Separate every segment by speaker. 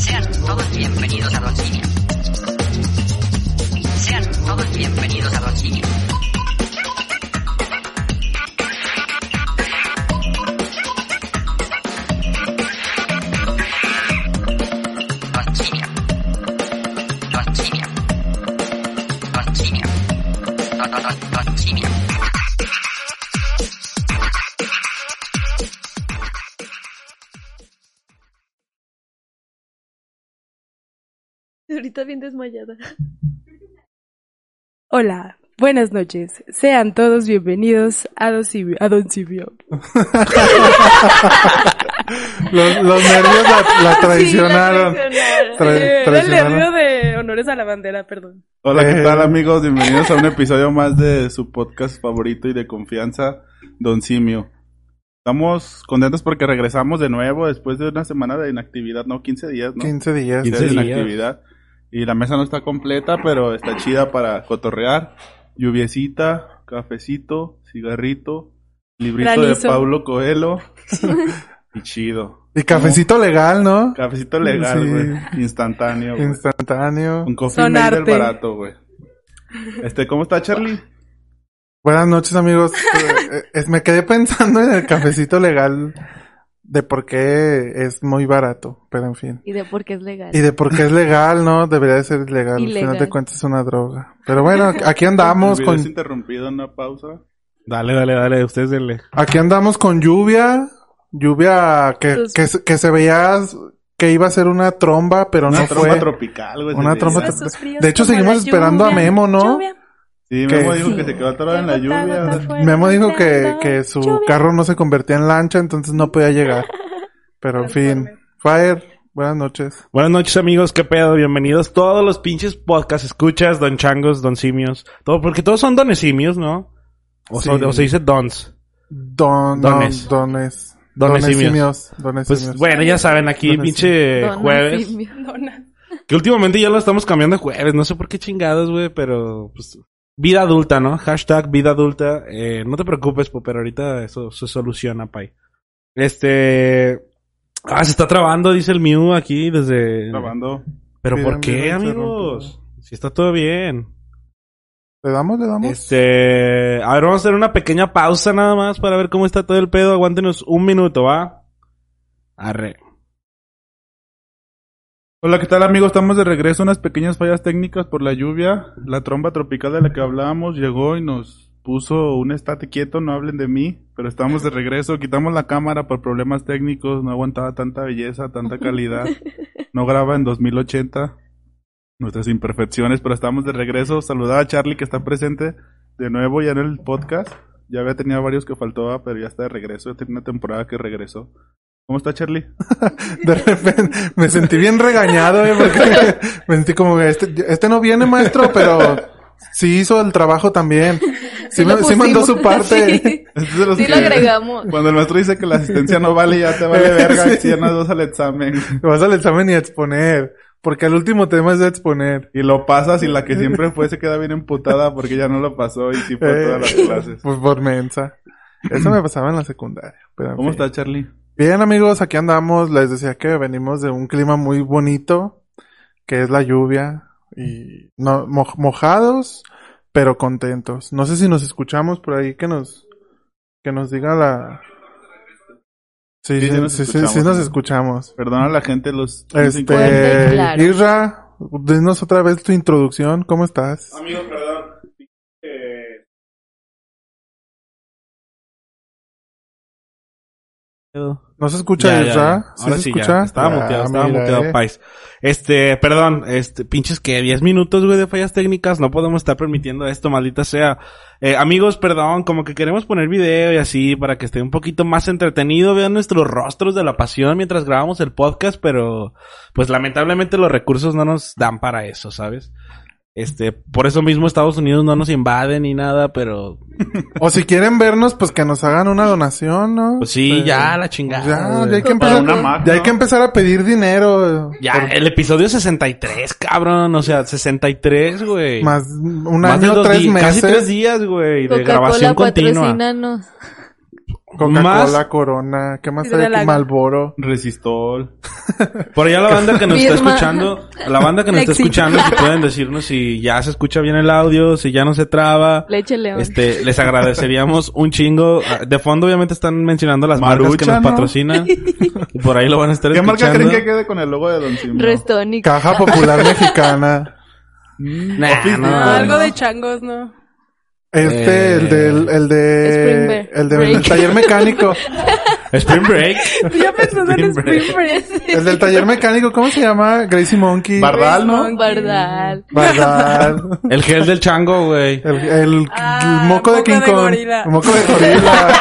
Speaker 1: Sean todos bienvenidos a Brochinia. Sean todos bienvenidos a Brochinia. Brochinia. Brochinia. Brochinia. Bro- bro- bro- Brochinia.
Speaker 2: Ahorita bien desmayada.
Speaker 3: Hola, buenas noches. Sean todos bienvenidos a Don Silvio. A Don Silvio.
Speaker 4: Los, los nervios la, la traicionaron. Tra-
Speaker 3: Eh, Era el
Speaker 4: traicionaron.
Speaker 3: nervio de honores a la bandera, perdón.
Speaker 5: Hola, ¿qué
Speaker 4: Eh.
Speaker 5: tal amigos? Bienvenidos a un episodio más de su podcast favorito y de confianza, Don Simio. Estamos contentos porque regresamos de nuevo después de una semana de inactividad, no, 15 días, ¿no?
Speaker 4: 15 días.
Speaker 5: 15
Speaker 4: Sí.
Speaker 5: de inactividad. Y la mesa no está completa, pero está chida para cotorrear. Lluviecita, cafecito, cigarrito, librito
Speaker 3: Granizo.
Speaker 5: de Pablo Coelho. y chido.
Speaker 4: Y cafecito legal, ¿no?
Speaker 5: Cafecito legal,
Speaker 4: Sí.
Speaker 5: güey. Instantáneo, güey.
Speaker 4: Instantáneo.
Speaker 5: Un coffee
Speaker 3: Son
Speaker 5: maker
Speaker 3: arte.
Speaker 5: barato, güey. Este, ¿cómo está Charlie?
Speaker 4: Buenas noches, amigos. Eh, es- me quedé pensando en el cafecito legal de por qué es muy barato, pero en fin.
Speaker 2: Y de por qué es legal.
Speaker 4: Y de por qué es legal, ¿no? Debería de ser legal. Al
Speaker 2: Ilegal.
Speaker 4: final de cuentas es una droga. Pero bueno, aquí andamos
Speaker 5: El video es
Speaker 4: con,
Speaker 5: interrumpido en una pausa.
Speaker 6: Dale, dale, dale, ustedes denle.
Speaker 4: aquí andamos con lluvia. Lluvia que,
Speaker 3: Sus-
Speaker 4: que, se- que se veía que iba a ser una tromba, pero
Speaker 5: Una
Speaker 4: no
Speaker 5: tromba
Speaker 4: fue.
Speaker 5: tropical, güey.
Speaker 4: Una
Speaker 5: se
Speaker 4: tromba
Speaker 5: dice.
Speaker 4: tro- de hecho, seguimos esperando a Memo, ¿no?
Speaker 5: Sí,
Speaker 4: que-
Speaker 5: Memo dijo
Speaker 4: Sí.
Speaker 5: que se quedó atorado en la lluvia. güey.
Speaker 2: Pues,
Speaker 4: Memo dijo que, que su carro no se convertía en lancha, entonces no podía llegar. Pero en fin. Fire, buenas noches.
Speaker 6: Buenas noches, amigos, qué pedo, bienvenidos todos los pinches podcast escuchas, don changos, don simios, todo, porque todos son dones simios, ¿no? O,
Speaker 4: Sí.
Speaker 6: son- o se dice dons.
Speaker 4: Don,
Speaker 6: Dones.
Speaker 4: dones. dones.
Speaker 6: Dones simios.
Speaker 4: Dones
Speaker 6: Pues
Speaker 4: simios.
Speaker 6: bueno, ya saben, aquí
Speaker 4: Dones
Speaker 6: pinche jueves,
Speaker 3: Dona.
Speaker 6: que últimamente ya lo estamos cambiando a jueves, no sé por qué chingados, güey, pero pues vida adulta, ¿no? Hashtag vida adulta, eh, no te preocupes, po, pero ahorita eso se soluciona, pay. Este... Ah, se está trabando, dice el Mew aquí desde...
Speaker 5: Grabando.
Speaker 6: Pero
Speaker 4: Mira,
Speaker 6: ¿por qué,
Speaker 4: mira, se
Speaker 6: amigos? Si está todo bien.
Speaker 4: ¿Le damos, le damos?
Speaker 6: Este, a ver, vamos a hacer una pequeña pausa nada más para ver cómo está todo el pedo. Aguántenos un minuto, ¿va? Arre.
Speaker 5: Hola, ¿qué tal, amigos? Estamos de regreso. Unas pequeñas fallas técnicas por la lluvia. La tromba tropical de la que hablábamos llegó y nos puso un estate quieto, no hablen de mí. Pero estamos de regreso. Quitamos la cámara por problemas técnicos. No aguantaba tanta belleza, tanta calidad. No graba en 2080. Nuestras imperfecciones, pero estamos de regreso. Saludar a Charlie que está presente de nuevo ya en el podcast. Ya había tenido varios que faltaba, pero ya está de regreso. Ya tiene una temporada que regresó. ¿Cómo está Charlie?
Speaker 4: De repente me sentí bien regañado, eh, porque me sentí como, este, este no viene, maestro, pero sí hizo el trabajo también. Sí, me-
Speaker 2: lo
Speaker 4: sí mandó su
Speaker 2: pusimos.
Speaker 4: parte.
Speaker 5: Este es de los
Speaker 2: Sí, sí lo
Speaker 5: que-
Speaker 2: agregamos.
Speaker 5: Cuando el maestro dice que la asistencia no vale, ya te vale verga si ya no vas al examen.
Speaker 4: Vas al examen y a exponer, porque el último tema es de exponer.
Speaker 5: Y lo pasas y la que siempre fue se queda bien emputada porque ya no lo pasó y sí fue a todas las clases.
Speaker 4: Pues por mensa. Eso me pasaba en la secundaria. Pero en
Speaker 5: ¿Cómo
Speaker 4: fin.
Speaker 5: está Charlie?
Speaker 4: Bien amigos, aquí andamos. Les decía que venimos de un clima muy bonito, que es la lluvia. Y no, mo- mojados, pero contentos. No sé si nos escuchamos por ahí que nos, que nos diga la... Sí, sí, sí, sí, sí, sí nos, escuchamos.
Speaker 5: Perdona a la gente los...
Speaker 4: Este,
Speaker 2: Fuerte y claro.
Speaker 4: Isra, dinos otra vez tu introducción. ¿Cómo estás?
Speaker 5: Amigos, perdón.
Speaker 4: ¿No se escucha
Speaker 6: Ya,
Speaker 4: ya,
Speaker 6: ya, ya.
Speaker 4: ¿Sí
Speaker 6: Ahora
Speaker 4: se
Speaker 6: sí,
Speaker 4: escucha?
Speaker 6: ya. Estaba
Speaker 4: Ah,
Speaker 6: muteado, estaba
Speaker 4: mira,
Speaker 6: muteado,
Speaker 4: eh.
Speaker 6: pais. Este, perdón, este, pinches que 10 minutos, güey, de fallas técnicas. No podemos estar permitiendo esto, maldita sea. Eh, amigos, perdón, como que queremos poner video y así para que esté un poquito más entretenido. Vean nuestros rostros de la pasión mientras grabamos el podcast, pero pues lamentablemente los recursos no nos dan para eso, ¿sabes? Este, por eso mismo Estados Unidos no nos invade ni nada, pero
Speaker 4: O si quieren vernos, pues que nos hagan una donación, ¿no? Este,
Speaker 6: pues sí,
Speaker 4: Pero-
Speaker 6: ya la chingada.
Speaker 4: Ya,
Speaker 6: güey.
Speaker 4: ya hay que
Speaker 5: Para
Speaker 4: empezar,
Speaker 5: una marca.
Speaker 4: ya hay que empezar a pedir dinero.
Speaker 6: Ya,
Speaker 4: Por-
Speaker 6: el episodio 63, cabrón. O sea, 63, güey.
Speaker 4: Más un
Speaker 6: Más de
Speaker 4: año,
Speaker 6: dos
Speaker 4: tres
Speaker 6: días,
Speaker 4: meses.
Speaker 6: Casi tres días, güey, de
Speaker 2: Coca-Cola
Speaker 6: grabación continua.
Speaker 2: patrocínanos.
Speaker 4: Coca-Cola,
Speaker 6: Más-
Speaker 4: Corona, ¿qué más
Speaker 3: Sidra
Speaker 4: hay aquí?
Speaker 3: Lago.
Speaker 4: Malboro.
Speaker 5: Resistol.
Speaker 6: Por allá la banda que nos está
Speaker 2: Firma.
Speaker 6: escuchando, a la banda que nos está
Speaker 3: Lexi.
Speaker 6: escuchando, si pueden decirnos si ya se escucha bien el audio, si ya no se traba.
Speaker 2: Leche León.
Speaker 3: Ah,
Speaker 6: Este, les agradeceríamos un chingo. Ah, De fondo, obviamente, están mencionando las marcas que
Speaker 5: Marucha,
Speaker 6: nos
Speaker 5: ¿no?
Speaker 6: patrocinan. Y Por ahí lo van a estar
Speaker 5: ¿Qué
Speaker 6: escuchando.
Speaker 5: marca creen que quede con el logo de Don Simón?
Speaker 2: Restónica.
Speaker 4: Caja Popular Mexicana. Ah,
Speaker 6: Nah,
Speaker 3: No,
Speaker 6: no,
Speaker 3: algo
Speaker 6: no.
Speaker 3: de changos, no.
Speaker 4: Este,
Speaker 6: Eh.
Speaker 4: el del, el
Speaker 2: Spring
Speaker 4: de,
Speaker 2: Break.
Speaker 4: el del
Speaker 2: Break.
Speaker 4: taller mecánico.
Speaker 6: Spring Break.
Speaker 3: Yo pensando en
Speaker 6: Spring Break.
Speaker 3: Spring Break.
Speaker 4: El del taller mecánico, ¿cómo se llama? Gracie Monkey.
Speaker 5: Bardal, ¿no?
Speaker 3: Monkey.
Speaker 2: Bardal.
Speaker 4: Bardal.
Speaker 6: El gel del chango, güey.
Speaker 4: El, el-
Speaker 3: Ah,
Speaker 4: el moco de
Speaker 3: moco
Speaker 4: King
Speaker 3: de
Speaker 4: Kong.
Speaker 3: gorila.
Speaker 4: El moco de gorila.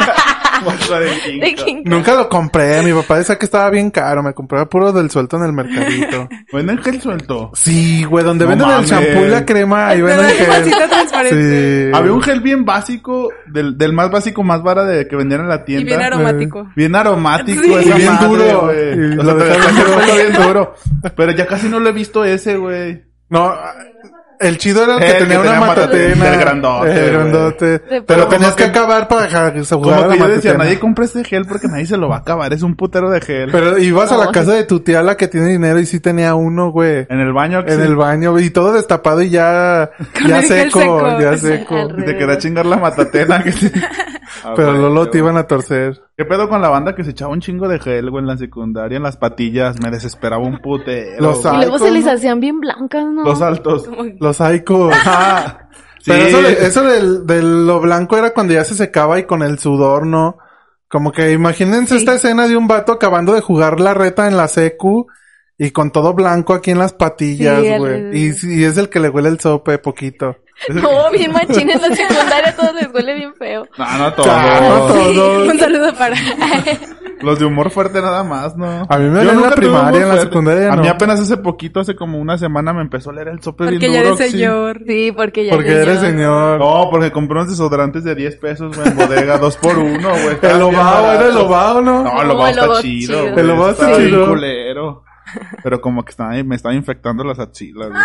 Speaker 5: Otra de King
Speaker 2: De
Speaker 5: Kong.
Speaker 2: King Kong.
Speaker 4: Nunca lo compré. Mi papá decía que estaba bien caro. Me compraba puro del suelto en el mercadito.
Speaker 5: ¿Venden gel suelto?
Speaker 4: Sí, güey, donde
Speaker 5: No
Speaker 4: venden el
Speaker 5: mames.
Speaker 4: champú y la crema, ahí
Speaker 3: Pero
Speaker 4: venden
Speaker 3: es
Speaker 4: gel.
Speaker 3: vasito transparente.
Speaker 4: Sí.
Speaker 5: Había un gel bien básico, del, del más básico, más vara de que vendían en la tienda.
Speaker 3: Y bien aromático.
Speaker 4: eh,
Speaker 5: Bien aromático,
Speaker 3: Sí.
Speaker 5: esa
Speaker 4: Y bien
Speaker 5: madre,
Speaker 4: duro.
Speaker 5: güey.
Speaker 4: Y
Speaker 5: O
Speaker 4: lo
Speaker 5: sea, te
Speaker 4: dejaron
Speaker 5: dejaron
Speaker 4: duro.
Speaker 5: pelo bien duro. Pero ya casi no lo he visto ese, güey.
Speaker 4: No, el chido era el que
Speaker 5: El que
Speaker 4: tenía una
Speaker 5: tenía
Speaker 4: matatena.
Speaker 5: matatena, el grandote,
Speaker 4: El grandote.
Speaker 2: güey.
Speaker 4: Pero
Speaker 5: Pero
Speaker 4: tenías
Speaker 5: como
Speaker 4: que
Speaker 5: que-
Speaker 4: acabar para dejar se
Speaker 5: Como
Speaker 4: jugara la
Speaker 5: que yo decía,
Speaker 4: matatena.
Speaker 5: nadie compra este gel porque nadie se lo va a acabar. Es un putero de gel.
Speaker 4: Pero ibas a la
Speaker 5: No,
Speaker 4: casa de tu tía, la que tiene dinero, y sí tenía uno, güey.
Speaker 5: en el baño, que
Speaker 4: En
Speaker 5: se-
Speaker 4: el baño, y todo destapado y ya,
Speaker 3: Con
Speaker 4: ya
Speaker 3: el gel
Speaker 4: seco,
Speaker 3: seco.
Speaker 4: ya seco.
Speaker 2: Al
Speaker 5: y te quería chingar la matatena. que te- Ah,
Speaker 4: Pero
Speaker 5: güey,
Speaker 4: Lolo
Speaker 5: qué
Speaker 4: te iban a torcer.
Speaker 5: ¿Qué pedo con la banda que se echaba un chingo de gel, güey, en la secundaria, en las patillas? Me desesperaba un putero.
Speaker 4: Los
Speaker 5: güey.
Speaker 2: Y luego
Speaker 4: Ay,
Speaker 2: se les
Speaker 4: ¿cómo?
Speaker 2: hacían bien blancas, ¿no?
Speaker 5: Los altos.
Speaker 4: Los psychos.
Speaker 5: Ah,
Speaker 4: Pero
Speaker 5: sí.
Speaker 4: eso, de, eso del, de lo blanco era cuando ya se secaba y con el sudor, ¿no? Como que imagínense esta escena de un vato acabando de jugar la reta en la secu y con todo blanco aquí en las patillas,
Speaker 2: Sí, el-
Speaker 4: güey. Y, y es el que le huele el sope poquito.
Speaker 2: No, bien machín en la secundaria, a todos les huele bien feo.
Speaker 5: No, no
Speaker 4: Claro,
Speaker 5: todos.
Speaker 4: todos.
Speaker 3: Un saludo para.
Speaker 5: Los de humor fuerte nada más, ¿no?
Speaker 4: A mí me olía en la
Speaker 5: nunca tuve
Speaker 4: primaria,
Speaker 5: humor
Speaker 4: en la
Speaker 5: fuerte.
Speaker 4: secundaria
Speaker 5: A
Speaker 4: no.
Speaker 5: mí apenas hace poquito, hace como una semana, me empezó a leer el sope
Speaker 3: Porque
Speaker 5: bien
Speaker 3: ya
Speaker 5: duro.
Speaker 3: eres
Speaker 5: sí.
Speaker 3: señor.
Speaker 2: Sí, porque ya.
Speaker 4: Porque eres señor.
Speaker 5: No, porque compré unos desodorantes de 10 pesos, güey, en bodega, dos por uno, güey.
Speaker 4: El
Speaker 5: Estaban bien
Speaker 4: lobao, era el
Speaker 5: baratos.
Speaker 4: lobao, ¿no?
Speaker 5: No,
Speaker 2: No,
Speaker 5: el lobao
Speaker 2: el
Speaker 5: está
Speaker 2: lobao
Speaker 5: chido,
Speaker 2: chido.
Speaker 5: güey.
Speaker 4: El lobao está
Speaker 5: bien
Speaker 4: chido.
Speaker 5: culero. Pero como que estaba, me estaba infectando las axilas, güey.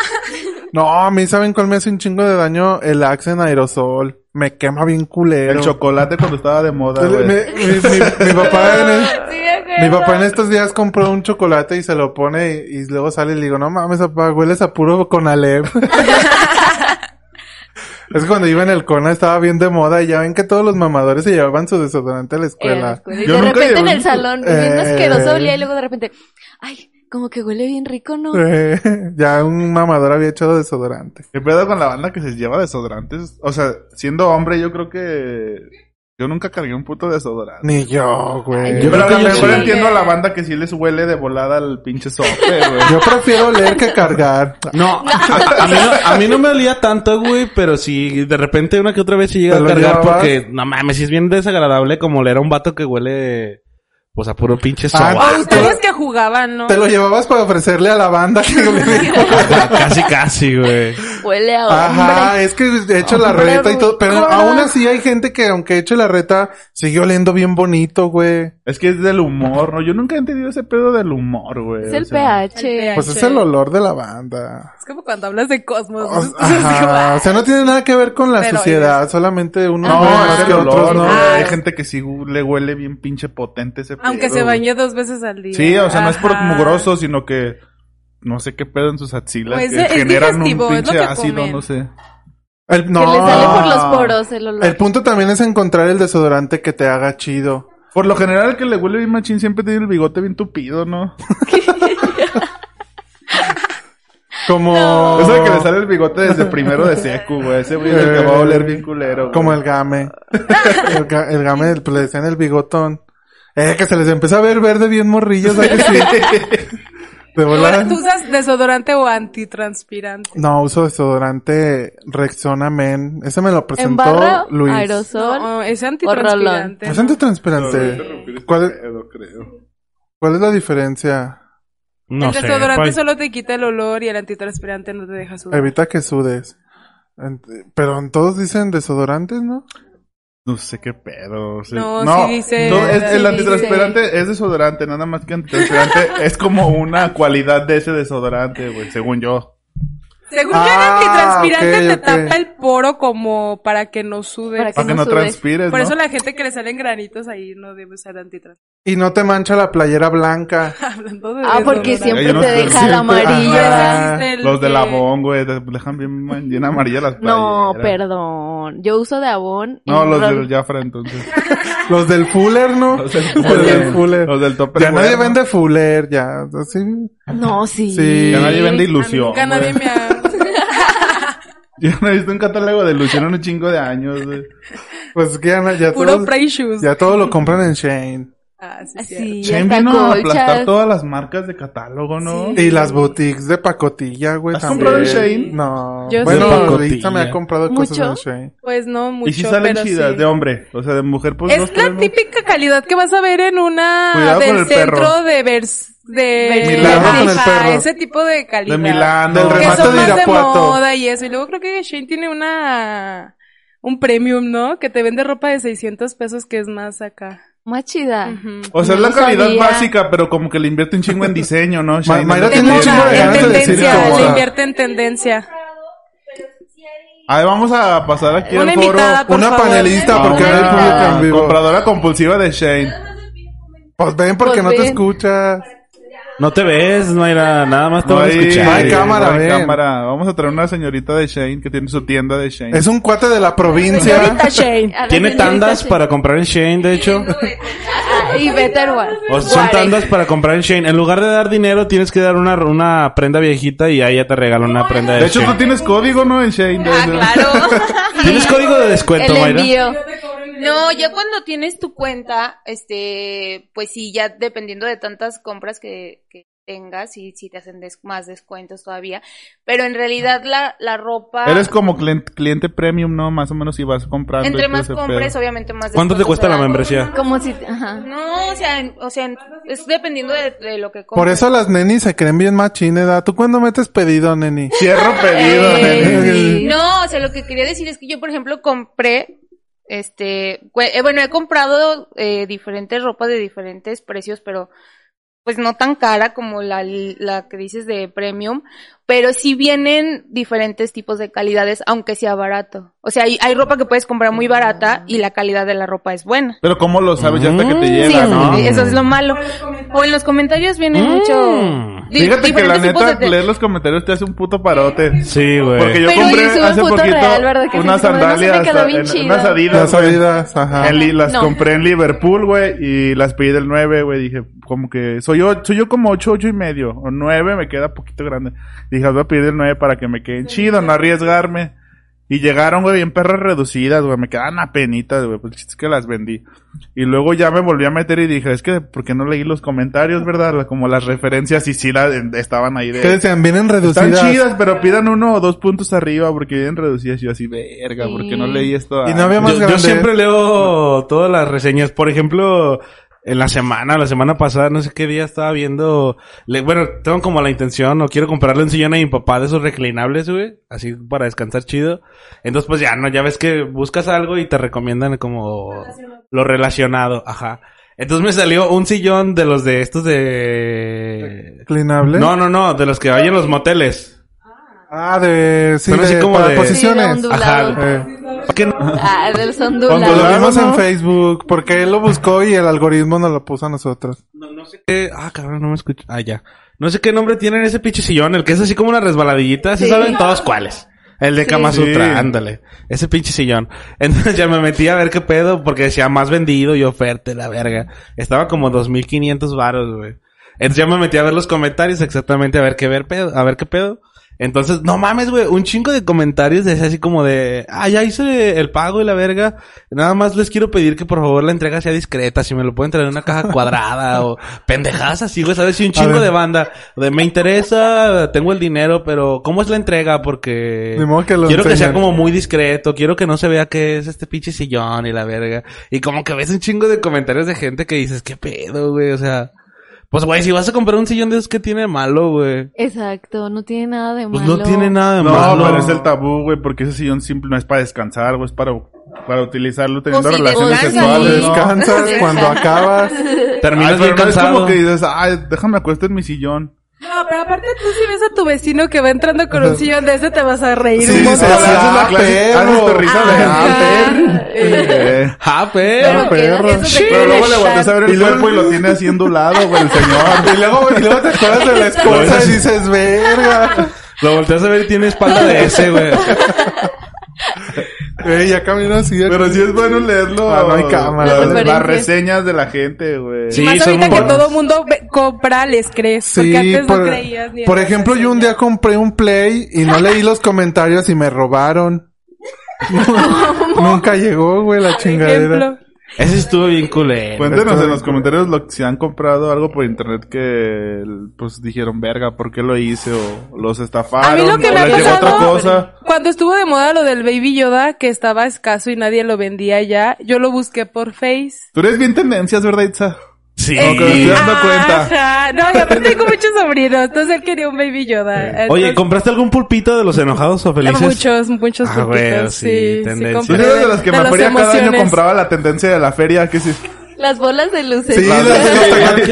Speaker 4: No, a mí, ¿saben cuál me hace un chingo de daño? El Axe en aerosol. Me quema bien culero.
Speaker 5: El chocolate cuando estaba de moda,
Speaker 4: Mi,
Speaker 5: güey.
Speaker 4: mi- mi- mi papá en el-
Speaker 2: Sí, me acuerdo.
Speaker 4: Mi papá en estos días compró un chocolate y se lo pone y, y luego sale y le digo, no mames, papá, hueles a puro Conalep. es que cuando iba en el Cona estaba bien de moda y ya ven que todos los mamadores se llevaban su desodorante a
Speaker 2: Eh, a
Speaker 4: la
Speaker 2: la
Speaker 4: escuela.
Speaker 2: escuela. Y
Speaker 5: Yo
Speaker 2: de
Speaker 5: nunca
Speaker 2: repente en
Speaker 5: llevé
Speaker 2: el
Speaker 5: un-
Speaker 2: salón,
Speaker 4: Eh.
Speaker 2: bien asqueroso olía y luego de repente, ay, como que huele bien rico, ¿no?
Speaker 4: Eh, ya un mamador había echado desodorante.
Speaker 5: ¿Qué pedo con la banda que se lleva desodorantes? O sea, siendo hombre, yo creo que... Yo nunca cargué un puto desodorante.
Speaker 4: Ni yo, güey.
Speaker 2: Ay,
Speaker 4: Yo,
Speaker 5: pero a
Speaker 6: creo que
Speaker 5: lo
Speaker 6: yo
Speaker 5: mejor
Speaker 6: sí.
Speaker 5: entiendo a la banda que sí les huele de volada al pinche sope, güey.
Speaker 4: prefiero leer que cargar.
Speaker 6: No, A, mí no, a mí no me olía tanto, güey, pero si de repente una que otra vez se llega
Speaker 4: ¿Te
Speaker 6: a
Speaker 4: lo
Speaker 6: cargar
Speaker 4: llevabas?
Speaker 6: porque, no mames, si es bien desagradable como leer a un vato que huele, pues a puro pinche
Speaker 4: Ah,
Speaker 6: soba.
Speaker 4: no, te,
Speaker 3: Ustedes que jugaban, ¿no?
Speaker 4: te lo llevabas para ofrecerle a la banda que
Speaker 6: casi, casi, güey.
Speaker 2: Huele a
Speaker 4: Ajá,
Speaker 2: hombre.
Speaker 4: es que he hecho la
Speaker 2: Hombre,
Speaker 4: reta y todo, pero
Speaker 2: Cola.
Speaker 4: aún así hay gente que aunque he hecho la reta, sigue oliendo bien bonito, güey.
Speaker 5: Es que es del humor, ¿no? Yo nunca he entendido ese pedo del humor, güey.
Speaker 2: Es
Speaker 5: o
Speaker 2: el
Speaker 5: sea.
Speaker 2: pH.
Speaker 4: Pues es el Pues, olor de la banda.
Speaker 3: Es como cuando hablas de Cosmos.
Speaker 4: O,
Speaker 3: Es como,
Speaker 4: ajá, o sea, no tiene nada que ver con la
Speaker 3: Pero,
Speaker 4: suciedad, solamente uno
Speaker 5: No,
Speaker 4: huele
Speaker 5: es el olor, ¿no?
Speaker 4: no.
Speaker 2: Ah,
Speaker 5: Hay gente que sí hu- le huele bien pinche potente ese pedo.
Speaker 3: Aunque se
Speaker 5: güey.
Speaker 3: bañe dos veces al día.
Speaker 5: Sí, o sea, no es por
Speaker 3: Ajá.
Speaker 5: mugroso, sino que... No sé qué pedo en sus axilas
Speaker 3: Pues
Speaker 5: que
Speaker 3: es- es
Speaker 5: generan
Speaker 3: digestivo,
Speaker 5: un
Speaker 3: es lo
Speaker 5: pinche
Speaker 3: que
Speaker 5: ácido,
Speaker 3: comen.
Speaker 5: no sé.
Speaker 4: El,
Speaker 2: Que le sale por
Speaker 4: no.
Speaker 2: los poros el olor.
Speaker 4: El punto también es encontrar el desodorante que te haga chido.
Speaker 5: Por lo general, el que le huele bien machín siempre tiene el bigote bien tupido, ¿no?
Speaker 4: Como
Speaker 5: Eso de que le sale el bigote desde primero de secu, güey. Ese güey es el que va a oler bien culero, güey.
Speaker 4: como el game. el, ga- el game, pues, le decían el bigotón. Eh, que se les empieza a ver verde bien morrillos, ¿sabes que sí? De volada.
Speaker 3: ¿Tú usas desodorante o antitranspirante?
Speaker 4: No, uso desodorante Rexona Men. Ese me lo
Speaker 2: En
Speaker 4: presentó
Speaker 2: barra,
Speaker 4: Luis.
Speaker 2: aerosol.
Speaker 3: No, es antitranspirante.
Speaker 4: Es
Speaker 3: ¿no?
Speaker 4: antitranspirante. ¿Cuál,
Speaker 5: creo.
Speaker 4: ¿Cuál es la diferencia?
Speaker 6: No
Speaker 3: el
Speaker 6: sé.
Speaker 3: desodorante
Speaker 6: pues,
Speaker 3: solo te quita el olor y el antitranspirante no te deja sudar.
Speaker 4: Evita que sudes. En- Pero en todos dicen desodorantes, ¿no?
Speaker 5: No sé qué pedo. o sea-
Speaker 3: No, sí dice-
Speaker 5: no, es-
Speaker 3: sí
Speaker 5: el
Speaker 3: dice.
Speaker 5: antitranspirante es desodorante, nada más que antitranspirante es como una cualidad de ese desodorante, güey, según yo.
Speaker 3: Según
Speaker 4: Ah,
Speaker 3: que el antitranspirante
Speaker 4: ok,
Speaker 3: te
Speaker 4: ok.
Speaker 3: tapa el poro como para que no sude.
Speaker 2: Para que
Speaker 5: Para que
Speaker 2: no
Speaker 5: no
Speaker 2: sudes.
Speaker 5: transpires,
Speaker 3: Por
Speaker 5: ¿no?
Speaker 3: eso la gente que le salen granitos ahí no debe usar antitranspirante.
Speaker 4: Y no te mancha la playera blanca.
Speaker 3: Hablando de
Speaker 2: Ah, porque
Speaker 3: desodorante.
Speaker 2: siempre
Speaker 5: Hay unos
Speaker 2: te
Speaker 5: que
Speaker 2: deja
Speaker 4: siempre-
Speaker 2: la amarilla.
Speaker 4: Ajá.
Speaker 3: Por eso existe el
Speaker 5: Los de
Speaker 3: que-
Speaker 5: Labón, güey, te dejan bien, man- bien amarillas las
Speaker 2: No,
Speaker 5: playeras.
Speaker 2: perdón. Yo uso de abón. y
Speaker 5: No, los
Speaker 2: rol-
Speaker 5: del Jafra, entonces.
Speaker 4: Los del Fuller, ¿no?
Speaker 5: Los del
Speaker 4: Los del
Speaker 5: Fuller.
Speaker 4: Fuller.
Speaker 5: Los del Topper.
Speaker 4: Ya nadie vende Fuller, ya. Así.
Speaker 2: No, sí.
Speaker 4: Sí.
Speaker 5: Ya nadie vende
Speaker 3: A mí
Speaker 5: ilusión.
Speaker 3: nunca nadie
Speaker 5: güey.
Speaker 3: me ha...
Speaker 5: Yo no he visto un catálogo de ilusión en un chingo de años, güey.
Speaker 4: Pues que ya, na- ya
Speaker 3: Puro
Speaker 4: todos,
Speaker 3: Prey Shoes.
Speaker 4: ya todos lo compran en Shane.
Speaker 3: Ah, sí, sí.
Speaker 2: Así,
Speaker 5: Chen
Speaker 2: hasta
Speaker 5: vino a
Speaker 2: colchas.
Speaker 5: aplastar todas las marcas de catálogo, ¿no?
Speaker 4: Y las boutiques de pacotilla, güey.
Speaker 5: ¿Has
Speaker 4: también.
Speaker 5: comprado en Shein?
Speaker 4: No.
Speaker 3: Yo
Speaker 4: bueno,
Speaker 3: sí. De
Speaker 4: ahorita
Speaker 6: pacotilla.
Speaker 4: me ha comprado
Speaker 2: ¿Mucho?
Speaker 4: cosas en Shane.
Speaker 3: Pues no mucho,
Speaker 5: Y si salen
Speaker 3: pero
Speaker 5: chidas
Speaker 3: sí.
Speaker 5: de hombre, o sea, de mujer, pues dos,
Speaker 3: Es
Speaker 5: tres,
Speaker 3: la
Speaker 5: ¿no?
Speaker 3: típica calidad que vas a ver en una
Speaker 5: Cuidado con
Speaker 3: del
Speaker 5: el
Speaker 3: centro
Speaker 5: perro.
Speaker 3: de vers de
Speaker 4: Milagro con el
Speaker 3: Ajá,
Speaker 4: perro.
Speaker 3: ese tipo de calidad.
Speaker 5: De Milán,
Speaker 4: Del
Speaker 3: que
Speaker 4: remate
Speaker 3: son
Speaker 4: de
Speaker 3: más de
Speaker 4: Irapuato.
Speaker 3: moda y eso. Y luego creo que Shane tiene una un premium, ¿no? Que te vende ropa de 600 pesos que es más acá.
Speaker 2: Más chida.
Speaker 3: Ujú.
Speaker 5: O sea, es
Speaker 2: No
Speaker 5: la calidad
Speaker 2: sabía.
Speaker 5: básica, pero como que le invierte un chingo en diseño, ¿no?
Speaker 4: Ma-
Speaker 5: Shane?
Speaker 4: Mayra
Speaker 5: En
Speaker 4: tiene un
Speaker 5: diseño.
Speaker 4: chingo de
Speaker 3: En
Speaker 4: ganas de decir
Speaker 3: tendencia,
Speaker 4: cosas.
Speaker 3: le invierte en tendencia.
Speaker 5: Ahí vamos a pasar aquí
Speaker 3: Una
Speaker 5: al foro.
Speaker 3: invitada, por
Speaker 4: Una
Speaker 3: favor.
Speaker 4: panelista,
Speaker 5: A
Speaker 4: porque
Speaker 5: una
Speaker 4: hay público en vivo.
Speaker 5: compradora compulsiva de Shane.
Speaker 4: Pues ven porque
Speaker 2: Pues
Speaker 4: no te
Speaker 2: ven.
Speaker 4: escuchas.
Speaker 6: No te ves, Mayra. Nada más te van a
Speaker 5: hay-
Speaker 6: escuchar.
Speaker 4: No hay cámara,
Speaker 5: no hay
Speaker 4: ven.
Speaker 5: cámara. Vamos a traer una señorita de Shane que tiene su tienda de Shane.
Speaker 4: Es un cuate de la provincia.
Speaker 3: Señorita Shane.
Speaker 2: A la
Speaker 6: Tiene
Speaker 2: señorita
Speaker 6: tandas
Speaker 2: se-
Speaker 6: para comprar en Shane, de hecho.
Speaker 2: Ah, y Better One.
Speaker 6: O sea, son
Speaker 2: Guare.
Speaker 6: tandas para comprar en Shane. En lugar de dar dinero, tienes que dar una, una prenda viejita y ahí ya te regalan una prenda de,
Speaker 5: De hecho,
Speaker 6: Shein.
Speaker 5: tú tienes código, ¿no? En Shane.
Speaker 7: Ah, claro.
Speaker 6: ¿Tienes código de descuento,
Speaker 2: El
Speaker 6: Mayra?
Speaker 2: envío.
Speaker 7: No, ya cuando tienes tu cuenta, este, pues sí, ya dependiendo de tantas compras que, que tengas, y si te hacen des- más descuentos todavía. Pero en realidad la, la ropa,
Speaker 5: Eres como clien- cliente premium, ¿no? Más o menos si vas comprando. y
Speaker 7: entre
Speaker 5: todo
Speaker 7: más
Speaker 5: ese
Speaker 7: compres,
Speaker 5: pedo.
Speaker 7: obviamente más
Speaker 6: ¿Cuánto te
Speaker 7: descuentos
Speaker 6: cuesta la
Speaker 7: dan.
Speaker 6: membresía?
Speaker 2: Como si. Ajá.
Speaker 7: No, o sea, en- o sea, en- es dependiendo de, de lo que compres.
Speaker 4: Por eso las nenis se creen bien machines, ¿da? ¿Tú cuándo metes pedido, neni? Eh,
Speaker 5: Cierro pedido,
Speaker 2: Eh.
Speaker 5: nene.
Speaker 2: Sí.
Speaker 7: No, o sea, lo que quería decir es que yo, por ejemplo, compré, este, cue- eh, bueno, he comprado eh, diferentes ropas de diferentes precios, pero pues no tan cara como la, la que dices de premium, pero sí vienen diferentes tipos de calidades, aunque sea barato. O sea, hay, hay ropa que puedes comprar muy barata y la calidad de la ropa es buena.
Speaker 5: Pero ¿cómo lo sabes? Ya hasta que te
Speaker 7: Sí,
Speaker 5: llega,
Speaker 7: eso,
Speaker 5: ¿no? Mm.
Speaker 7: eso es lo malo. O en los comentarios vienen mucho...
Speaker 6: Mm.
Speaker 7: di-
Speaker 5: Fíjate que la
Speaker 7: diferentes tipos
Speaker 5: neta,
Speaker 7: de-
Speaker 5: leer los comentarios te hace un puto parote.
Speaker 6: Sí, güey.
Speaker 5: Porque yo
Speaker 2: Pero
Speaker 5: compré
Speaker 2: oye, sube
Speaker 5: hace
Speaker 2: foto
Speaker 5: poquito
Speaker 2: real, ¿verdad? Que
Speaker 5: unas
Speaker 2: sí, como de, no se me
Speaker 5: sandalias,
Speaker 2: quedó bien
Speaker 5: en-
Speaker 2: chido.
Speaker 5: unas adidas,
Speaker 4: Las
Speaker 5: güey.
Speaker 4: oídas, ajá.
Speaker 5: En Li- las
Speaker 7: No.
Speaker 5: compré en Liverpool, güey, y las pedí del 9, güey. Dije, como que soy yo, soy yo como 8, 8 y medio, o 9, me queda poquito grande. Dije, las voy a pedir del 9 para que me queden chidas, no arriesgarme. Y llegaron, güey, bien perras reducidas, güey, me quedan apenitas, güey, pues el chiste es que las vendí. Y luego ya me volví a meter y dije, es que, ¿por qué no leí los comentarios, verdad? La- Como las referencias y sí la, estaban ahí de...
Speaker 4: Que decían, vienen
Speaker 5: Están
Speaker 4: reducidas.
Speaker 5: chidas, pero pidan uno o dos puntos arriba porque vienen reducidas. Yo así, verga, porque no leí esto.
Speaker 4: Y no había más
Speaker 6: Yo, yo
Speaker 4: grande.
Speaker 6: siempre leo todas las reseñas. Por ejemplo, en la semana, la semana pasada, no sé qué día estaba viendo. le- bueno, tengo como la intención, o quiero comprarle un sillón a mi papá de esos reclinables, güey. Así para descansar chido. Entonces, pues ya no, ya ves que buscas algo y te recomiendan como lo relacionado, ajá. Entonces me salió un sillón de los de estos de.
Speaker 4: Inclinable.
Speaker 6: No, no, no, de los que hay en los moteles.
Speaker 4: Ah, de... Sí,
Speaker 6: Son así
Speaker 4: de-
Speaker 6: como
Speaker 4: para
Speaker 6: de-
Speaker 4: posiciones.
Speaker 2: Sí, de ondulado.
Speaker 6: Ajá.
Speaker 4: Eh,
Speaker 6: Es que no-
Speaker 2: Ah, de los
Speaker 4: cuando pues lo
Speaker 2: ondulados.
Speaker 4: vimos
Speaker 5: ¿no?
Speaker 4: en Facebook, porque él lo buscó y el algoritmo nos lo puso a nosotros.
Speaker 6: No, no sé qué. Ah, cabrón, no me escucho. Ah, ya. No sé qué nombre tienen ese pinche sillón, el que es así como una resbaladillita. Se
Speaker 2: Sí.
Speaker 6: saben todos cuáles. El de Kama
Speaker 5: Sí.
Speaker 6: Sutra, ándale. Ese pinche sillón. Entonces ya me metí a ver qué pedo, porque decía más vendido y oferta, la verga. Estaba como 2500 varos, güey. Entonces ya me metí a ver los comentarios exactamente a ver qué ver pedo, a ver qué pedo. Entonces, no mames, güey, un chingo de comentarios de así como de, ah, ya hice el pago y la verga. Nada más les quiero pedir que por favor la entrega sea discreta, si me lo pueden traer en una caja cuadrada o pendejadas así, güey, sabes, y un chingo
Speaker 4: ver.
Speaker 6: de banda. De me interesa, tengo el dinero, pero ¿cómo es la entrega? Porque
Speaker 4: Ni modo que lo
Speaker 6: quiero que sea
Speaker 4: enseñen.
Speaker 6: como muy discreto, quiero que no se vea que es este pinche sillón y la verga. Y como que ves un chingo de comentarios de gente que dices, qué pedo, güey, o sea, pues güey, si vas a comprar un sillón de esos, ¿qué tiene de malo, güey?
Speaker 2: Exacto, no tiene nada de
Speaker 6: Pues
Speaker 2: malo.
Speaker 6: no tiene nada de
Speaker 5: No,
Speaker 6: malo.
Speaker 5: pero es el tabú, güey, porque ese sillón simple no es para descansar, güey, es para, para utilizarlo teniendo
Speaker 7: O si
Speaker 5: relaciones
Speaker 7: descansas,
Speaker 5: sexuales,
Speaker 7: sí.
Speaker 5: ¿no?
Speaker 4: Descansas
Speaker 7: Descansas.
Speaker 4: cuando acabas.
Speaker 6: Terminas
Speaker 5: Ay,
Speaker 6: bien
Speaker 5: pero no es
Speaker 6: cansado.
Speaker 5: como que dices, ay, déjame acuesto en mi sillón.
Speaker 3: No, pero aparte tú si ves a tu vecino que va entrando con un sillón de ese te vas a reír
Speaker 4: Sí, Ah,
Speaker 3: un
Speaker 4: se
Speaker 3: montón.
Speaker 4: hace
Speaker 5: Esa es la
Speaker 4: la
Speaker 5: clase- haces tu risa de,
Speaker 3: Ajá.
Speaker 5: "Ah, perro". Eh,
Speaker 6: Ja, pero...
Speaker 2: Pero que-
Speaker 4: perro.
Speaker 2: eso te
Speaker 4: Sí,
Speaker 2: quiere
Speaker 5: Pero luego le
Speaker 2: estar-
Speaker 5: volteas a ver el cuerpo y lo tiene así ondulado, güey, el señor.
Speaker 4: Y luego, y luego te acuerdas de la esposa y dices, verga.
Speaker 6: Lo volteas a ver y tiene espalda de ese, güey.
Speaker 4: Güey, ya camino así.
Speaker 5: Pero sí es bueno leerlo.
Speaker 4: Ah, no hay cámara.
Speaker 5: las-
Speaker 2: Las
Speaker 5: Las
Speaker 2: referencias.
Speaker 5: reseñas de la gente, güey.
Speaker 6: Sí,
Speaker 3: Más
Speaker 6: son
Speaker 3: ahorita que
Speaker 6: buenos.
Speaker 3: todo mundo ve- compra, les crees. porque
Speaker 4: Sí,
Speaker 3: antes
Speaker 4: por,
Speaker 3: no creías ni en
Speaker 4: por
Speaker 3: las
Speaker 4: ejemplo, yo un
Speaker 3: reseñas.
Speaker 4: día compré un Play y no leí los comentarios y me robaron. Nunca llegó, güey, la chingadera.
Speaker 3: Ejemplo.
Speaker 6: Ese estuvo bien culero.
Speaker 5: Cuéntenos
Speaker 4: Esto-
Speaker 5: en los comentarios lo que si han comprado algo por internet que pues dijeron verga, ¿por qué lo hice? O los estafaron,
Speaker 3: A mí lo que
Speaker 5: o
Speaker 3: me ha
Speaker 5: les llegó otra
Speaker 3: pasado-
Speaker 5: cosa.
Speaker 3: Cuando estuvo de moda lo del Baby Yoda, que estaba escaso y nadie lo vendía ya, yo lo busqué por Face.
Speaker 5: Tú eres bien tendencias, ¿verdad, Itza?
Speaker 6: Sí. Ah,
Speaker 5: Como que me estoy dando cuenta.
Speaker 3: Ajá. No, y aparte tengo muchos sobrinos, entonces él quería un Baby Yoda.
Speaker 6: Oye,
Speaker 3: Entonces,
Speaker 6: ¿compraste algún pulpito de los enojados o felices?
Speaker 3: Muchos, muchos
Speaker 6: Ah,
Speaker 3: pulpitos,
Speaker 6: bueno, sí,
Speaker 3: sí, sí,
Speaker 6: tendencia.
Speaker 5: Tú
Speaker 3: compré
Speaker 5: eres de las que me
Speaker 3: las
Speaker 5: afería cada año
Speaker 3: emociones.
Speaker 5: compraba la tendencia de la feria, que sí.
Speaker 2: Las bolas de luces.
Speaker 4: Sí, las-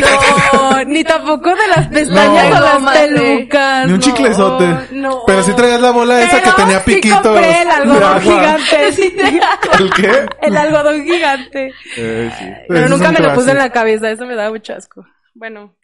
Speaker 3: No, ni tampoco de las pestañas
Speaker 2: No,
Speaker 3: o las
Speaker 2: mate.
Speaker 3: pelucas.
Speaker 5: Ni un
Speaker 3: no,
Speaker 5: chiclezote.
Speaker 3: No.
Speaker 4: Pero sí traías la bola esa que
Speaker 3: Pero
Speaker 4: tenía piquitos.
Speaker 3: Sí compré el
Speaker 4: de
Speaker 3: algodón
Speaker 4: agua.
Speaker 3: gigante.
Speaker 5: ¿El qué?
Speaker 3: El algodón gigante.
Speaker 5: Eh, sí.
Speaker 4: Ese
Speaker 3: Pero
Speaker 4: es
Speaker 3: nunca
Speaker 4: un
Speaker 3: me lo puse en
Speaker 4: clásico.
Speaker 3: la cabeza, eso me daba mucho asco. Bueno,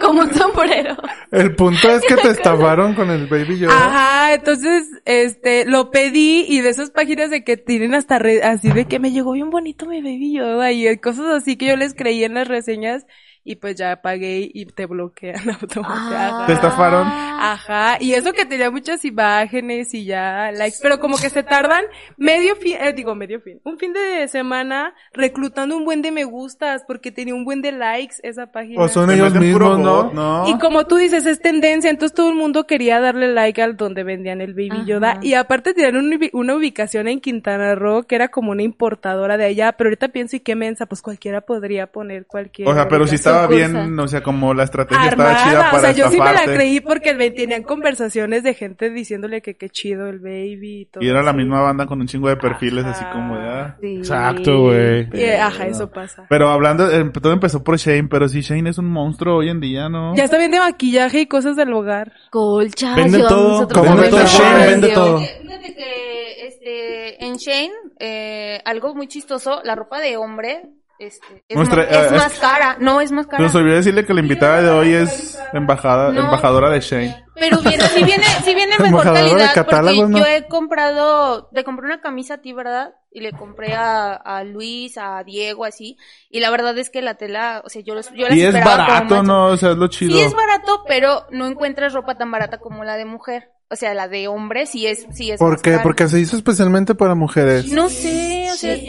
Speaker 2: Como un sombrero.
Speaker 4: El punto es que te estafaron con el Baby Yoda.
Speaker 3: Ajá, entonces, este, lo pedí y de esas páginas de que tienen hasta re- así de que me llegó bien bonito mi baby Yoda y cosas así que yo les creí en las reseñas y pues ya pagué y te
Speaker 2: Ah.
Speaker 3: bloquean
Speaker 5: Te
Speaker 3: automáticamente.
Speaker 5: estafaron.
Speaker 3: Ah. Ajá, y eso que tenía muchas imágenes y ya likes, pero como que se tardan medio fin, eh, digo medio fin, un fin de semana reclutando un buen de me gustas porque tenía un buen de likes esa página.
Speaker 4: O son
Speaker 5: Te
Speaker 4: ellos
Speaker 5: meten puro
Speaker 4: mismos, ¿no?
Speaker 5: bot, ¿no?
Speaker 3: Y como tú dices, es tendencia, entonces todo el mundo quería darle like al donde vendían el Baby
Speaker 2: Ajá.
Speaker 3: Yoda. Y aparte tenían un ubi- una ubicación en Quintana Roo que era como una importadora de allá, pero ahorita pienso, ¿y qué mensa? Pues cualquiera podría poner cualquier.
Speaker 5: O sea, pero si
Speaker 3: ubicación.
Speaker 5: estaba
Speaker 2: cursa.
Speaker 5: bien, o sea, como la estrategia Pues, estaba chida
Speaker 3: Armada,
Speaker 5: para
Speaker 3: o sea, yo sí me la
Speaker 5: estafarte.
Speaker 3: creí porque el Baby tenían conversaciones de gente diciéndole que qué chido el Baby y todo.
Speaker 5: Y era la
Speaker 3: así.
Speaker 5: misma banda con un chingo de perfiles
Speaker 3: Ajá.
Speaker 5: así como de... ah.
Speaker 6: Exacto, güey.
Speaker 3: Y, eh, ajá, eso pasa.
Speaker 5: Pero hablando, eh, todo empezó por Shane, pero sí, Shane es un monstruo hoy en día, ¿no?
Speaker 3: Ya está bien de maquillaje y cosas del hogar.
Speaker 2: Colchas.
Speaker 6: Vende todo.
Speaker 2: nosotros
Speaker 6: Como vende
Speaker 4: vendemos
Speaker 6: todo. Shane,
Speaker 4: todo.
Speaker 6: vende todo.
Speaker 7: Fíjate- Fíjate que este, en Shane, eh, algo muy chistoso, la ropa de hombre este, es,
Speaker 5: Nuestra-
Speaker 7: más, es
Speaker 5: eh,
Speaker 7: más cara. No, es más cara.
Speaker 5: Nos olvidó decirle que la invitada de hoy es embajada,
Speaker 7: No.
Speaker 5: embajadora de Shane.
Speaker 7: Pero viene, si viene, si viene mejor
Speaker 4: Embajadora de
Speaker 7: calidad, porque
Speaker 4: catálogos, ¿no?
Speaker 7: yo he comprado, le compré una camisa a ti, ¿verdad? Y le compré a, a Luis, a Diego, así. Y la verdad es que la tela, o sea, yo, los- yo la
Speaker 5: Y es
Speaker 7: esperaba como
Speaker 5: barato,
Speaker 7: macho.
Speaker 5: ¿no? O sea, es lo chido.
Speaker 7: Sí es barato, pero no encuentras ropa tan barata como la de mujer. O sea, la de hombre sí es, sí es
Speaker 4: ¿Por
Speaker 7: más
Speaker 4: qué?
Speaker 7: cara.
Speaker 4: Porque se hizo especialmente para mujeres.
Speaker 7: No sé, o sea, es-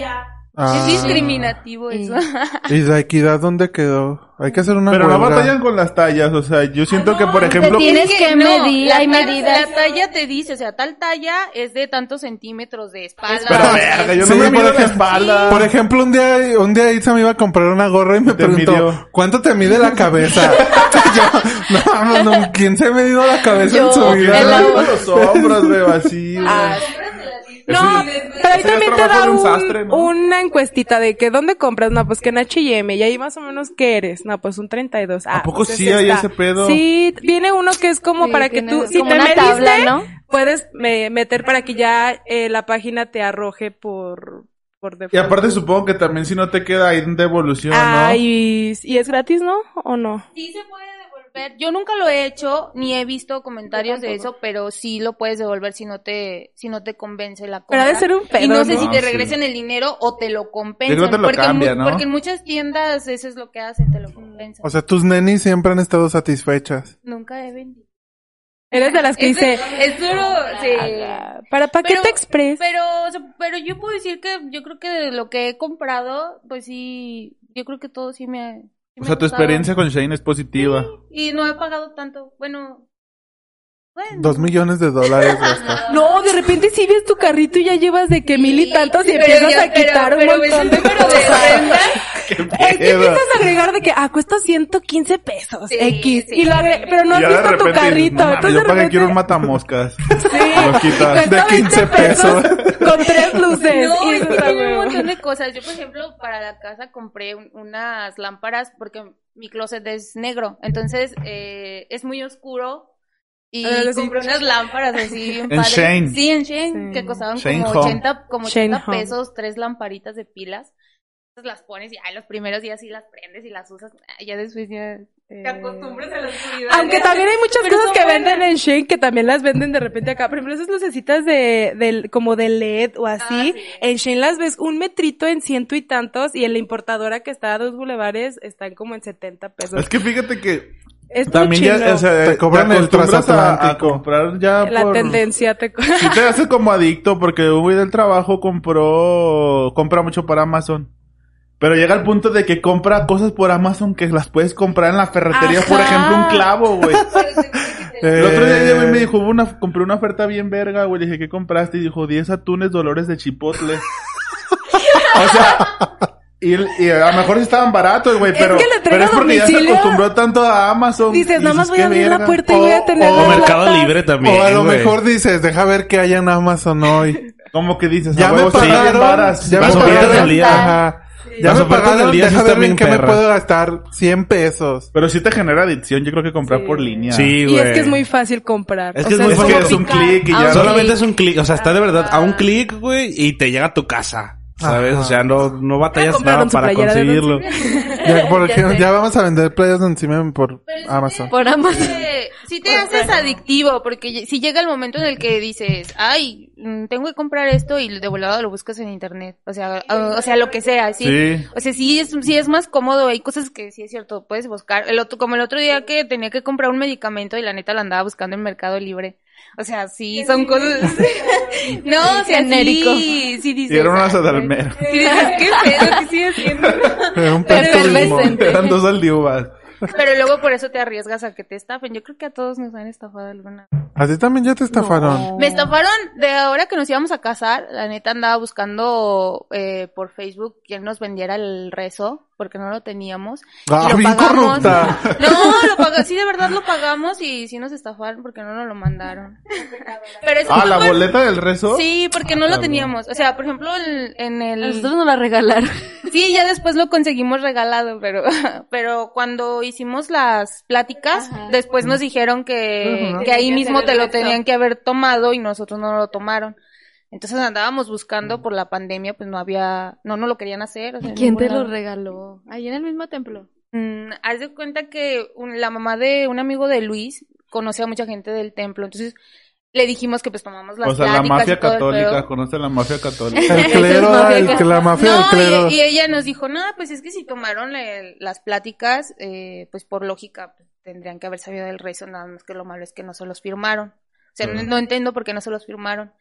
Speaker 4: Ah.
Speaker 7: es discriminativo eso.
Speaker 4: ¿Y la equidad dónde quedó? Hay que hacer una
Speaker 5: Pero no
Speaker 4: huelga.
Speaker 5: batallan con las tallas, o sea,
Speaker 7: Ah,
Speaker 5: yo siento que, por ejemplo,
Speaker 2: tiene- Tienes que medir,
Speaker 7: la
Speaker 2: hay
Speaker 7: talla-
Speaker 2: medidas.
Speaker 7: La talla te dice, o sea, tal talla es de tantos centímetros de espalda.
Speaker 5: Pero, verga, yo
Speaker 4: Sí,
Speaker 5: no me
Speaker 4: por
Speaker 5: miro la
Speaker 4: ejemplo-
Speaker 5: espalda.
Speaker 4: Por ejemplo, un día, un día Itza me iba a comprar una gorra y me
Speaker 5: Te
Speaker 4: preguntó,
Speaker 5: midió.
Speaker 4: ¿cuánto te mide la cabeza? Yo, no, vamos, no, ¿quién se ha medido la cabeza en su
Speaker 5: Yo me
Speaker 4: vida?
Speaker 5: miro los hombros, güey, así, güey.
Speaker 7: Ah.
Speaker 3: Ah. No,
Speaker 5: Eso ya-
Speaker 3: pero ahí
Speaker 5: eso ya
Speaker 3: también te
Speaker 5: trabajo
Speaker 3: da
Speaker 5: de un
Speaker 3: un-
Speaker 5: sastre, ¿no?
Speaker 3: una encuestita de que dónde compras, no, pues que en H&M y ahí más o menos qué eres, no, pues un 32. Ah,
Speaker 5: ¿A poco
Speaker 3: pues
Speaker 5: sí
Speaker 3: es
Speaker 5: hay
Speaker 3: esta.
Speaker 5: ese pedo?
Speaker 3: Sí, viene uno que es como
Speaker 2: Sí,
Speaker 3: para que
Speaker 2: tiene
Speaker 3: tú, si
Speaker 2: como
Speaker 3: te
Speaker 2: una
Speaker 3: mediste,
Speaker 2: tabla, ¿no?
Speaker 3: puedes me- meter para que ya eh, la página te arroje por, por
Speaker 5: Y
Speaker 3: default.
Speaker 5: aparte supongo que también si no te queda ahí en devolución, ¿no?
Speaker 3: Ay, y, y es gratis, ¿no? ¿O no?
Speaker 7: Sí se puede devolver. devolver. Yo nunca lo he hecho, ni he visto comentarios de eso, pero sí lo puedes devolver si no te, si no te convence la
Speaker 3: Pero
Speaker 7: compra.
Speaker 3: ha de ser un pedo,
Speaker 7: y no sé
Speaker 3: ¿no?
Speaker 7: si te
Speaker 5: Ah, sí.
Speaker 7: regresan el dinero o te lo compensan.
Speaker 5: Yo creo que te lo
Speaker 7: porque, en mu-
Speaker 5: cambian, ¿no?
Speaker 7: porque en muchas tiendas eso es lo que hacen, te lo compensan.
Speaker 4: O sea, tus nenis siempre han estado satisfechas.
Speaker 7: Nunca he vendido.
Speaker 3: Eres de las que
Speaker 7: Es-
Speaker 3: dice,
Speaker 7: Es duro, sí.
Speaker 3: para paquete
Speaker 7: Pero-
Speaker 3: express.
Speaker 7: Pero, o sea, pero yo puedo decir que yo creo que de lo que he comprado, pues sí, yo creo que todo sí me ha... sí
Speaker 5: O
Speaker 7: me
Speaker 5: sea,
Speaker 7: ha
Speaker 5: tu
Speaker 7: gustado.
Speaker 5: experiencia con Shane es positiva.
Speaker 7: Y no he pagado tanto. Bueno. Bueno.
Speaker 4: Dos millones de dólares gastaste.
Speaker 3: No, de repente si ves tu carrito y ya llevas de que mil y tantos y
Speaker 7: Pero
Speaker 3: empiezas
Speaker 7: ya-
Speaker 3: a quitar
Speaker 7: pero,
Speaker 3: un
Speaker 7: pero
Speaker 3: montón
Speaker 7: ves
Speaker 3: de
Speaker 7: el número de
Speaker 3: cosas.
Speaker 7: ventas.
Speaker 3: Es que empiezas a agregar de que, ah, cuesta 115 pesos,
Speaker 7: Sí,
Speaker 3: X.
Speaker 7: sí.
Speaker 3: Y lo agre- pero no has
Speaker 5: Y ya de
Speaker 3: visto tu
Speaker 5: repente dices,
Speaker 3: carrito.
Speaker 5: "No mames,
Speaker 3: Entonces
Speaker 5: yo
Speaker 3: de
Speaker 5: pagué,
Speaker 3: repente,
Speaker 5: quiero un matamoscas.
Speaker 3: sí,
Speaker 5: Lo quitas.
Speaker 3: cuesta
Speaker 4: 15
Speaker 3: pesos. Con tres luces.
Speaker 7: No,
Speaker 3: y
Speaker 7: es
Speaker 3: dices,
Speaker 7: que
Speaker 3: "Ah,
Speaker 7: tiene un
Speaker 3: huevo".
Speaker 7: montón de cosas. Yo, por ejemplo, para la casa compré un- unas lámparas porque mi closet es negro. Entonces, eh, es muy oscuro. Y
Speaker 3: Ah, lo sí.
Speaker 7: compré unas lámparas así bien
Speaker 5: En
Speaker 7: padres.
Speaker 5: Shane.
Speaker 7: Sí, en Shane,
Speaker 3: Sí.
Speaker 7: que costaban
Speaker 5: Shane
Speaker 7: como
Speaker 5: Home.
Speaker 7: 80, como
Speaker 3: Shane
Speaker 7: 80
Speaker 3: Home.
Speaker 7: pesos, tres lamparitas de pilas. Entonces las pones y ay, los primeros días sí las prendes y las usas. Ay, ya después ya te acostumbras a la oscuridad.
Speaker 3: Aunque también hay muchas
Speaker 7: Pero
Speaker 3: cosas
Speaker 7: son
Speaker 3: que venden
Speaker 7: buenas.
Speaker 3: en Shane que también las venden de repente acá. Por ejemplo, esas lucecitas de, del- como de LED o así.
Speaker 7: Ah, sí.
Speaker 3: En Shane las ves un metrito en ciento y tantos y en la importadora que está a dos bulevares están como en 70 pesos.
Speaker 5: Es que fíjate que
Speaker 3: Es muy
Speaker 5: también
Speaker 3: chilo.
Speaker 5: ya, o sea,
Speaker 4: Te cobran el
Speaker 5: acostumbras a, a
Speaker 4: transatlántico.
Speaker 5: comprar ya
Speaker 3: la
Speaker 5: por...
Speaker 3: tendencia te co-
Speaker 5: Si te hace como adicto porque un güey del trabajo compró, compra mucho por Amazon. Pero llega al punto de que compra cosas por Amazon que las puedes comprar en la ferretería,
Speaker 3: Ajá.
Speaker 5: por ejemplo, un clavo, güey. El otro
Speaker 6: Eh,
Speaker 5: día ella me dijo, hubo una, compré una oferta bien verga, güey. Le dije, ¿qué compraste? Y dijo, 10 atunes dolores de chipotle. o sea, y, y a lo mejor sí estaban baratos, güey,
Speaker 3: Es
Speaker 5: pero,
Speaker 3: que le entregan
Speaker 5: pero
Speaker 3: a
Speaker 5: es porque ya se
Speaker 3: domicilio.
Speaker 5: acostumbró tanto a Amazon.
Speaker 3: Dices,
Speaker 5: Y
Speaker 3: nada más voy
Speaker 5: "Qué
Speaker 3: a abrir la
Speaker 5: verga".
Speaker 3: puerta y voy a tener
Speaker 4: o
Speaker 3: las
Speaker 6: Mercado
Speaker 3: latas.
Speaker 6: Libre también.
Speaker 4: o a lo
Speaker 6: güey.
Speaker 4: mejor dices, deja ver qué hay en Amazon hoy.
Speaker 5: Como que dices,
Speaker 4: Ya
Speaker 5: "A
Speaker 4: me
Speaker 5: huevo, sí, bien
Speaker 4: pagaron.
Speaker 5: varas".
Speaker 4: Ya me
Speaker 6: Las ofertas del
Speaker 4: pagaron.
Speaker 6: día.
Speaker 4: Ajá. Ya
Speaker 6: Las
Speaker 4: me
Speaker 6: ofertas del
Speaker 4: pagaron.
Speaker 6: día sí
Speaker 4: Deja ver
Speaker 6: están
Speaker 4: en
Speaker 6: bien
Speaker 4: qué me
Speaker 6: perras.
Speaker 4: puedo gastar 100 pesos.
Speaker 5: Pero sí te genera adicción, yo creo que comprar
Speaker 3: Sí.
Speaker 5: por línea.
Speaker 6: Sí,
Speaker 3: Y
Speaker 6: güey.
Speaker 3: es que es muy fácil comprar.
Speaker 6: Es que es muy
Speaker 5: Es
Speaker 6: fácil.
Speaker 5: que
Speaker 6: como
Speaker 5: es un
Speaker 6: picar.
Speaker 5: clic y
Speaker 7: Ah,
Speaker 5: ya.
Speaker 7: solo-
Speaker 6: Solamente
Speaker 7: clic.
Speaker 6: es un clic, o sea, está de verdad a un clic, güey, y te llega a tu casa. ¿Sabes? O sea, no, no batallas nada
Speaker 3: compraron su
Speaker 6: para
Speaker 3: playera de
Speaker 6: conseguirlo.
Speaker 4: Ya, por
Speaker 7: Ya
Speaker 4: ejemplo,
Speaker 7: sé.
Speaker 4: ya vamos a vender playas encima por
Speaker 7: Pero sí te-
Speaker 4: Amazon.
Speaker 2: Por Amazon.
Speaker 7: Eh, Si te haces adictivo, porque si llega el momento en el que dices, ay, mm, tengo que comprar esto y de volada lo buscas en internet, o sea, o, o sea, lo que sea, sí.
Speaker 5: Sí.
Speaker 7: O sea, sí es, sí es más cómodo, hay cosas que sí es cierto, puedes buscar. El otro, como el otro día que tenía que comprar un medicamento y la neta la andaba buscando en Mercado Libre. O sea, sí, son cosas... no, o sea,
Speaker 2: Genérico.
Speaker 7: sí, sí dices...
Speaker 5: Y era una
Speaker 7: "Ay,
Speaker 5: sadalmer.
Speaker 7: sí dices, "¿Qué pedo? ¿Qué estoy haciendo?"
Speaker 4: Eh, Un
Speaker 7: Pero
Speaker 4: pesto de limón.
Speaker 2: efervescente.
Speaker 5: Eran dos aldivas.
Speaker 7: Pero luego por eso te arriesgas a que te estafen. Yo creo que a todos nos han estafado alguna
Speaker 4: A ti también ya te estafaron.
Speaker 7: Me estafaron de ahora que nos íbamos a casar. La neta andaba buscando eh, por Facebook quién nos vendiera el rezo, porque no lo teníamos. Y
Speaker 4: Ah,
Speaker 7: lo
Speaker 4: bien
Speaker 7: pagamos.
Speaker 4: corrupta.
Speaker 7: No, lo pagamos. Sí, de verdad lo pagamos y sí nos estafaron porque no nos lo mandaron. Pero es que
Speaker 5: Ah,
Speaker 7: no
Speaker 5: la
Speaker 7: me-
Speaker 5: boleta del rezo.
Speaker 7: Sí, porque
Speaker 4: Ah,
Speaker 7: no lo teníamos. O sea, por ejemplo, el- en
Speaker 2: A
Speaker 7: el...
Speaker 2: nosotros nos la regalaron.
Speaker 7: Sí, ya después lo conseguimos regalado, pero, pero cuando hicimos las pláticas, después nos dijeron que, que ahí mismo te lo tenían que haber tomado y nosotros no lo tomaron. Entonces andábamos buscando por la pandemia, pues no había, no, no lo querían hacer. o sea, en
Speaker 2: ¿Quién
Speaker 7: ningún
Speaker 2: te lo
Speaker 7: lado.
Speaker 2: regaló? Ahí en el mismo templo.
Speaker 7: Mm, haz de cuenta que un- la mamá de un amigo de Luis conoce a mucha gente del templo, entonces le dijimos que pues tomamos las
Speaker 5: O sea, la
Speaker 7: pláticas y
Speaker 5: mafia
Speaker 7: todo el pedo.
Speaker 5: católica. Conoce a la mafia católica.
Speaker 4: El clero, el- la mafia del
Speaker 7: No,
Speaker 4: clero.
Speaker 7: y, y ella nos dijo, no, pues es que si tomaron el- las pláticas, eh, pues por lógica pues, tendrían que haber sabido del rezo, nada más que lo malo es que no se los firmaron. O sea,
Speaker 4: Mm.
Speaker 7: no, no entiendo por qué no se los firmaron.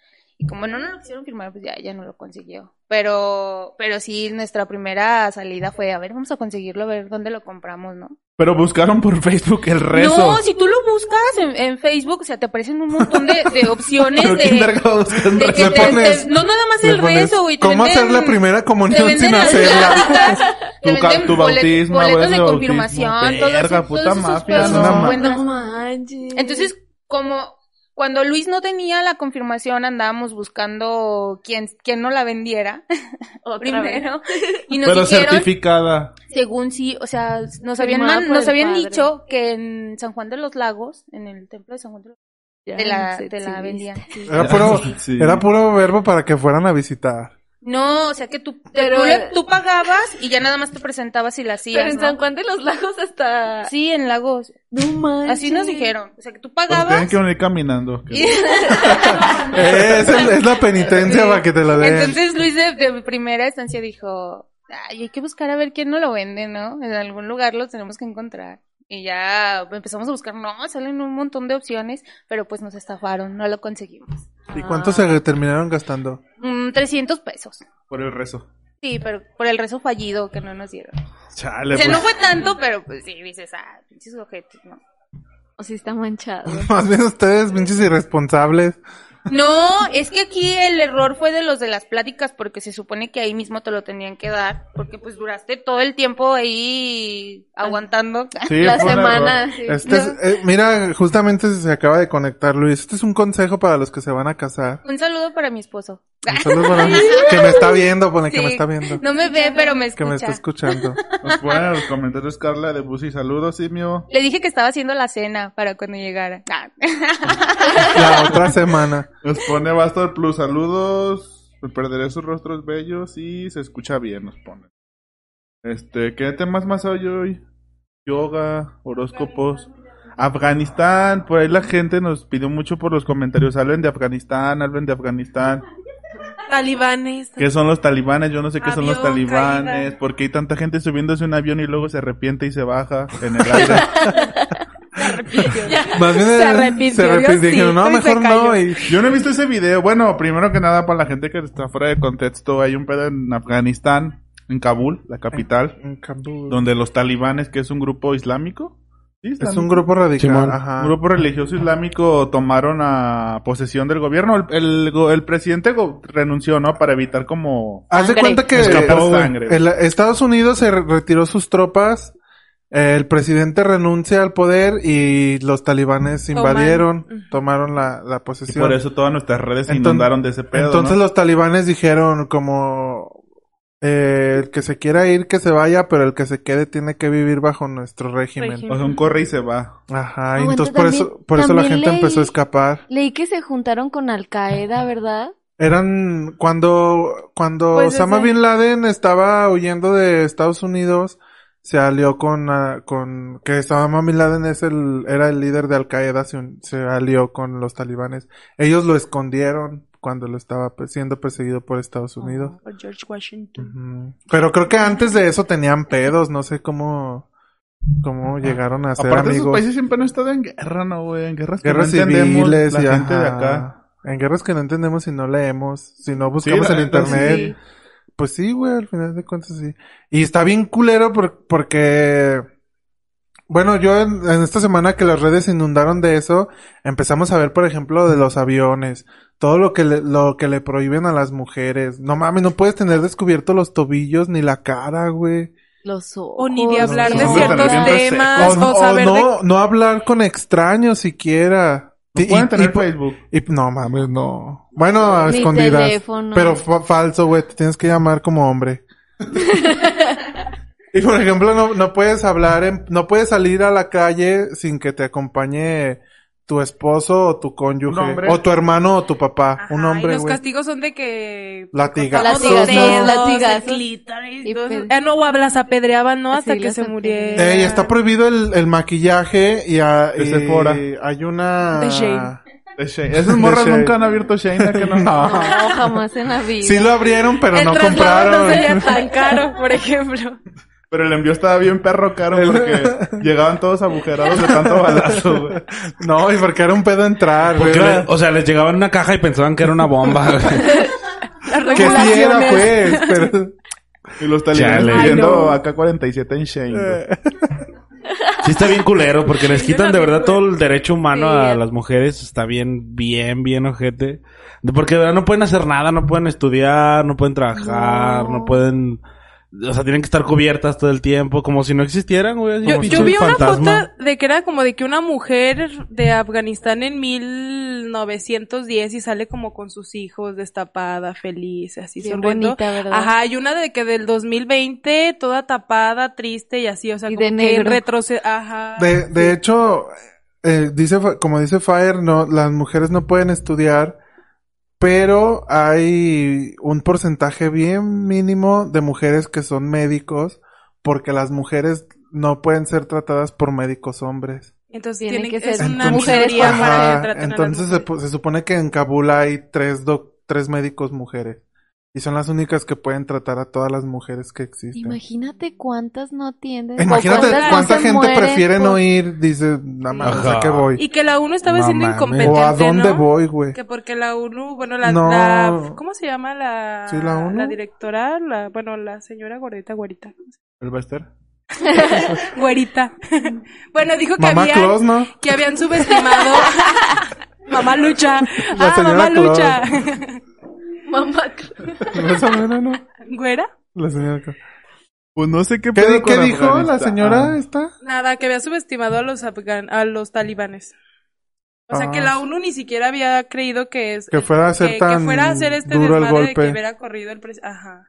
Speaker 7: Y como no, no lo quisieron firmar, pues ya, ya no lo consiguió. Pero, pero sí, nuestra primera salida fue, a ver, vamos a conseguirlo, a ver dónde lo compramos, ¿no?
Speaker 5: Pero buscaron por Facebook el rezo.
Speaker 7: No, si tú lo buscas en, en Facebook, o sea, te aparecen un montón de, de opciones
Speaker 5: Pero
Speaker 7: de...
Speaker 5: quién verga busca un
Speaker 7: de que
Speaker 5: rezo.
Speaker 4: Le
Speaker 7: te- te-
Speaker 4: pones-
Speaker 7: no nada más
Speaker 4: Le
Speaker 7: el
Speaker 4: pones,
Speaker 7: rezo, güey. te
Speaker 4: ¿Cómo hacer la
Speaker 7: venden-
Speaker 4: primera
Speaker 7: te
Speaker 4: comunión
Speaker 7: venden
Speaker 4: sin
Speaker 7: las
Speaker 4: hacerla?
Speaker 7: pláticas, te
Speaker 5: Tu ca-
Speaker 7: venden
Speaker 5: tu
Speaker 7: bolet-
Speaker 5: bautismo,
Speaker 7: boletos
Speaker 5: güey,
Speaker 7: de
Speaker 5: bautismo.
Speaker 7: confirmación, todo
Speaker 5: Verga,
Speaker 7: eso-
Speaker 5: puta
Speaker 7: todos esos
Speaker 5: mafia,
Speaker 7: pedos
Speaker 4: no
Speaker 7: los
Speaker 4: mames.
Speaker 7: encuentras.
Speaker 2: manches.
Speaker 7: Entonces, como cuando Luis no tenía la confirmación, andábamos buscando quién, quién no la vendiera primero. Y nos
Speaker 5: Pero
Speaker 7: dijeron,
Speaker 5: certificada.
Speaker 7: según sí, o sea, nos habían,
Speaker 2: Firmada
Speaker 7: man-
Speaker 2: por
Speaker 7: nos
Speaker 2: el
Speaker 7: habían
Speaker 2: padre.
Speaker 7: dicho que en San Juan de los Lagos, en el templo de San Juan de los
Speaker 2: Ya,
Speaker 7: Lagos, te la,
Speaker 2: se-
Speaker 7: te
Speaker 2: se viste.
Speaker 7: la vendían.
Speaker 4: Era puro,
Speaker 5: Sí.
Speaker 4: era puro verbo para que fueran a visitar.
Speaker 7: No, o sea que tú, te-
Speaker 2: Pero-
Speaker 7: tú, le- tú pagabas y ya nada más te presentabas y la hacías.
Speaker 2: Pero en
Speaker 7: ¿no?
Speaker 2: San Juan de los Lagos hasta...
Speaker 7: Sí, en Lagos.
Speaker 2: No manches.
Speaker 7: Así nos dijeron. O sea que tú
Speaker 5: Pero tienen
Speaker 7: pagabas.
Speaker 5: Pues que venir caminando.
Speaker 7: y-
Speaker 4: Eh, es, el- es la penitencia para que te la den.
Speaker 7: Entonces Luis de, de primera instancia dijo, ay, hay que buscar a ver quién no lo vende, ¿no? En algún lugar lo tenemos que encontrar. Y ya empezamos a buscar, no, salen un montón de opciones, pero pues nos estafaron, no lo conseguimos.
Speaker 4: ¿Y cuánto
Speaker 7: ah.
Speaker 4: se terminaron gastando?
Speaker 7: Mm, 300 pesos.
Speaker 5: Por el rezo.
Speaker 7: Sí, pero por el rezo fallido que no nos dieron.
Speaker 5: Chale,
Speaker 7: O sea,
Speaker 5: pues.
Speaker 7: no fue tanto, pero pues sí, dices, ah, pinches ojetes, ¿no?
Speaker 2: O sí está manchado.
Speaker 4: Más bien ustedes, pinches irresponsables.
Speaker 7: No, es que aquí el error fue de los de las pláticas, porque se supone que ahí mismo te lo tenían que dar, porque pues duraste todo el tiempo ahí aguantando.
Speaker 5: Sí,
Speaker 2: La
Speaker 5: fue un error.
Speaker 2: semana. sí.
Speaker 4: Este es- eh, mira, justamente se acaba de conectar Luis. Este es un consejo para los que se van a casar.
Speaker 7: Un saludo para mi esposo.
Speaker 4: Un saludo para- que me está viendo, pone que me
Speaker 7: Sí,
Speaker 4: está viendo.
Speaker 7: No me ve, pero me
Speaker 4: que
Speaker 7: escucha.
Speaker 4: me está escuchando.
Speaker 5: Nos ponen en los comentarios Carla de Busi. Saludos, simio.
Speaker 7: Le dije que estaba haciendo la cena para cuando llegara. Ah.
Speaker 4: La otra semana.
Speaker 5: Nos pone Bastor Plus. Saludos. Me perderé sus rostros bellos y se escucha bien, nos pone. Este, ¿qué temas más hay hoy? Yoga, horóscopos. Afganistán, por ahí la gente nos pidió mucho por los comentarios, hablen de Afganistán, hablen de Afganistán,
Speaker 3: Talibanes.
Speaker 5: ¿qué son los talibanes? Yo no sé qué son los
Speaker 3: Avión,
Speaker 5: talibanes,
Speaker 3: caída.
Speaker 5: ¿por qué hay tanta gente subiéndose a un avión y luego se arrepiente y se baja en el aire?
Speaker 4: Más bien eh,
Speaker 3: Se arrepintió,
Speaker 4: se arrepintió, dijeron, no,
Speaker 3: Diosito, y se
Speaker 4: mejor no. Y
Speaker 5: Yo no he visto ese video. Bueno, primero que nada, para la gente que está fuera de contexto, hay un pedo en Afganistán, en Kabul, la capital,
Speaker 4: En Kabul.
Speaker 5: donde los talibanes, que es un grupo islámico, ¿sí,
Speaker 4: Es
Speaker 5: islámico?
Speaker 4: un grupo radical.
Speaker 6: Simón.
Speaker 4: Ajá.
Speaker 5: Un grupo religioso islámico tomaron a posesión del gobierno. El, el go- el presidente go- renunció, ¿no? Para evitar como...
Speaker 4: Haz de
Speaker 7: Sangre.
Speaker 4: cuenta que
Speaker 5: Escapar
Speaker 4: eh,
Speaker 5: sangre.
Speaker 4: el- Estados Unidos se re- retiró sus tropas, eh, el presidente renuncia al poder y los talibanes
Speaker 3: Toman.
Speaker 4: invadieron, tomaron la, la
Speaker 5: Y
Speaker 4: posesión.
Speaker 5: por eso todas nuestras redes se
Speaker 4: Enton-
Speaker 5: inundaron de ese pedo,
Speaker 4: Entonces
Speaker 5: ¿no?
Speaker 4: los talibanes dijeron como eh, el que se quiera ir que se vaya, pero el que se quede tiene que vivir bajo nuestro régimen.
Speaker 3: Régimen.
Speaker 5: O sea, un corre y se va.
Speaker 4: Ajá,
Speaker 2: Aguanta,
Speaker 4: y entonces por
Speaker 2: también-
Speaker 4: eso por eso la
Speaker 2: también
Speaker 4: gente
Speaker 2: leí-
Speaker 4: empezó a escapar.
Speaker 2: Leí que se juntaron con Al Qaeda, ¿verdad?
Speaker 4: Eran cuando cuando
Speaker 3: Pues
Speaker 4: Osama
Speaker 3: desde-
Speaker 4: bin Laden estaba huyendo de Estados Unidos, se alió con ah, con que Osama bin Laden es el era el líder de Al Qaeda, se, un- se alió con los talibanes. Ellos lo escondieron cuando lo estaba pe- siendo perseguido por Estados Unidos.
Speaker 3: Por George Washington.
Speaker 4: Ujú. Pero creo que antes de eso tenían pedos, no sé cómo cómo llegaron a ser
Speaker 5: Aparte, esos
Speaker 4: amigos.
Speaker 5: países siempre no han estado en guerra, ¿no, güey? En guerras, que
Speaker 4: guerras
Speaker 5: no entendemos
Speaker 4: civiles
Speaker 5: la
Speaker 4: y
Speaker 5: gente de
Speaker 4: ajá.
Speaker 5: acá.
Speaker 4: En guerras que no entendemos si no leemos, si no buscamos
Speaker 5: la
Speaker 4: en
Speaker 5: neta,
Speaker 4: internet.
Speaker 5: sí.
Speaker 4: Pues sí, güey, al final de cuentas sí. Y está bien culero por- porque... Bueno, yo en, en esta semana que las redes se inundaron de eso, empezamos a ver, por ejemplo, de los aviones, todo lo que le, lo que le prohíben a las mujeres. No mames, no puedes tener descubiertos los tobillos ni la cara, güey.
Speaker 2: Los ojos.
Speaker 3: O ni de hablar de
Speaker 4: no,
Speaker 3: ciertos
Speaker 5: no, no.
Speaker 3: temas.
Speaker 4: o
Speaker 3: Ah, O, saber
Speaker 4: Oh, no,
Speaker 3: de...
Speaker 4: no hablar con extraños siquiera.
Speaker 5: No
Speaker 4: Y-
Speaker 5: pueden
Speaker 4: y-
Speaker 5: tener pues.
Speaker 4: y-
Speaker 5: Facebook.
Speaker 4: y no mames, no. Bueno, a
Speaker 2: Ni
Speaker 4: escondidas.
Speaker 2: teléfono.
Speaker 4: Pero fa- falso, güey. Te tienes que llamar como hombre. y por ejemplo, no, no puedes hablar, en- no puedes salir a la calle sin que te acompañe tu esposo o tu
Speaker 5: Un
Speaker 4: cónyuge.
Speaker 5: hombre.
Speaker 4: O tu hermano o tu papá.
Speaker 3: Ajá,
Speaker 4: un
Speaker 3: y
Speaker 4: hombre,
Speaker 3: los
Speaker 4: güey.
Speaker 3: castigos son de que...
Speaker 4: Latiga.
Speaker 2: Las
Speaker 3: Cortamos los
Speaker 2: tigas-
Speaker 3: dedos,
Speaker 2: latigas.
Speaker 3: el clítoris,
Speaker 2: Y
Speaker 3: todo eso.
Speaker 2: pues-
Speaker 3: Ah, no, o las apedreaban, ¿no? Hasta
Speaker 2: Sí,
Speaker 3: que
Speaker 2: las
Speaker 3: se
Speaker 2: apedreaban.
Speaker 3: murieron.
Speaker 4: Eh, y está prohibido el, el maquillaje y, a-
Speaker 5: De
Speaker 4: y
Speaker 5: Sephora.
Speaker 4: hay una...
Speaker 3: De Shane.
Speaker 5: De Shane. Esas morras
Speaker 4: Shane.
Speaker 5: nunca han abierto Shane, ¿a que no?
Speaker 4: No.
Speaker 2: No, jamás en la vida.
Speaker 4: Sí lo abrieron, pero
Speaker 3: El
Speaker 4: no
Speaker 3: traslado
Speaker 4: compraron.
Speaker 3: no sería tan caro, por ejemplo.
Speaker 5: Pero el envío estaba bien perro caro porque llegaban todos agujerados de tanto balazo, güey.
Speaker 4: no, y porque era un pedo entrar,
Speaker 6: Porque
Speaker 4: güey.
Speaker 6: le- o sea, les llegaban una caja y pensaban que era una bomba. güey.
Speaker 3: Las
Speaker 4: Que sí era,
Speaker 3: regulaciones.
Speaker 4: pues, pero...
Speaker 5: Y los talibanes
Speaker 6: Chale.
Speaker 5: pidiendo
Speaker 3: Ay, no.
Speaker 5: AK-47 en Shane,
Speaker 4: Eh,
Speaker 5: güey.
Speaker 6: sí está bien culero porque les quitan de verdad todo el derecho humano
Speaker 7: Sí.
Speaker 6: a las mujeres. Está bien, bien, bien ojete. De- Porque de verdad no pueden hacer nada, no pueden estudiar, no pueden trabajar, no,
Speaker 2: No.
Speaker 6: pueden... O sea, tienen que estar cubiertas todo el tiempo, como si no existieran, güey. así
Speaker 3: Yo,
Speaker 6: como
Speaker 3: yo
Speaker 6: si
Speaker 3: vi
Speaker 6: fueran
Speaker 3: una
Speaker 6: fantasma.
Speaker 3: foto de que era como de que una mujer de Afganistán en 1910 y sale como con sus hijos destapada, feliz, así
Speaker 2: Bien
Speaker 3: sonriendo.
Speaker 2: bonita, ¿verdad?
Speaker 3: Ajá, y una de que del 2020 toda tapada, triste y así, o sea,
Speaker 2: Y
Speaker 3: como
Speaker 2: de
Speaker 3: que
Speaker 2: negro.
Speaker 3: retrocede, ajá.
Speaker 4: De, de hecho, eh, dice, Fa- como dice Fire, no, las mujeres no pueden estudiar pero hay un porcentaje bien mínimo de mujeres que son médicos porque las mujeres no pueden ser tratadas por médicos hombres.
Speaker 3: Entonces
Speaker 2: Tiene
Speaker 3: tiene
Speaker 2: que
Speaker 3: que
Speaker 2: ser
Speaker 3: es una
Speaker 2: mujeres
Speaker 3: minoría
Speaker 2: para-
Speaker 3: para
Speaker 4: Ajá,
Speaker 3: tratar a las
Speaker 4: entonces se,
Speaker 3: mujeres.
Speaker 4: pu- se supone que en Kabul hay tres, doc- tres médicos mujeres y son las únicas que pueden tratar a todas las mujeres que existen.
Speaker 2: Imagínate cuántas no atienden. o
Speaker 4: Imagínate
Speaker 2: cuántas no
Speaker 4: cuánta
Speaker 2: se
Speaker 4: gente
Speaker 2: mueren
Speaker 4: prefiere
Speaker 2: por-
Speaker 4: no ir, dice, nada más,
Speaker 6: Ajá.
Speaker 4: ¿a qué voy?
Speaker 3: Y que la UNO estaba
Speaker 6: No
Speaker 3: siendo
Speaker 6: mames.
Speaker 3: incompetente.
Speaker 4: ¿O a dónde
Speaker 3: ¿no?
Speaker 4: voy, güey?
Speaker 3: Que porque la UNU, bueno, la,
Speaker 4: No.
Speaker 3: la- ¿cómo se llama la,
Speaker 4: Sí, la UNU.
Speaker 3: directora? La, bueno, la señora gordita, güerita.
Speaker 5: ¿El Bester?
Speaker 3: Güerita. bueno, dijo que
Speaker 4: Mamá
Speaker 3: había
Speaker 4: Claus, ¿no?
Speaker 3: que habían subestimado. Mamá lucha.
Speaker 4: La
Speaker 3: ah,
Speaker 4: señora
Speaker 3: mamá
Speaker 4: Claus.
Speaker 3: lucha.
Speaker 2: Mamá,
Speaker 4: Esa mera, ¿no?
Speaker 3: ¿Güera?
Speaker 4: La señora Claus.
Speaker 5: Pues no sé qué
Speaker 4: ¿Qué,
Speaker 5: pedo
Speaker 4: qué
Speaker 5: con
Speaker 4: dijo la
Speaker 5: Afganistán.
Speaker 4: señora esta?
Speaker 3: Nada, que había subestimado a los afgan- a los talibanes. O sea,
Speaker 4: Ah.
Speaker 3: que la ONU ni siquiera había creído que es
Speaker 4: Que fuera a ser
Speaker 3: que- que
Speaker 4: tan
Speaker 3: fuera a hacer este
Speaker 4: duro el
Speaker 3: desmadre de que
Speaker 4: golpe.
Speaker 3: hubiera corrido el presidente. Ajá.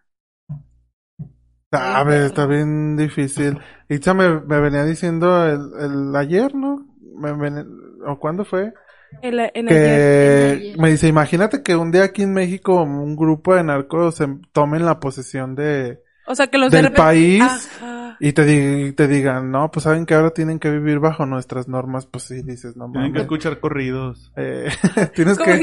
Speaker 3: Ah,
Speaker 4: Sabe, Ah, está bien difícil. Itza me, me venía diciendo el, el ayer, ¿no? Me ven- ¿O cuándo fue?
Speaker 3: En la- en ayer.
Speaker 4: que
Speaker 2: ayer.
Speaker 4: me dice, imagínate que un día aquí en México un grupo de narcos se tomen la posesión de
Speaker 3: O sea, que los
Speaker 4: del
Speaker 3: de repente- ah.
Speaker 4: país
Speaker 3: Ajá.
Speaker 4: y te, di- y te digan, no, pues saben que ahora tienen que vivir bajo nuestras normas, pues sí, dices, no
Speaker 5: Tienen que
Speaker 4: mames.
Speaker 5: escuchar corridos.
Speaker 4: Eh, tienes
Speaker 3: Como
Speaker 4: que...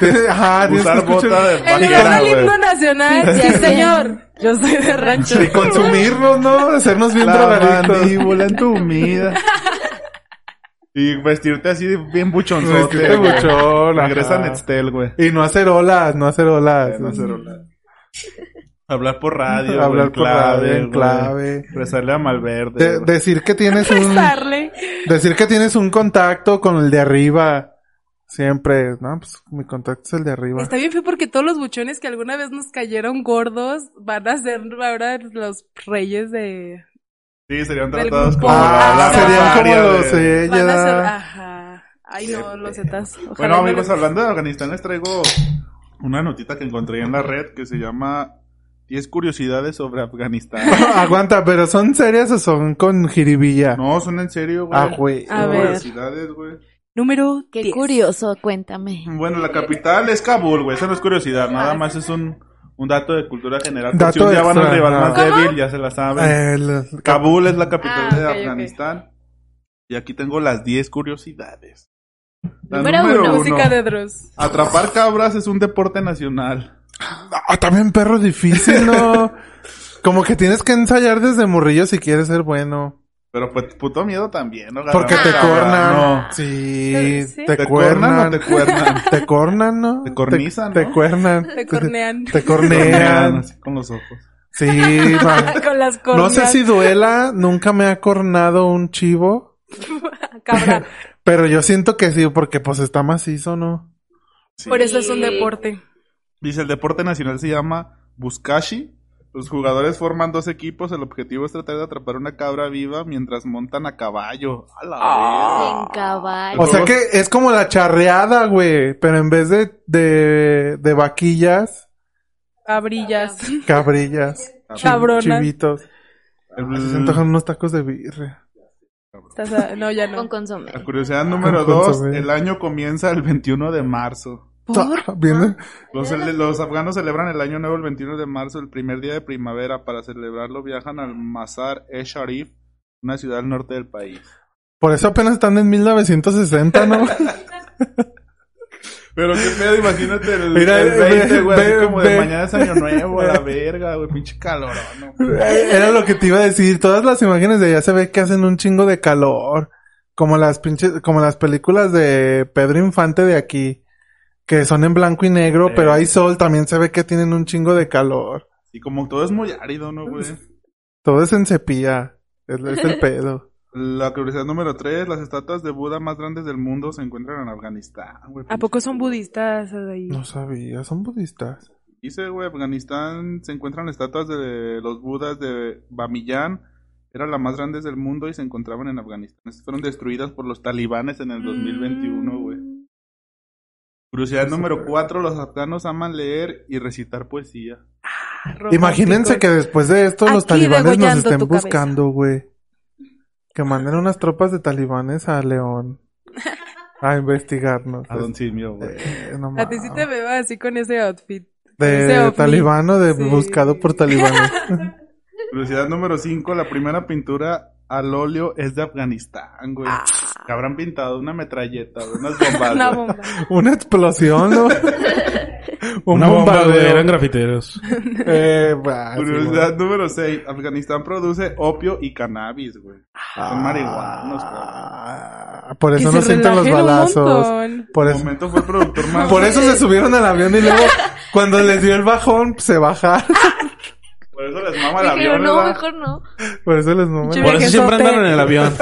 Speaker 4: tienes- ajá, tienes que
Speaker 5: Usar
Speaker 4: escuchar-
Speaker 5: bota de
Speaker 3: En lugar
Speaker 5: vaquera,
Speaker 3: del
Speaker 5: güey.
Speaker 3: himno nacional, sí, señor. Yo soy de rancho.
Speaker 4: Y consumirnos, ¿no? Hacernos bien
Speaker 5: La
Speaker 4: drogadictos.
Speaker 5: mandíbula entumida. Y vestirte así de bien buchonzote.
Speaker 4: Vestirte
Speaker 5: güey.
Speaker 4: buchón,
Speaker 5: Regresa
Speaker 4: ajá.
Speaker 5: Nextel, güey.
Speaker 4: Y no hacer olas, no hacer olas.
Speaker 5: No hacer olas. Hablar por radio, güey,
Speaker 4: Hablar
Speaker 5: en
Speaker 4: por radio, en
Speaker 5: güey.
Speaker 4: clave.
Speaker 5: Rezarle a Malverde.
Speaker 4: De-
Speaker 5: güey.
Speaker 4: decir que tienes un...
Speaker 3: Darle.
Speaker 4: Decir que tienes un contacto con el de arriba. Siempre, ¿no? Pues mi contacto es el de arriba.
Speaker 3: Está bien feo porque todos los buchones que alguna vez nos cayeron gordos van a ser ahora los reyes de...
Speaker 5: Sí, serían
Speaker 3: del
Speaker 5: tratados
Speaker 3: grupo.
Speaker 5: como
Speaker 4: Ah,
Speaker 5: la, la
Speaker 4: serían
Speaker 5: barbarie,
Speaker 4: como
Speaker 5: güey.
Speaker 4: los de
Speaker 3: Van a ser...
Speaker 4: ella.
Speaker 3: Ajá. Ay, no, los zetas. Ojalá
Speaker 5: Bueno,
Speaker 3: no
Speaker 5: amigos,
Speaker 3: les-
Speaker 5: hablando de Afganistán, les traigo una notita que encontré en la red que se llama 10 curiosidades sobre Afganistán.
Speaker 3: ah.
Speaker 4: Aguanta, pero son serias o son con jiribilla.
Speaker 5: No, son en serio, güey.
Speaker 4: ah, güey.
Speaker 3: A
Speaker 5: Son
Speaker 3: ver.
Speaker 5: Curiosidades, güey.
Speaker 3: Número
Speaker 2: qué
Speaker 3: 10.
Speaker 2: curioso, cuéntame.
Speaker 5: Bueno, la capital es Kabul, güey. Esa no es curiosidad, nada más es un, un dato de cultura general. Porque
Speaker 4: Dato
Speaker 5: si un día van
Speaker 4: extra,
Speaker 5: al rival más
Speaker 4: ajá.
Speaker 5: débil, ya se la saben.
Speaker 4: Eh, los-
Speaker 5: Kabul es la capital
Speaker 3: Ah,
Speaker 5: de
Speaker 3: ok, ok.
Speaker 5: Afganistán. Y aquí tengo las 10 curiosidades. La
Speaker 2: Número uno.
Speaker 3: Música de Dross.
Speaker 5: Atrapar cabras es un deporte nacional.
Speaker 4: Ah, también perro difícil, ¿no? Como que tienes que ensayar desde morrillo si quieres ser bueno.
Speaker 5: Pero pues puto miedo también, ¿no?
Speaker 4: Porque te
Speaker 5: Agarrar cabra,
Speaker 4: cornan.
Speaker 5: No.
Speaker 4: Sí,
Speaker 3: Sí.
Speaker 4: te,
Speaker 5: ¿Te cornan o
Speaker 4: cuernan.
Speaker 5: te cuernan?
Speaker 4: Te cornan, ¿no?
Speaker 5: Te cornizan,
Speaker 4: Te,
Speaker 5: ¿no?
Speaker 4: te cuernan.
Speaker 3: Te cornean.
Speaker 4: Te
Speaker 5: Cornean
Speaker 4: cornean.
Speaker 5: así con los ojos.
Speaker 4: Sí, man.
Speaker 3: Con las
Speaker 4: No
Speaker 3: corneas.
Speaker 4: sé si duela, nunca me ha cornado un chivo,
Speaker 3: Cabra.
Speaker 4: pero yo siento que sí, porque pues está macizo, ¿no?
Speaker 3: Por eso es un deporte.
Speaker 5: Dice, el deporte nacional se llama Buskashi. Los jugadores forman dos equipos. El objetivo es tratar de atrapar una cabra viva mientras montan a caballo. ¡A la verga!
Speaker 3: Ah.
Speaker 2: En caballo.
Speaker 5: Pues
Speaker 4: O sea que es como la charreada, güey, pero en vez de, de, de vaquillas,
Speaker 2: Ah,
Speaker 3: Cabrillas.
Speaker 4: cabrillas, chi-
Speaker 3: Cabronas.
Speaker 4: chivitos.
Speaker 5: El-
Speaker 4: Ay,
Speaker 5: Mm.
Speaker 4: Se antojan unos tacos de birria.
Speaker 3: Estás a- No, ya
Speaker 2: Con
Speaker 3: no.
Speaker 2: consomé.
Speaker 5: La curiosidad número
Speaker 4: Con
Speaker 5: dos.
Speaker 4: consomé.
Speaker 5: El año comienza el 21 de marzo.
Speaker 4: Ta- viene-
Speaker 5: Los, cele- los afganos celebran el año nuevo el 21 de marzo, el primer día de primavera. Para celebrarlo viajan al Mazar e Sharif, una ciudad al norte del país.
Speaker 4: Por eso apenas están en 1960, ¿no?
Speaker 5: Pero qué pedo, imagínate el,
Speaker 4: Mira,
Speaker 5: el 20, güey, así
Speaker 4: ve-
Speaker 5: como
Speaker 4: ve-
Speaker 5: de mañana es año nuevo, a la verga, güey, pinche calorón. ¿no?
Speaker 4: Era lo que te iba a decir. Todas las imágenes de allá se ve que hacen un chingo de calor. Como las pinches, como las películas de Pedro Infante de aquí. Que son en blanco y negro,
Speaker 5: Eh.
Speaker 4: pero hay sol. También se ve que tienen un chingo de calor.
Speaker 5: Y como todo es muy árido, ¿no, güey?
Speaker 4: Todo es en cepilla. Es, es el pedo.
Speaker 5: La curiosidad número 3, las estatuas de Buda más grandes del mundo se encuentran en Afganistán, güey.
Speaker 3: ¿A poco son budistas ahí?
Speaker 4: No sabía, son budistas.
Speaker 5: Dice, güey, Afganistán se encuentran estatuas de los budas de Bamiyan. Eran las más grandes del mundo y se encontraban en Afganistán. Estas fueron destruidas por los talibanes en el 2021,
Speaker 3: Mm.
Speaker 5: güey. Curiosidad número 4. Los afganos aman leer y recitar poesía.
Speaker 3: Romántico.
Speaker 4: Imagínense que después de esto los
Speaker 3: Aquí
Speaker 4: talibanes nos
Speaker 3: degollando
Speaker 4: estén
Speaker 3: tu cabeza.
Speaker 4: buscando, güey. Que manden unas tropas de talibanes a León. a investigarnos.
Speaker 5: A Don Simio, güey.
Speaker 4: Eh, no
Speaker 3: A ti sí te
Speaker 4: mames.
Speaker 3: veo así con ese outfit. ese
Speaker 4: De
Speaker 3: ovni.
Speaker 4: talibano, de
Speaker 3: Sí.
Speaker 4: buscado por talibanes.
Speaker 5: Curiosidad número 5. La primera pintura al óleo es de Afganistán, güey.
Speaker 2: Ah.
Speaker 5: Que habrán pintado una metralleta, güey, unas bombas.
Speaker 3: Una
Speaker 5: güey.
Speaker 3: bomba.
Speaker 4: Una explosión, ¿no? Un
Speaker 6: Una bomba, güey,
Speaker 4: bombardeo.
Speaker 6: eran grafiteros.
Speaker 4: Eh, bah,
Speaker 5: Curiosidad
Speaker 4: sí,
Speaker 5: número 6. Afganistán produce opio y cannabis, güey. Son marihuanos, cabrón.
Speaker 4: Ah, por
Speaker 3: Que
Speaker 4: eso
Speaker 3: se
Speaker 4: no sienten los
Speaker 3: relajen un
Speaker 4: balazos.
Speaker 3: montón.
Speaker 4: Por
Speaker 5: De
Speaker 4: eso,
Speaker 5: momento fue el productor más...
Speaker 4: Pues, por eso se subieron al avión y luego, cuando les dio el bajón, pues, se bajaron.
Speaker 5: Por eso les mama el
Speaker 2: Pero
Speaker 5: avión,
Speaker 2: no,
Speaker 5: ¿verdad?
Speaker 2: mejor no.
Speaker 4: Por eso les no me-
Speaker 6: Por eso siempre andaron en el avión.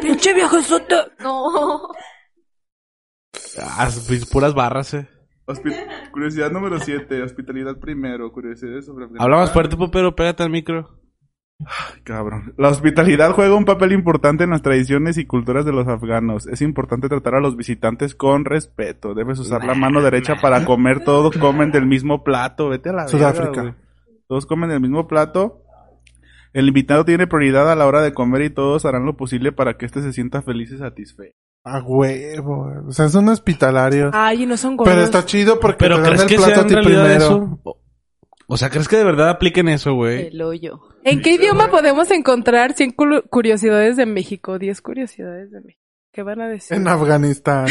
Speaker 3: Pinche viejo soto.
Speaker 2: No.
Speaker 6: Ah, pues, puras barras, eh.
Speaker 5: Hospi- Curiosidad número 7. Hospitalidad primero. Curiosidades sobre Afganistán.
Speaker 6: Habla más fuerte, pero pégate al micro.
Speaker 5: Cabrón. La hospitalidad juega un papel importante en las tradiciones y culturas de los afganos. Es importante tratar a los visitantes con respeto. Debes usar la mano derecha para comer. Todos comen del mismo plato. Vete a la verga,
Speaker 4: Sudáfrica.
Speaker 5: güey. todos comen del mismo plato. El invitado tiene prioridad a la hora de comer y todos harán lo posible para que éste se sienta feliz y satisfecho.
Speaker 4: A huevo. O sea, es un hospitalario.
Speaker 3: Ay, y no son gordos.
Speaker 4: Pero está chido porque
Speaker 6: Pero
Speaker 4: te dan
Speaker 6: ¿crees
Speaker 4: el
Speaker 6: que
Speaker 4: plato
Speaker 6: sea
Speaker 4: a
Speaker 6: en
Speaker 4: ti
Speaker 6: realidad
Speaker 4: primero.
Speaker 6: eso? O- O sea, ¿crees que de verdad apliquen eso, güey?
Speaker 2: El hoyo.
Speaker 3: ¿En qué idioma podemos encontrar 100 cul- curiosidades de México? 10 curiosidades de México. ¿Qué van a decir?
Speaker 4: En Afganistán.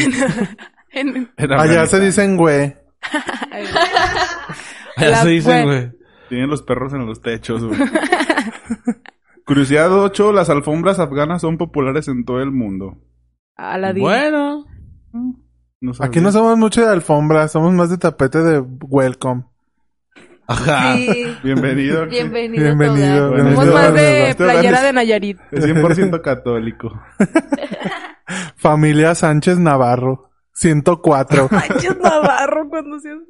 Speaker 3: En-
Speaker 4: Allá se dicen güey.
Speaker 3: Ay,
Speaker 6: Ya
Speaker 3: La-
Speaker 6: se dicen,
Speaker 3: güey.
Speaker 6: güey.
Speaker 5: Tienen los perros en los techos, güey. Curiosidad 8. Las alfombras afganas son populares en todo el mundo.
Speaker 3: Aladín.
Speaker 6: Bueno.
Speaker 5: No
Speaker 4: Aquí
Speaker 5: sabía.
Speaker 4: no somos mucho de alfombra, somos más de tapete de welcome.
Speaker 6: Ajá.
Speaker 2: Sí.
Speaker 4: Este
Speaker 5: Bienvenido. aquí.
Speaker 2: Bienvenido. Togar.
Speaker 4: Bienvenido.
Speaker 5: Bueno,
Speaker 3: Somos
Speaker 5: este
Speaker 3: más
Speaker 5: Dani-
Speaker 3: de
Speaker 5: este Dani
Speaker 3: playera
Speaker 5: es-
Speaker 3: de Nayarit.
Speaker 5: Es 100% católico.
Speaker 4: Familia Sánchez Navarro. 104.
Speaker 3: Sánchez Navarro cuando se...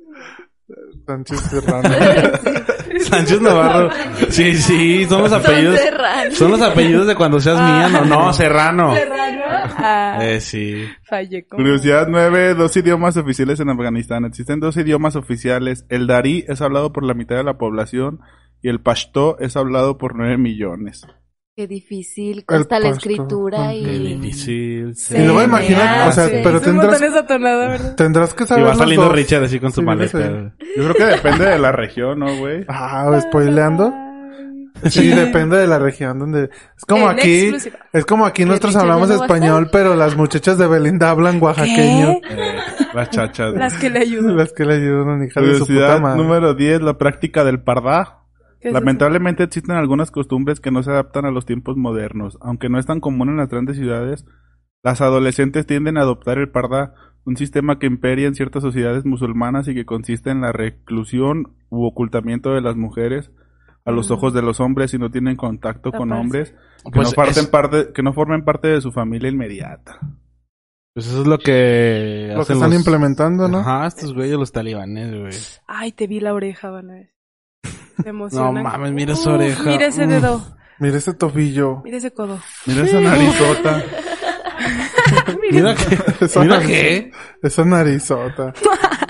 Speaker 4: Sánchez Serrano.
Speaker 6: Sánchez Navarro. Sí, sí, son los
Speaker 2: Son
Speaker 6: apellidos.
Speaker 2: serranos.
Speaker 6: Son los apellidos de cuando seas mía, no, no, Serrano.
Speaker 3: Ah,
Speaker 6: Eh, sí.
Speaker 3: fallé con...
Speaker 5: Curiosidad 9. Dos idiomas oficiales en Afganistán. Existen dos idiomas oficiales. El darí es hablado por la mitad de la población y el pashto es hablado por 9 millones.
Speaker 2: Qué difícil. Cuesta la
Speaker 4: pasto.
Speaker 2: escritura
Speaker 4: Qué
Speaker 2: y...
Speaker 6: difícil.
Speaker 4: Y luego imagina, o sea,
Speaker 3: hace. Es
Speaker 4: pero
Speaker 3: un
Speaker 4: tendrás,
Speaker 3: montón desatonado, ¿verdad?
Speaker 4: tendrás que
Speaker 6: Y
Speaker 4: saber.
Speaker 6: va
Speaker 4: los
Speaker 6: saliendo
Speaker 4: dos.
Speaker 6: Richard así con su
Speaker 4: Sí,
Speaker 6: maleta.
Speaker 4: sí.
Speaker 6: güey.
Speaker 5: Yo creo que depende de la región, ¿no, güey?
Speaker 4: Ah, spoileando. Sí, depende de la región donde. Es como
Speaker 3: En
Speaker 4: aquí.
Speaker 3: exclusiva.
Speaker 4: Es como aquí nosotros
Speaker 2: Richard
Speaker 4: hablamos
Speaker 2: ya no va a
Speaker 4: español, pero las muchachas de Belinda hablan oaxaqueño.
Speaker 5: Eh, las chachas. güey.
Speaker 3: Las que le ayudan.
Speaker 4: Las que le ayudan, hija de su puta
Speaker 5: Curiosidad
Speaker 4: madre.
Speaker 5: número 10. La práctica del pardá.
Speaker 3: ¿Qué es
Speaker 5: Lamentablemente existen algunas costumbres que no se adaptan a los tiempos modernos. Aunque no es tan común en las grandes ciudades, las adolescentes tienden a adoptar el pardá, un sistema que imperia en ciertas sociedades musulmanas y que consiste en la reclusión u ocultamiento de las mujeres a los ojos de los hombres si no tienen contacto con
Speaker 3: Taparse.
Speaker 5: hombres que,
Speaker 6: Pues
Speaker 5: no parten
Speaker 6: es-
Speaker 5: parte- que no formen parte de su familia inmediata.
Speaker 6: Pues eso es lo que.
Speaker 4: Lo que
Speaker 6: hacen
Speaker 4: están
Speaker 6: los-
Speaker 4: implementando, ¿no?
Speaker 6: Ajá, estos güeyes, los talibanes, güey.
Speaker 3: eso? Ay, te vi la oreja, van a ver. Se
Speaker 6: No
Speaker 3: emocionan.
Speaker 6: mames, mira esa
Speaker 3: Uf,
Speaker 6: oreja.
Speaker 3: Mira ese
Speaker 6: Uf.
Speaker 3: dedo.
Speaker 4: Mira ese tobillo.
Speaker 3: Mira ese codo.
Speaker 5: Mira esa narizota.
Speaker 6: Mira que. Mira que.
Speaker 4: Esa narizota.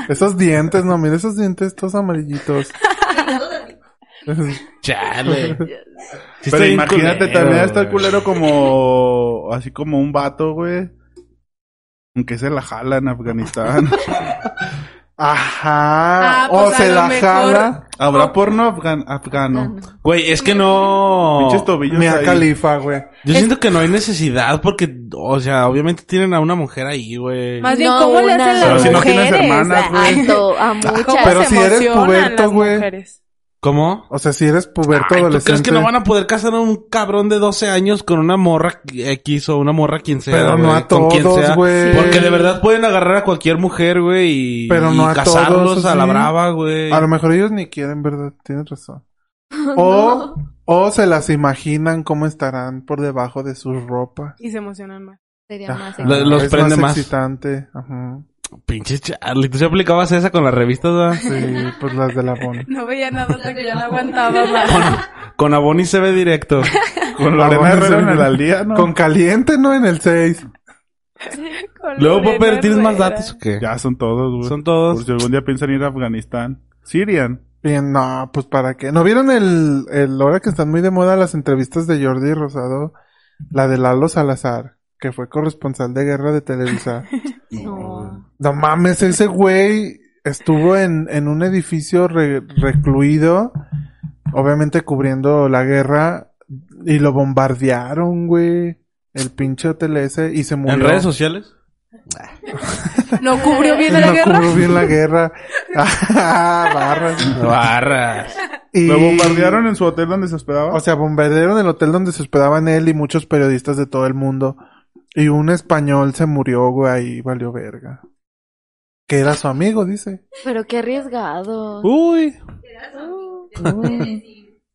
Speaker 4: esos dientes, no, mira esos dientes, todos amarillitos.
Speaker 6: Chale. Sí está
Speaker 5: Pero
Speaker 6: bien
Speaker 5: imagínate
Speaker 6: culero,
Speaker 5: también está el
Speaker 6: güey.
Speaker 5: culero como así como un vato, güey. Aunque se la jala en Afganistán.
Speaker 4: Ajá.
Speaker 3: Ah, pues
Speaker 4: o
Speaker 3: a
Speaker 4: se
Speaker 3: lo
Speaker 4: la
Speaker 3: mejor-
Speaker 4: jala.
Speaker 5: Habrá porno afgan- afgano.
Speaker 6: Güey, es que no.
Speaker 5: Pinches tobillos
Speaker 4: Mira
Speaker 5: ahí.
Speaker 4: Califa, güey.
Speaker 6: Yo siento que no hay necesidad porque, o sea, obviamente tienen a una mujer ahí, güey.
Speaker 3: Más bien,
Speaker 2: No,
Speaker 3: ¿cómo le
Speaker 2: una.
Speaker 3: hacen
Speaker 2: Pero
Speaker 3: las
Speaker 5: si no tienes
Speaker 3: mujeres?
Speaker 5: hermanas, güey.
Speaker 3: Ay,
Speaker 2: Alto, a muchas.
Speaker 3: ¿Cómo
Speaker 4: Pero
Speaker 3: se
Speaker 4: si eres
Speaker 3: emocionan
Speaker 4: puberto,
Speaker 3: las
Speaker 4: güey.
Speaker 3: mujeres?
Speaker 6: ¿Cómo?
Speaker 4: O sea, si eres puberto
Speaker 6: Ay, ¿Tú
Speaker 4: adolescente.
Speaker 6: crees que no van a poder casar a un cabrón de 12 años con una morra X o una morra quien sea?
Speaker 4: Pero no
Speaker 6: güey?
Speaker 4: a
Speaker 6: Con quien
Speaker 4: todos,
Speaker 6: sea.
Speaker 4: güey.
Speaker 6: Porque de verdad pueden agarrar a cualquier mujer, güey, y,
Speaker 4: Pero no
Speaker 6: y
Speaker 4: a todos,
Speaker 6: casarlos a la
Speaker 4: sí.
Speaker 6: brava, güey.
Speaker 4: A lo mejor ellos ni quieren, ¿verdad? Tienes razón. O, o se las imaginan cómo estarán por debajo de sus ropas.
Speaker 3: Y se emocionan más.
Speaker 2: Sería más
Speaker 4: Ajá.
Speaker 6: Lo- los
Speaker 4: es
Speaker 6: prende
Speaker 4: más
Speaker 6: más.
Speaker 4: excitante. Ajá.
Speaker 6: Pinche Charlie, tú se aplicabas esa con las revistas, ¿verdad?
Speaker 4: Sí, pues las de la Bonnie.
Speaker 3: No veía nada hasta que ya no aguantaba más.
Speaker 6: Con Aboni se ve directo.
Speaker 5: Con
Speaker 4: Ah,
Speaker 5: Lorena
Speaker 4: bueno,
Speaker 5: Herrera en
Speaker 4: sí.
Speaker 5: el aldea, ¿no?
Speaker 4: Con caliente, ¿no? En el 6.
Speaker 3: Con
Speaker 6: Luego,
Speaker 3: Lorena
Speaker 6: Popper, ¿tienes más
Speaker 3: Herrera.
Speaker 6: datos o qué?
Speaker 5: Ya son todos, güey.
Speaker 6: Son
Speaker 5: Por
Speaker 6: todos.
Speaker 5: si algún día piensan ir a Afganistán. Sirian.
Speaker 4: Bien, no, pues para qué. ¿No vieron el, el ahora que están muy de moda las entrevistas de Jordi Rosado? La de Lalo Salazar, que fue corresponsal de guerra de Televisa.
Speaker 2: No.
Speaker 4: No mames, ese güey estuvo en, en un edificio re- recluido, obviamente cubriendo la guerra, y lo bombardearon, güey. El pinche hotel ese, y se murió.
Speaker 6: ¿En redes sociales?
Speaker 3: No cubrió bien la
Speaker 4: No
Speaker 3: guerra.
Speaker 4: cubrió bien la guerra. Ah, Barras.
Speaker 6: Barras.
Speaker 4: Y-
Speaker 5: Lo bombardearon en su hotel donde se hospedaba.
Speaker 4: O sea, bombardearon el hotel donde se hospedaban él y muchos periodistas de todo el mundo. Y un español se murió, güey, ahí valió verga. Que era su amigo, dice.
Speaker 2: Pero qué arriesgado.
Speaker 6: Uy.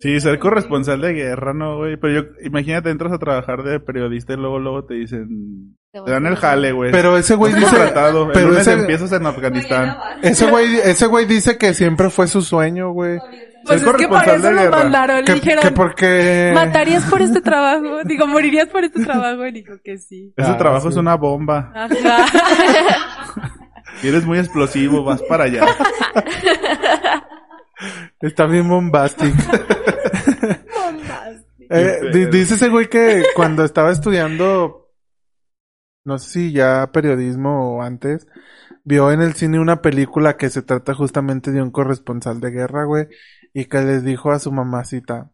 Speaker 5: sí, ser corresponsal de guerra, ¿no, güey? Pero yo, imagínate, entras a trabajar de periodista y luego, luego te dicen... Te dan el jale, güey.
Speaker 4: Pero ese güey
Speaker 5: Estás
Speaker 4: dice,
Speaker 5: contratado. El
Speaker 4: pero
Speaker 5: lunes
Speaker 4: ese-
Speaker 5: empiezas en Afganistán.
Speaker 4: ese güey, ese güey dice que siempre fue su sueño, güey.
Speaker 3: Pues
Speaker 5: Ser
Speaker 3: es que por
Speaker 5: corresponsal
Speaker 3: eso
Speaker 5: de
Speaker 3: lo
Speaker 5: guerra.
Speaker 3: mandaron. Le
Speaker 4: Que, que
Speaker 3: dijeron,
Speaker 4: porque...
Speaker 3: ¿matarías por este trabajo? Digo, ¿morirías por este trabajo? Y dijo que sí.
Speaker 5: Ese
Speaker 6: Ah,
Speaker 5: trabajo
Speaker 6: sí.
Speaker 5: es una bomba.
Speaker 3: Ajá.
Speaker 5: Y eres muy explosivo, vas para allá.
Speaker 4: Está bien bombastic. Eh,
Speaker 5: Qué
Speaker 4: di-
Speaker 5: pedo.
Speaker 4: dice ese güey que cuando estaba estudiando, no sé si ya periodismo o antes, vio en el cine una película que se trata justamente de un corresponsal de guerra, güey, y que le dijo a su mamacita,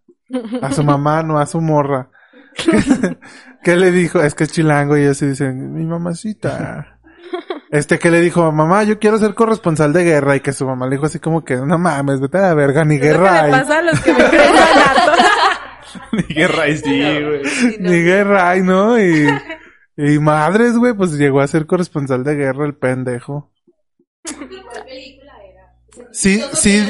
Speaker 4: a su mamá, no a su morra, que le dijo, es que es chilango y ellos se dicen, mi mamacita. Este que le dijo, mamá, yo quiero ser corresponsal de guerra. Y que su mamá le dijo así como que, no mames, vete a la verga, ni
Speaker 3: Es lo que
Speaker 4: guerra
Speaker 3: le
Speaker 4: hay.
Speaker 3: pasa a los que me creen barato.
Speaker 5: Ni guerra y sí, güey.
Speaker 4: Ni guerra hay, ¿no? Y, y madres, güey, pues llegó a ser corresponsal de guerra el pendejo. Sí, sí,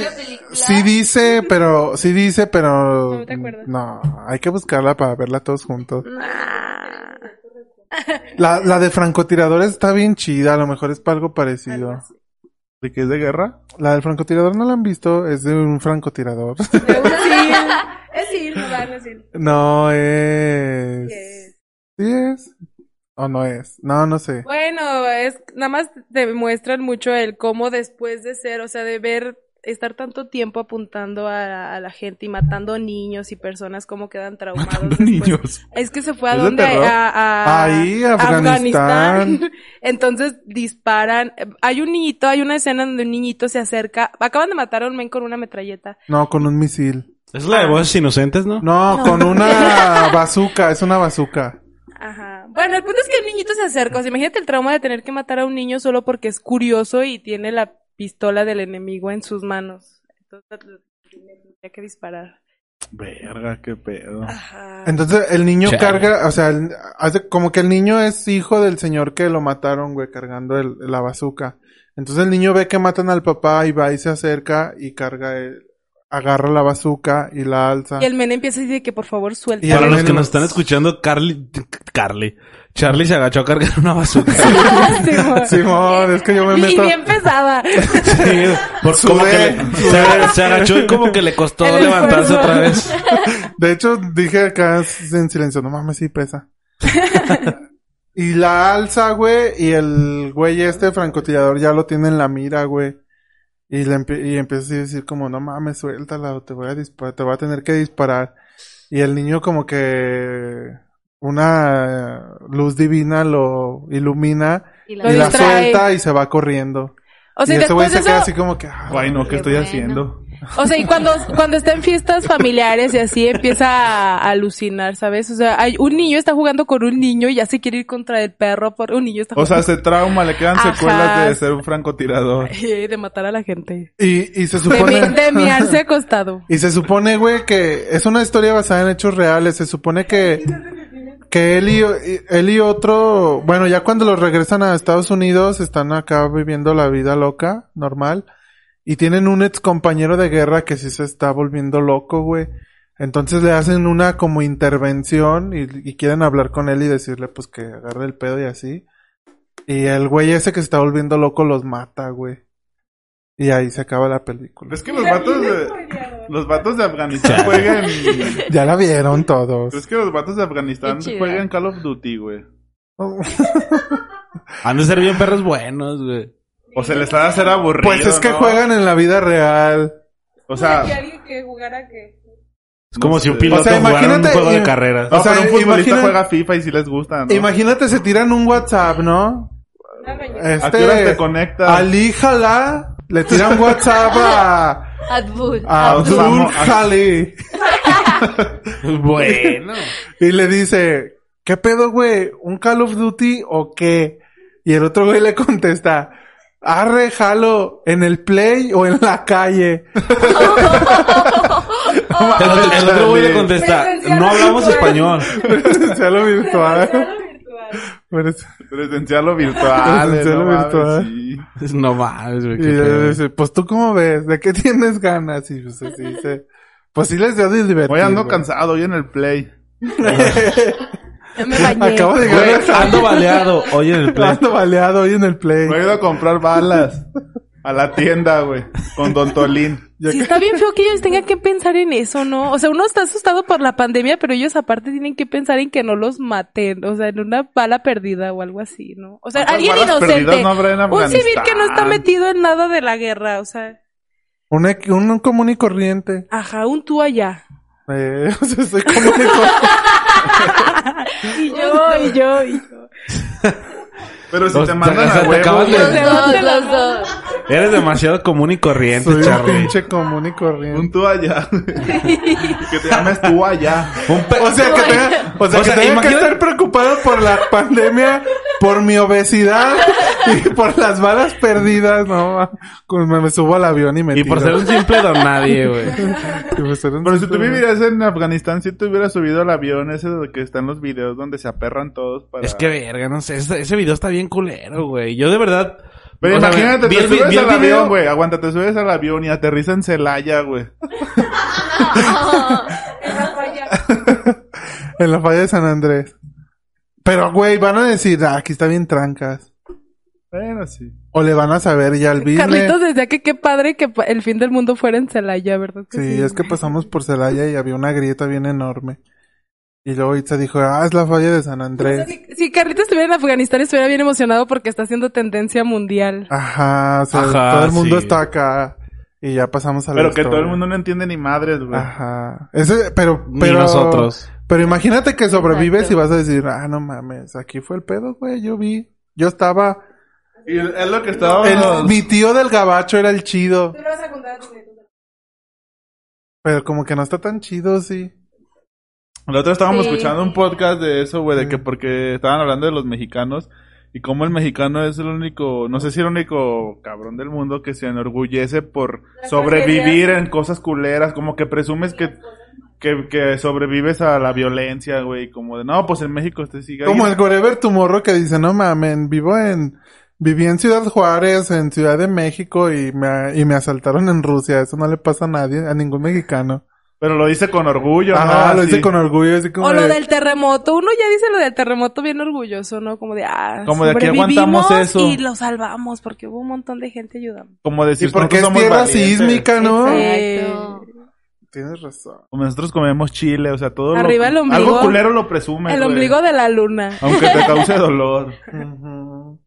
Speaker 4: sí dice, pero, sí dice, pero...
Speaker 3: No te acuerdas.
Speaker 4: No, hay que buscarla para verla todos juntos. La, la de francotiradores está bien chida, a lo mejor es para algo parecido.
Speaker 5: ¿De qué es de guerra?
Speaker 4: La del francotirador no la han visto, es de un francotirador.
Speaker 3: Sí. Es sí, no van a decir.
Speaker 4: No es...
Speaker 3: que-
Speaker 4: ¿Sí es? ¿O no es? No, no sé.
Speaker 3: Bueno, es nada más te muestran mucho el cómo después de ser, o sea, de ver estar tanto tiempo apuntando a, a la gente y matando niños y personas cómo quedan traumados después. Ah,
Speaker 5: niños.
Speaker 3: Es que se fue a
Speaker 5: ¿Es de
Speaker 3: donde
Speaker 5: terror?
Speaker 3: a, a-
Speaker 4: Ahí,
Speaker 3: a
Speaker 4: Afganistán.
Speaker 3: Entonces disparan. Hay un niñito, hay una escena donde un niñito se acerca. Acaban de matar a un men con una metralleta.
Speaker 4: No, con un misil.
Speaker 6: Es la de voces inocentes, ¿no?
Speaker 4: No, con una bazooka, es una bazooka.
Speaker 3: Ajá. Bueno, el punto es que el niñito se acerca. O sea, imagínate el trauma de tener que matar a un niño solo porque es curioso y tiene la pistola del enemigo en sus manos. Entonces tenía que disparar.
Speaker 5: Verga, qué pedo.
Speaker 3: Ajá.
Speaker 4: Entonces el niño
Speaker 6: Chale.
Speaker 4: carga, o sea, el- hace como que el niño es hijo del señor que lo mataron, güey, cargando el- la bazooka. Entonces el niño ve que matan al papá y va y se acerca y carga, el- agarra la bazooka y la alza.
Speaker 3: Y el men empieza a decir que por favor suelta.
Speaker 4: Y
Speaker 6: Para
Speaker 4: al
Speaker 6: los que
Speaker 4: menos-
Speaker 6: nos están escuchando, Carly... Carly. Charlie se agachó a cargar una bazooka.
Speaker 3: Simón.
Speaker 4: Simón, es que yo me
Speaker 3: Y
Speaker 4: meto.
Speaker 3: bien pesada.
Speaker 6: Sí, por como
Speaker 4: Sudé,
Speaker 6: que le- se, se agachó y como que le costó
Speaker 3: El
Speaker 6: levantarse
Speaker 3: esfuerzo.
Speaker 6: otra vez.
Speaker 4: De hecho, dije acá en silencio, no mames, sí pesa. y la alza, güey, y el güey este francotirador ya lo tiene en la mira, güey. Y, le empie- y empieza así a decir como, no mames, suéltala, o te voy a disparar, te voy a tener que disparar. Y el niño como que una luz divina lo ilumina
Speaker 2: Y la-
Speaker 4: y la
Speaker 3: distrae.
Speaker 4: suelta y se va corriendo.
Speaker 3: O sea,
Speaker 4: y ese güey
Speaker 3: después
Speaker 4: se
Speaker 3: de
Speaker 4: queda
Speaker 3: eso,
Speaker 4: así como que, "Ah,
Speaker 5: Ay, no, ¿qué
Speaker 2: Qué
Speaker 5: estoy
Speaker 2: bueno.
Speaker 5: haciendo?
Speaker 3: O sea, y cuando, cuando está en fiestas familiares y así empieza a alucinar, ¿sabes? O sea, hay un niño está jugando con un niño y ya se quiere ir contra el perro por un niño está
Speaker 5: O sea,
Speaker 3: jugando
Speaker 5: se trauma, le quedan
Speaker 3: Ajá.
Speaker 5: secuelas de ser un francotirador.
Speaker 3: de matar a la gente.
Speaker 4: Y, y se
Speaker 3: De,
Speaker 4: supone...
Speaker 3: mi- de miarse acostado.
Speaker 4: Y se supone, güey, que es una historia basada en hechos reales. Se supone que, que él y, él y otro, bueno, ya cuando los regresan a Estados Unidos, están acá viviendo la vida loca, normal. Y tienen un ex compañero de guerra que sí se está volviendo loco, güey. Entonces le hacen una como intervención y, y quieren hablar con él y decirle, pues, que agarre el pedo y así. Y el güey ese que se está volviendo loco los mata, güey. Y ahí se acaba la película.
Speaker 5: ¿Crees que los vatos de, los vatos de Afganistán juegan...
Speaker 4: Ya la vieron todos.
Speaker 5: ¿Crees que los vatos de Afganistán
Speaker 2: Qué chida.
Speaker 5: juegan Call of Duty, güey?
Speaker 6: Han de ser bien perros buenos, güey.
Speaker 5: O se les ha de hacer aburrido,
Speaker 4: Pues es que
Speaker 5: ¿no?
Speaker 4: juegan en la vida real.
Speaker 5: O sea...
Speaker 3: alguien que jugara que...
Speaker 6: Es como
Speaker 5: No
Speaker 6: si un
Speaker 5: sé.
Speaker 6: piloto
Speaker 4: O sea,
Speaker 6: jugara un
Speaker 4: imagínate-
Speaker 6: juego de
Speaker 4: im-
Speaker 6: carreras.
Speaker 5: No,
Speaker 4: o sea,
Speaker 5: pero un futbolista
Speaker 4: imagina-
Speaker 5: juega FIFA y si les gusta, ¿no?
Speaker 4: Imagínate, se tiran un WhatsApp, ¿no?
Speaker 5: ¿A qué horas te
Speaker 4: Este,
Speaker 5: conectas?
Speaker 4: alíjala, le tiran WhatsApp a,
Speaker 2: Adbud.
Speaker 4: a
Speaker 5: Abdul
Speaker 4: Abdul
Speaker 5: Samu-
Speaker 4: Jalil.
Speaker 6: Bueno.
Speaker 4: Y le dice, ¿qué pedo, güey? ¿Un Call of Duty o qué? Y el otro güey le contesta, arre, jalo, en el play o en la calle.
Speaker 6: El otro- el otro güey le contesta,
Speaker 3: Presencial
Speaker 6: no hablamos
Speaker 3: virtual.
Speaker 6: español.
Speaker 4: Presencial o virtual. Pres-
Speaker 5: Presencial o virtual.
Speaker 4: Presencial o
Speaker 5: no mames,
Speaker 4: virtual.
Speaker 5: sí.
Speaker 6: No mames, güey.
Speaker 4: Y
Speaker 6: qué
Speaker 4: le
Speaker 6: pedo.
Speaker 4: dice, pues tú cómo ves, ¿de qué tienes ganas? Y pues así dice, pues sí les dio de divertido.
Speaker 5: Hoy ando cansado, hoy en el play.
Speaker 3: Ya me bañé.
Speaker 4: Acabo de llegar
Speaker 6: Güey,
Speaker 4: a la-
Speaker 6: ando baleado. Oye, en el play.
Speaker 4: Ando baleado hoy en el play.
Speaker 5: Me he ido a comprar balas. A la tienda, güey. Con Don Tolín.
Speaker 4: Ya
Speaker 3: Sí,
Speaker 4: que-
Speaker 3: está bien feo que ellos tengan que pensar en eso, ¿no? O sea, uno está asustado por la pandemia, pero ellos aparte tienen que pensar en que no los maten, o sea, en una bala perdida o algo así, ¿no? O sea,
Speaker 5: ¿Cuántas
Speaker 3: alguien
Speaker 5: Ah, balas perdidas
Speaker 3: inocente.
Speaker 5: no habrá en
Speaker 3: un civil que no está
Speaker 5: Afganistán?
Speaker 3: metido en nada de la guerra, o sea,
Speaker 4: Un, equ- un común y corriente.
Speaker 3: ajá, un tú allá.
Speaker 4: Eh, o sea, soy común y corriente.
Speaker 3: Y yo, y yo, y yo.
Speaker 5: Pero si
Speaker 6: Los-
Speaker 5: te mandan
Speaker 6: o sea,
Speaker 5: a
Speaker 6: te
Speaker 5: huevo.
Speaker 6: acaban de-
Speaker 5: güey,
Speaker 2: Los dos, los dos.
Speaker 6: Eres demasiado común y corriente,
Speaker 4: Soy un
Speaker 6: Charlie.
Speaker 4: pinche común y corriente.
Speaker 5: Un tú allá. que te llames tú allá.
Speaker 6: Un pe-
Speaker 4: O sea, que tenga, o sea,
Speaker 6: O sea,
Speaker 4: que tenga que
Speaker 6: imagínate-
Speaker 4: estar preocupado por la pandemia, por mi obesidad y por las balas perdidas, no, ma. Como me, me subo al avión y me
Speaker 6: y por ser
Speaker 4: tiro.
Speaker 6: un simple don nadie, güey.
Speaker 4: Y por ser un-
Speaker 5: Pero si tú vivieras en Afganistán, si te hubieras subido al avión ese de que están los videos donde se aperran todos para...
Speaker 6: Es que verga, no sé. Ese, ese video está bien culero, güey. Yo de verdad.
Speaker 5: Pero
Speaker 6: o sea,
Speaker 5: imagínate,
Speaker 6: vi
Speaker 5: te
Speaker 6: el vi-
Speaker 5: subes
Speaker 6: vi el
Speaker 5: al
Speaker 6: video-
Speaker 5: avión, güey. Aguanta, te subes al avión y aterriza en Celaya, güey.
Speaker 7: Ah.
Speaker 2: Ah.
Speaker 4: En la falla de San Andrés. Pero, güey, van a decir, ah, aquí está bien trancas.
Speaker 5: Bueno, sí.
Speaker 4: O le van a saber ya al business.
Speaker 3: Carlitos decía que qué padre que pa- el fin del mundo fuera en Celaya, ¿verdad? que
Speaker 4: Sí, es que pasamos por Celaya y había una grieta bien enorme. Y luego Itza dijo, ah, es la falla de San
Speaker 3: O sea,
Speaker 4: Andrés.
Speaker 3: si, si Carlitos estuviera en Afganistán, estuviera bien emocionado porque está haciendo tendencia mundial.
Speaker 4: Ajá, o sea,
Speaker 6: Ajá,
Speaker 4: todo el mundo
Speaker 6: sí.
Speaker 4: está acá. Y ya pasamos a la
Speaker 5: Pero que
Speaker 4: historia.
Speaker 5: todo el mundo no entiende ni madres, güey.
Speaker 6: Ah.
Speaker 4: Ajá. Ese, pero,
Speaker 6: Ni
Speaker 4: pero.
Speaker 6: nosotros.
Speaker 4: Pero imagínate que sobrevives
Speaker 7: Exacto.
Speaker 4: y vas a decir, ah, no mames, aquí fue el pedo, güey, yo vi. Yo estaba.
Speaker 5: Y es lo que estábamos...
Speaker 4: el- mi tío del gabacho era el chido. Pero como que no está tan chido, sí.
Speaker 5: La otra estábamos
Speaker 7: Sí.
Speaker 5: escuchando un podcast de eso, güey, de
Speaker 4: Sí.
Speaker 5: que porque estaban hablando de los mexicanos y cómo el mexicano es el único, no sé si el único cabrón del mundo que se enorgullece por sobrevivir en cosas culeras, como que presumes que, que, que sobrevives a la violencia, güey, como de, no, pues en México te sigue.
Speaker 4: Como
Speaker 5: ahí".
Speaker 4: el Gorever Tumorro que dice, no mamen, vivo en. Viví en Ciudad Juárez, en Ciudad de México y me, y me asaltaron en Rusia. Eso no le pasa a nadie, a ningún mexicano.
Speaker 5: Pero lo dice con orgullo,
Speaker 4: Ajá,
Speaker 5: ¿no?
Speaker 4: lo
Speaker 5: Así,
Speaker 4: dice con orgullo, así como.
Speaker 3: O lo
Speaker 4: de-
Speaker 3: del terremoto. Uno ya dice lo del terremoto bien orgulloso, ¿no? Como de, ah,
Speaker 5: Como de, "Aquí aguantamos
Speaker 3: sobrevivimos
Speaker 5: eso".
Speaker 3: Y lo salvamos porque hubo un montón de gente ayudando.
Speaker 5: Como
Speaker 4: Y
Speaker 5: decir,
Speaker 4: porque es
Speaker 5: "Nosotros
Speaker 4: tierra
Speaker 5: somos valientes".
Speaker 4: sísmica, ¿no?
Speaker 3: Exacto.
Speaker 4: Tienes razón.
Speaker 5: Como nosotros comemos chile, o sea, todo lo-
Speaker 3: Arriba el ombligo.
Speaker 5: Algo culero lo presume,
Speaker 3: El ombligo de la luna.
Speaker 5: Aunque te cause dolor.
Speaker 4: Ujú.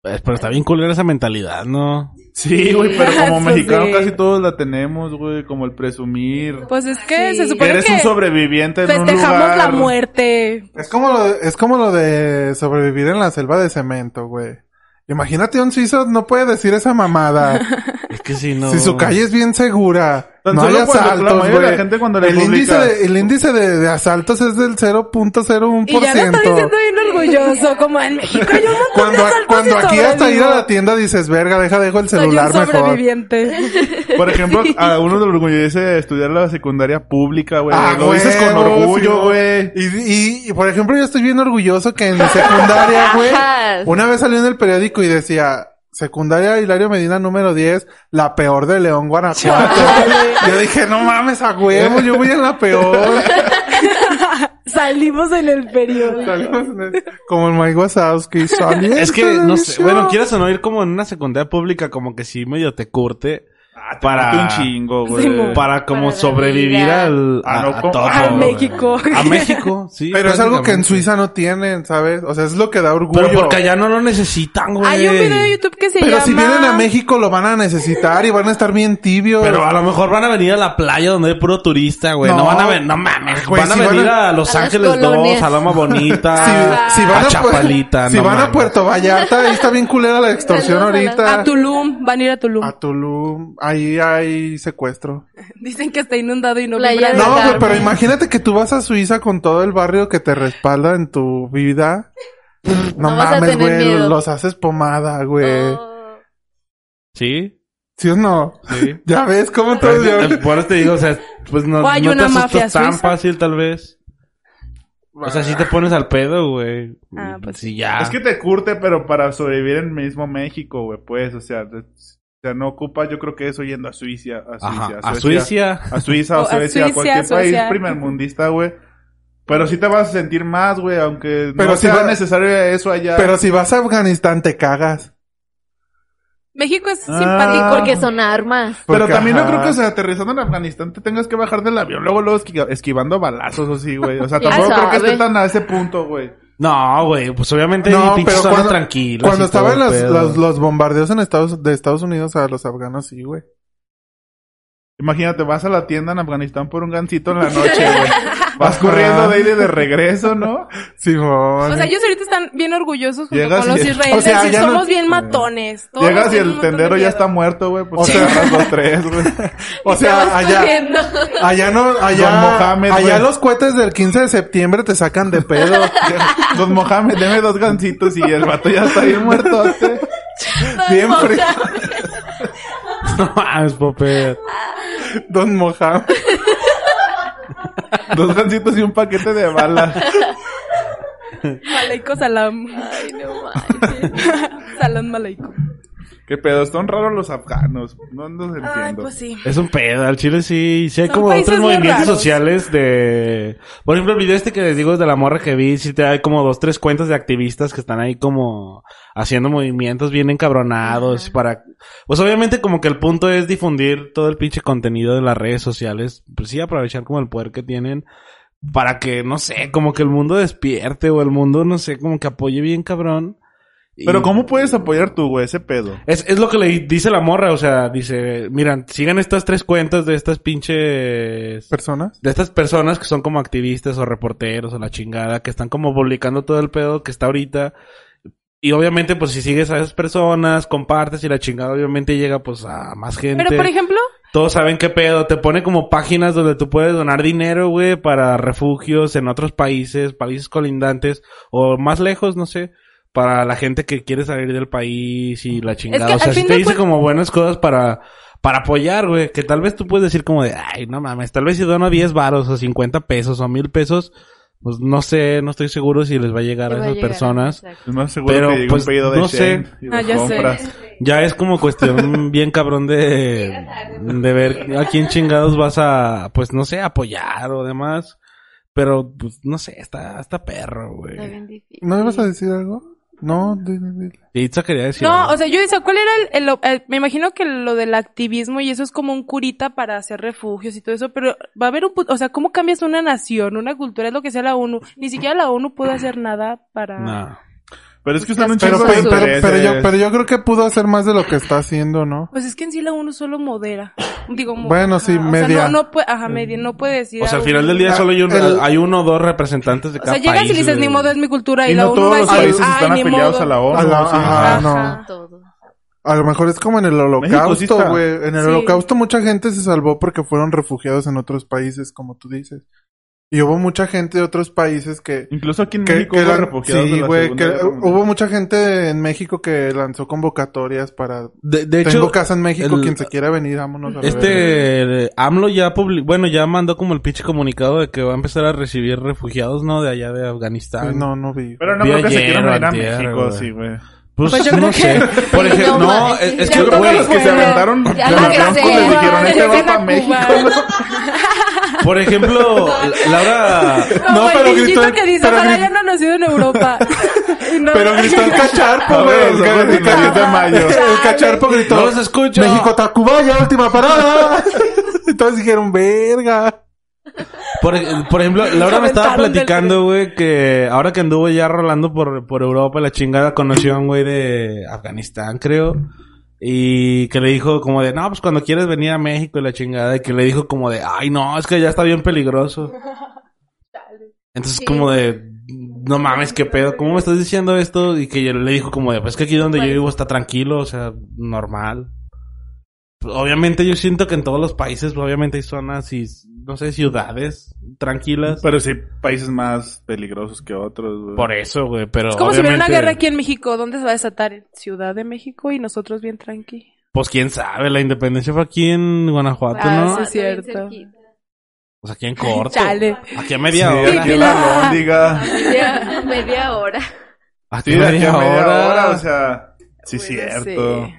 Speaker 6: Pues, pero está bien culera esa mentalidad, ¿no?
Speaker 5: Sí, güey, pero como
Speaker 3: Ah, Eso
Speaker 5: mexicano
Speaker 3: sí.
Speaker 5: casi todos la tenemos, güey, como el presumir.
Speaker 3: Pues es que
Speaker 7: Sí.
Speaker 3: se
Speaker 5: Que
Speaker 3: supone
Speaker 5: eres
Speaker 3: que
Speaker 5: un sobreviviente en un lugar.
Speaker 3: festejamos la muerte.
Speaker 4: Es como lo, es como lo de sobrevivir en la selva de cemento, güey. Imagínate un suizo no puede decir esa mamada.
Speaker 6: Es que si no.
Speaker 4: Si su calle es bien segura,
Speaker 5: Tan
Speaker 4: no hay
Speaker 5: solo cuando la
Speaker 4: asaltos,
Speaker 5: mayoría de
Speaker 4: güey.
Speaker 5: la gente cuando le
Speaker 4: El índice,
Speaker 5: publica-
Speaker 4: de, el índice de, de asaltos es del 0.01%.
Speaker 3: Y ya lo está diciendo bien orgulloso. Como en México hay un montón
Speaker 4: Cuando,
Speaker 3: de saltos
Speaker 4: cuando
Speaker 3: y
Speaker 4: aquí hasta ir a la
Speaker 3: sobrevivo.
Speaker 4: tienda dices, verga, deja, dejo el
Speaker 3: Soy
Speaker 4: celular
Speaker 3: un
Speaker 4: mejor.
Speaker 3: sobreviviente.
Speaker 5: Por ejemplo, a uno le orgullece estudiar la secundaria pública, güey.
Speaker 4: Ah,
Speaker 5: lo
Speaker 4: güey,
Speaker 5: dices con
Speaker 4: huevo,
Speaker 5: orgullo,
Speaker 4: sí, Ah,
Speaker 5: güey.
Speaker 4: Y, y, y, por ejemplo, yo estoy bien orgulloso que en mi secundaria, güey,
Speaker 2: Ajá.
Speaker 4: una vez salió en el periódico y decía, secundaria Hilario Medina número 10, la peor de León, Guanajuato. yo dije, no mames, a huevo, yo voy en la peor.
Speaker 3: Salimos en el periódico.
Speaker 4: Salimos en el- Como el Mike Wazowski, salí en
Speaker 6: Es que, no sé,
Speaker 4: televisión.
Speaker 6: bueno, quieras o no ir como en una secundaria pública, como que sí medio te curte.
Speaker 5: Ah, te
Speaker 6: Para-
Speaker 5: mata un chingo, güey.
Speaker 3: Sí,
Speaker 6: Para como
Speaker 7: Para
Speaker 6: sobrevivir
Speaker 7: vida.
Speaker 6: al,
Speaker 5: Ah,
Speaker 6: a,
Speaker 5: no,
Speaker 6: a
Speaker 5: ¿cómo?
Speaker 6: todo,
Speaker 3: A
Speaker 6: güey.
Speaker 3: México.
Speaker 6: A México, sí.
Speaker 4: Pero es algo que en
Speaker 6: prácticamente.
Speaker 4: Suiza no tienen, ¿sabes? O sea, es lo que da orgullo.
Speaker 6: Pero porque allá no lo necesitan, güey.
Speaker 3: Hay un video de YouTube que se
Speaker 4: Pero
Speaker 3: llama...
Speaker 4: si vienen a México lo van a necesitar y van a estar bien tibios.
Speaker 6: Pero a lo mejor van a venir a la playa donde hay puro turista, güey. No,
Speaker 4: No.
Speaker 6: van a venir, no mames,
Speaker 4: Güey,
Speaker 6: van a
Speaker 4: si van
Speaker 6: venir
Speaker 4: a-
Speaker 6: a Los
Speaker 2: a las
Speaker 6: Ángeles 2,
Speaker 2: colonias.
Speaker 6: a Loma Bonita,
Speaker 4: si, si van
Speaker 2: Ah,
Speaker 6: a,
Speaker 4: a, Pu-
Speaker 6: Chapalita,
Speaker 4: si
Speaker 6: no
Speaker 4: van
Speaker 6: mames.
Speaker 4: a Puerto Vallarta, ahí está bien culera la extorsión
Speaker 2: Saludos a la-
Speaker 4: ahorita.
Speaker 3: A Tulum, van a ir a Tulum.
Speaker 4: A Tulum, ahí hay secuestro.
Speaker 3: Dicen que está inundado y no
Speaker 2: Playa
Speaker 3: vibra
Speaker 2: de
Speaker 4: No,
Speaker 3: nada.
Speaker 4: güey,
Speaker 2: Carmen.
Speaker 4: pero imagínate que tú vas a Suiza con todo el barrio que te respalda en tu vida. No,
Speaker 2: No vas a
Speaker 4: mames,
Speaker 2: tener
Speaker 4: güey,
Speaker 2: miedo.
Speaker 4: los haces pomada, güey.
Speaker 2: Oh.
Speaker 6: Sí,
Speaker 4: ¿Sí o no?
Speaker 6: sí.
Speaker 4: Ya ves cómo todo
Speaker 6: Eh, Por eso te digo, o sea, pues no,
Speaker 3: O hay
Speaker 6: no te
Speaker 3: una mafia
Speaker 6: asustas tan
Speaker 3: suiza.
Speaker 6: fácil tal vez. O sea, si te pones al pedo, güey.
Speaker 3: Ah, pues
Speaker 6: sí, ya.
Speaker 5: Es que te curte, pero para sobrevivir en mismo México, güey, pues, o sea, te- o sea, no ocupas, yo creo que eso yendo a Suicia, a Suicia,
Speaker 6: Ajá,
Speaker 5: a
Speaker 6: a Suiza.
Speaker 5: a Suiza o
Speaker 3: O a
Speaker 5: Suecia, a
Speaker 3: Suiza,
Speaker 5: cualquier país
Speaker 3: Suecia.
Speaker 5: primermundista, güey. Pero sí te vas a sentir más, güey, aunque
Speaker 4: Pero
Speaker 5: no
Speaker 4: si
Speaker 5: sea
Speaker 4: va-
Speaker 5: necesario eso allá.
Speaker 4: Pero si vas a Afganistán te cagas.
Speaker 3: México es
Speaker 5: Ah.
Speaker 2: Y
Speaker 3: simpático.
Speaker 2: porque son armas.
Speaker 5: Pero
Speaker 4: Porque,
Speaker 5: también no
Speaker 4: ajá.
Speaker 5: creo que, o sea, aterrizando en Afganistán te tengas que bajar del avión, luego luego esqui- esquivando balazos o sí, güey. O sea,
Speaker 2: Ya
Speaker 5: tampoco creo que
Speaker 2: sabe.
Speaker 5: esté tan a ese punto, güey.
Speaker 6: No, güey, pues obviamente
Speaker 4: No,
Speaker 6: hay pinches
Speaker 4: pero
Speaker 6: zonas
Speaker 4: cuando-
Speaker 6: tranquilas.
Speaker 4: Cuando
Speaker 6: y
Speaker 4: estaban
Speaker 6: todo el
Speaker 4: los,
Speaker 6: pedo.
Speaker 4: los, los bombardeos en Estados, de Estados Unidos a los afganos, sí, güey.
Speaker 5: Imagínate, vas a la tienda en Afganistán por un gancito en la noche, güey. Vas corriendo de ida y de regreso, ¿no?
Speaker 4: Simón.
Speaker 3: O sea, ellos ahorita están bien orgullosos junto
Speaker 5: Llegas
Speaker 3: con los
Speaker 5: y-
Speaker 3: israelíes.
Speaker 4: o sea,
Speaker 3: y
Speaker 4: ya
Speaker 3: somos
Speaker 4: no-
Speaker 3: bien matones. Todos
Speaker 5: Llegas y
Speaker 3: tienen un
Speaker 5: el
Speaker 3: montón de
Speaker 5: tendero ya
Speaker 3: miedo.
Speaker 5: está muerto, güey. Pues
Speaker 4: O
Speaker 5: te
Speaker 4: sea-
Speaker 5: agarras los tres, güey.
Speaker 4: O sea, allá,
Speaker 2: Corriendo.
Speaker 4: allá no, allá,
Speaker 5: Don Mohamed,
Speaker 4: allá
Speaker 5: güey.
Speaker 4: los cohetes del 15 de septiembre te sacan de pedo.
Speaker 5: Don Mohamed, deme dos gancitos y el vato ya está bien muerto.
Speaker 4: Bien
Speaker 2: Todos
Speaker 4: frío.
Speaker 6: No mames, Popper.
Speaker 4: Don Mohamed.
Speaker 5: Dos gancitos y un paquete de balas.
Speaker 3: Malaico Salam.
Speaker 2: Ay, no manches.
Speaker 3: Salón Malaico.
Speaker 5: Qué pedo, son raros los afganos. No los
Speaker 3: Ay,
Speaker 5: entiendo.
Speaker 3: pues sí.
Speaker 6: Es un pedo, al Chile sí, sí hay
Speaker 3: Son
Speaker 6: como
Speaker 3: países
Speaker 6: otros
Speaker 3: bien
Speaker 6: movimientos
Speaker 3: raros.
Speaker 6: sociales de... Por ejemplo, el video este que les digo de la morra que vi, sí te hay como dos, tres cuentas de activistas que están ahí como haciendo movimientos bien encabronados para... Pues obviamente como que el punto es difundir todo el pinche contenido de las redes sociales, pues sí aprovechar como el poder que tienen para que, no sé, como que el mundo despierte o el mundo, no sé, como que apoye bien cabrón. Y-
Speaker 5: Pero ¿cómo puedes apoyar tú, güey, ese pedo?
Speaker 6: es, es lo que le dice la morra, o sea, dice, miran, sigan estas tres cuentas de estas pinches...
Speaker 4: Personas.
Speaker 6: De estas personas que son como activistas o reporteros o la chingada, que están como publicando todo el pedo que está ahorita. Y obviamente, pues si sigues a esas personas, compartes y la chingada obviamente llega pues a más gente.
Speaker 3: Pero, por ejemplo,
Speaker 6: Todos saben qué pedo. Te pone como páginas donde tú puedes donar dinero, güey, para refugios en otros países, países colindantes o más lejos, no sé. Para la gente que quiere salir del país y la chingada.
Speaker 3: que
Speaker 6: o sea,
Speaker 3: al
Speaker 6: sí
Speaker 3: fin
Speaker 6: te
Speaker 3: de
Speaker 6: dice
Speaker 3: cuen-
Speaker 6: como buenas cosas para, para apoyar, güey. Que tal vez tú puedes decir como de, ay, no mames, tal vez si dono 10 varos o 50 pesos o 1000 pesos, pues no sé, no estoy seguro si les va a llegar
Speaker 2: Te
Speaker 6: a
Speaker 2: va a
Speaker 6: esas
Speaker 2: llegar,
Speaker 6: personas.
Speaker 2: exacto.
Speaker 5: Es más seguro
Speaker 6: Pero,
Speaker 5: que llegue
Speaker 6: pues,
Speaker 5: un pedido de
Speaker 6: no sé.
Speaker 5: Shein y
Speaker 3: Ah,
Speaker 5: lo
Speaker 3: ya sé.
Speaker 5: compras.
Speaker 6: Ya es como cuestión bien cabrón de, de ver a quién chingados vas a, pues no sé, apoyar o demás. Pero, pues, no sé, está, está perro,
Speaker 2: Está
Speaker 6: güey.
Speaker 2: bien difícil.
Speaker 4: ¿No ibas a decir algo? No, di- di- di.
Speaker 6: Itza quería decir.
Speaker 3: no,
Speaker 6: algo.
Speaker 3: o sea, yo decía, ¿cuál era el, el- el- Me imagino que lo del activismo y eso es como un curita para hacer refugios y todo eso, pero va a haber un... pu- O sea, ¿cómo cambias una nación, una cultura? Es lo que sea la ONU. Ni siquiera la ONU puede hacer nada para...
Speaker 6: No.
Speaker 5: Pero es que están un
Speaker 4: Pero,
Speaker 5: chingo de
Speaker 4: pero, pero-
Speaker 5: intereses.
Speaker 4: pero yo, pero yo creo que pudo hacer más de lo que está haciendo, ¿no?
Speaker 3: Pues es que en sí la ONU solo modera. Digo, mo-
Speaker 4: Bueno, sí,
Speaker 3: ajá, o sea,
Speaker 4: media.
Speaker 3: no, no puede, ajá, media, no puede decir...
Speaker 6: O sea,
Speaker 3: a
Speaker 6: al final
Speaker 3: un-
Speaker 6: del día solo hay, un-
Speaker 4: El-
Speaker 6: hay uno o dos representantes de
Speaker 3: O
Speaker 6: cada
Speaker 3: sea, llegas y
Speaker 6: país,
Speaker 3: le dices,
Speaker 6: güey.
Speaker 3: ni modo, es mi cultura. Y,
Speaker 5: Y
Speaker 3: la
Speaker 5: no
Speaker 3: ONU va
Speaker 5: todos
Speaker 3: a
Speaker 5: los
Speaker 3: decir,
Speaker 5: países están
Speaker 3: ay, ni
Speaker 5: afiliados
Speaker 3: modo.
Speaker 5: a la ONU.
Speaker 4: A la-
Speaker 5: Oh, sí.
Speaker 4: ajá. Ah, no.
Speaker 2: Ajá, todo.
Speaker 4: A lo mejor es como en el
Speaker 5: México sí
Speaker 4: holocausto,
Speaker 5: está.
Speaker 4: güey. En el
Speaker 3: Sí.
Speaker 4: holocausto mucha gente se salvó porque fueron refugiados en otros países, como tú dices. Y hubo mucha gente de otros países que...
Speaker 5: Incluso aquí en
Speaker 4: que,
Speaker 5: México
Speaker 4: que
Speaker 5: hubo
Speaker 4: eran-
Speaker 5: refugiados
Speaker 4: sí,
Speaker 5: de la
Speaker 4: güey,
Speaker 5: Segunda
Speaker 4: que
Speaker 5: Guerra Mundial.
Speaker 4: hubo mucha gente en México que lanzó convocatorias para...
Speaker 6: De, de
Speaker 4: Tengo
Speaker 6: hecho,
Speaker 4: casa en México,
Speaker 6: el-
Speaker 4: quien se quiera venir, vámonos a la verga.
Speaker 6: este el AMLO ya publi- bueno, ya mandó como el pinche comunicado de que va a empezar a recibir refugiados, ¿no? De allá de Afganistán.
Speaker 4: No, no vi.
Speaker 5: Pero no
Speaker 6: Vi
Speaker 5: creo que se
Speaker 6: ayer
Speaker 5: quieran
Speaker 6: o
Speaker 5: venir a
Speaker 6: antier,
Speaker 5: México,
Speaker 6: güey.
Speaker 5: sí, güey.
Speaker 6: Pues,
Speaker 3: Pues yo
Speaker 6: no
Speaker 3: creo que-
Speaker 6: sé. Por
Speaker 2: Sí, no
Speaker 6: ejemplo, no,
Speaker 2: mames,
Speaker 6: es,
Speaker 2: sí,
Speaker 6: Eh, es
Speaker 2: ya
Speaker 6: que,
Speaker 5: Yo creo que
Speaker 6: güey,
Speaker 5: los que se
Speaker 3: fuera.
Speaker 5: aventaron
Speaker 2: Ya
Speaker 5: a
Speaker 2: lo
Speaker 5: la
Speaker 2: que
Speaker 5: Trump,
Speaker 2: se
Speaker 5: pues, les
Speaker 2: va,
Speaker 5: dijeron,
Speaker 2: ya
Speaker 5: este
Speaker 3: se
Speaker 5: va
Speaker 3: va
Speaker 5: para
Speaker 3: a
Speaker 5: México.
Speaker 3: Cuba.
Speaker 5: ¿no?
Speaker 6: por ejemplo, Laura,
Speaker 3: Como
Speaker 4: No,
Speaker 3: el
Speaker 4: pero
Speaker 3: niñito
Speaker 4: gritó-
Speaker 3: que dice,
Speaker 4: pero
Speaker 3: ojalá
Speaker 4: gri-
Speaker 3: hayan nacido en Europa. y no-
Speaker 4: Pero gritó el cacharpo, güey. El, ca- el ca- el de mayo. El cacharpo gritó.
Speaker 6: No los escucho.
Speaker 4: México Tacubaya, última parada. Entonces dijeron, verga.
Speaker 6: Por, por ejemplo, Laura me estaba
Speaker 3: aventaron del
Speaker 6: platicando, güey, que ahora que anduvo ya rolando por, por Europa, la chingada conoció a un güey de Afganistán, creo. Y que le dijo como de, no, pues cuando quieres venir a México y la chingada. Y que le dijo como de, ay, no, es que ya está bien peligroso. Entonces, como de, no mames, qué pedo, ¿cómo me estás diciendo esto? Y que yo le dijo como de, pues que aquí donde yo vivo está tranquilo, o sea, normal. pues, Obviamente yo siento que en todos los países, pues, obviamente hay zonas y, no sé, ciudades tranquilas.
Speaker 5: Pero sí, países más peligrosos que otros, güey.
Speaker 6: Por eso, güey, pero
Speaker 3: Es como si hubiera una
Speaker 6: obviamente,
Speaker 3: guerra aquí en México. ¿Dónde se va a desatar? En Ciudad de México y nosotros bien tranqui.
Speaker 6: pues quién sabe, la independencia fue aquí en Guanajuato,
Speaker 3: Ah,
Speaker 6: ¿no?
Speaker 3: sí.
Speaker 6: Pues
Speaker 3: es cierto.
Speaker 6: aquí en corto.
Speaker 3: Chale.
Speaker 6: Aquí a media
Speaker 5: Sí,
Speaker 6: hora.
Speaker 5: aquí en la lóndiga.
Speaker 2: Media, media hora.
Speaker 6: Aquí
Speaker 5: Sí,
Speaker 6: a
Speaker 5: de aquí
Speaker 6: media
Speaker 5: a media
Speaker 6: hora.
Speaker 5: hora, o sea... Sí,
Speaker 3: Bueno,
Speaker 5: cierto.
Speaker 3: sí.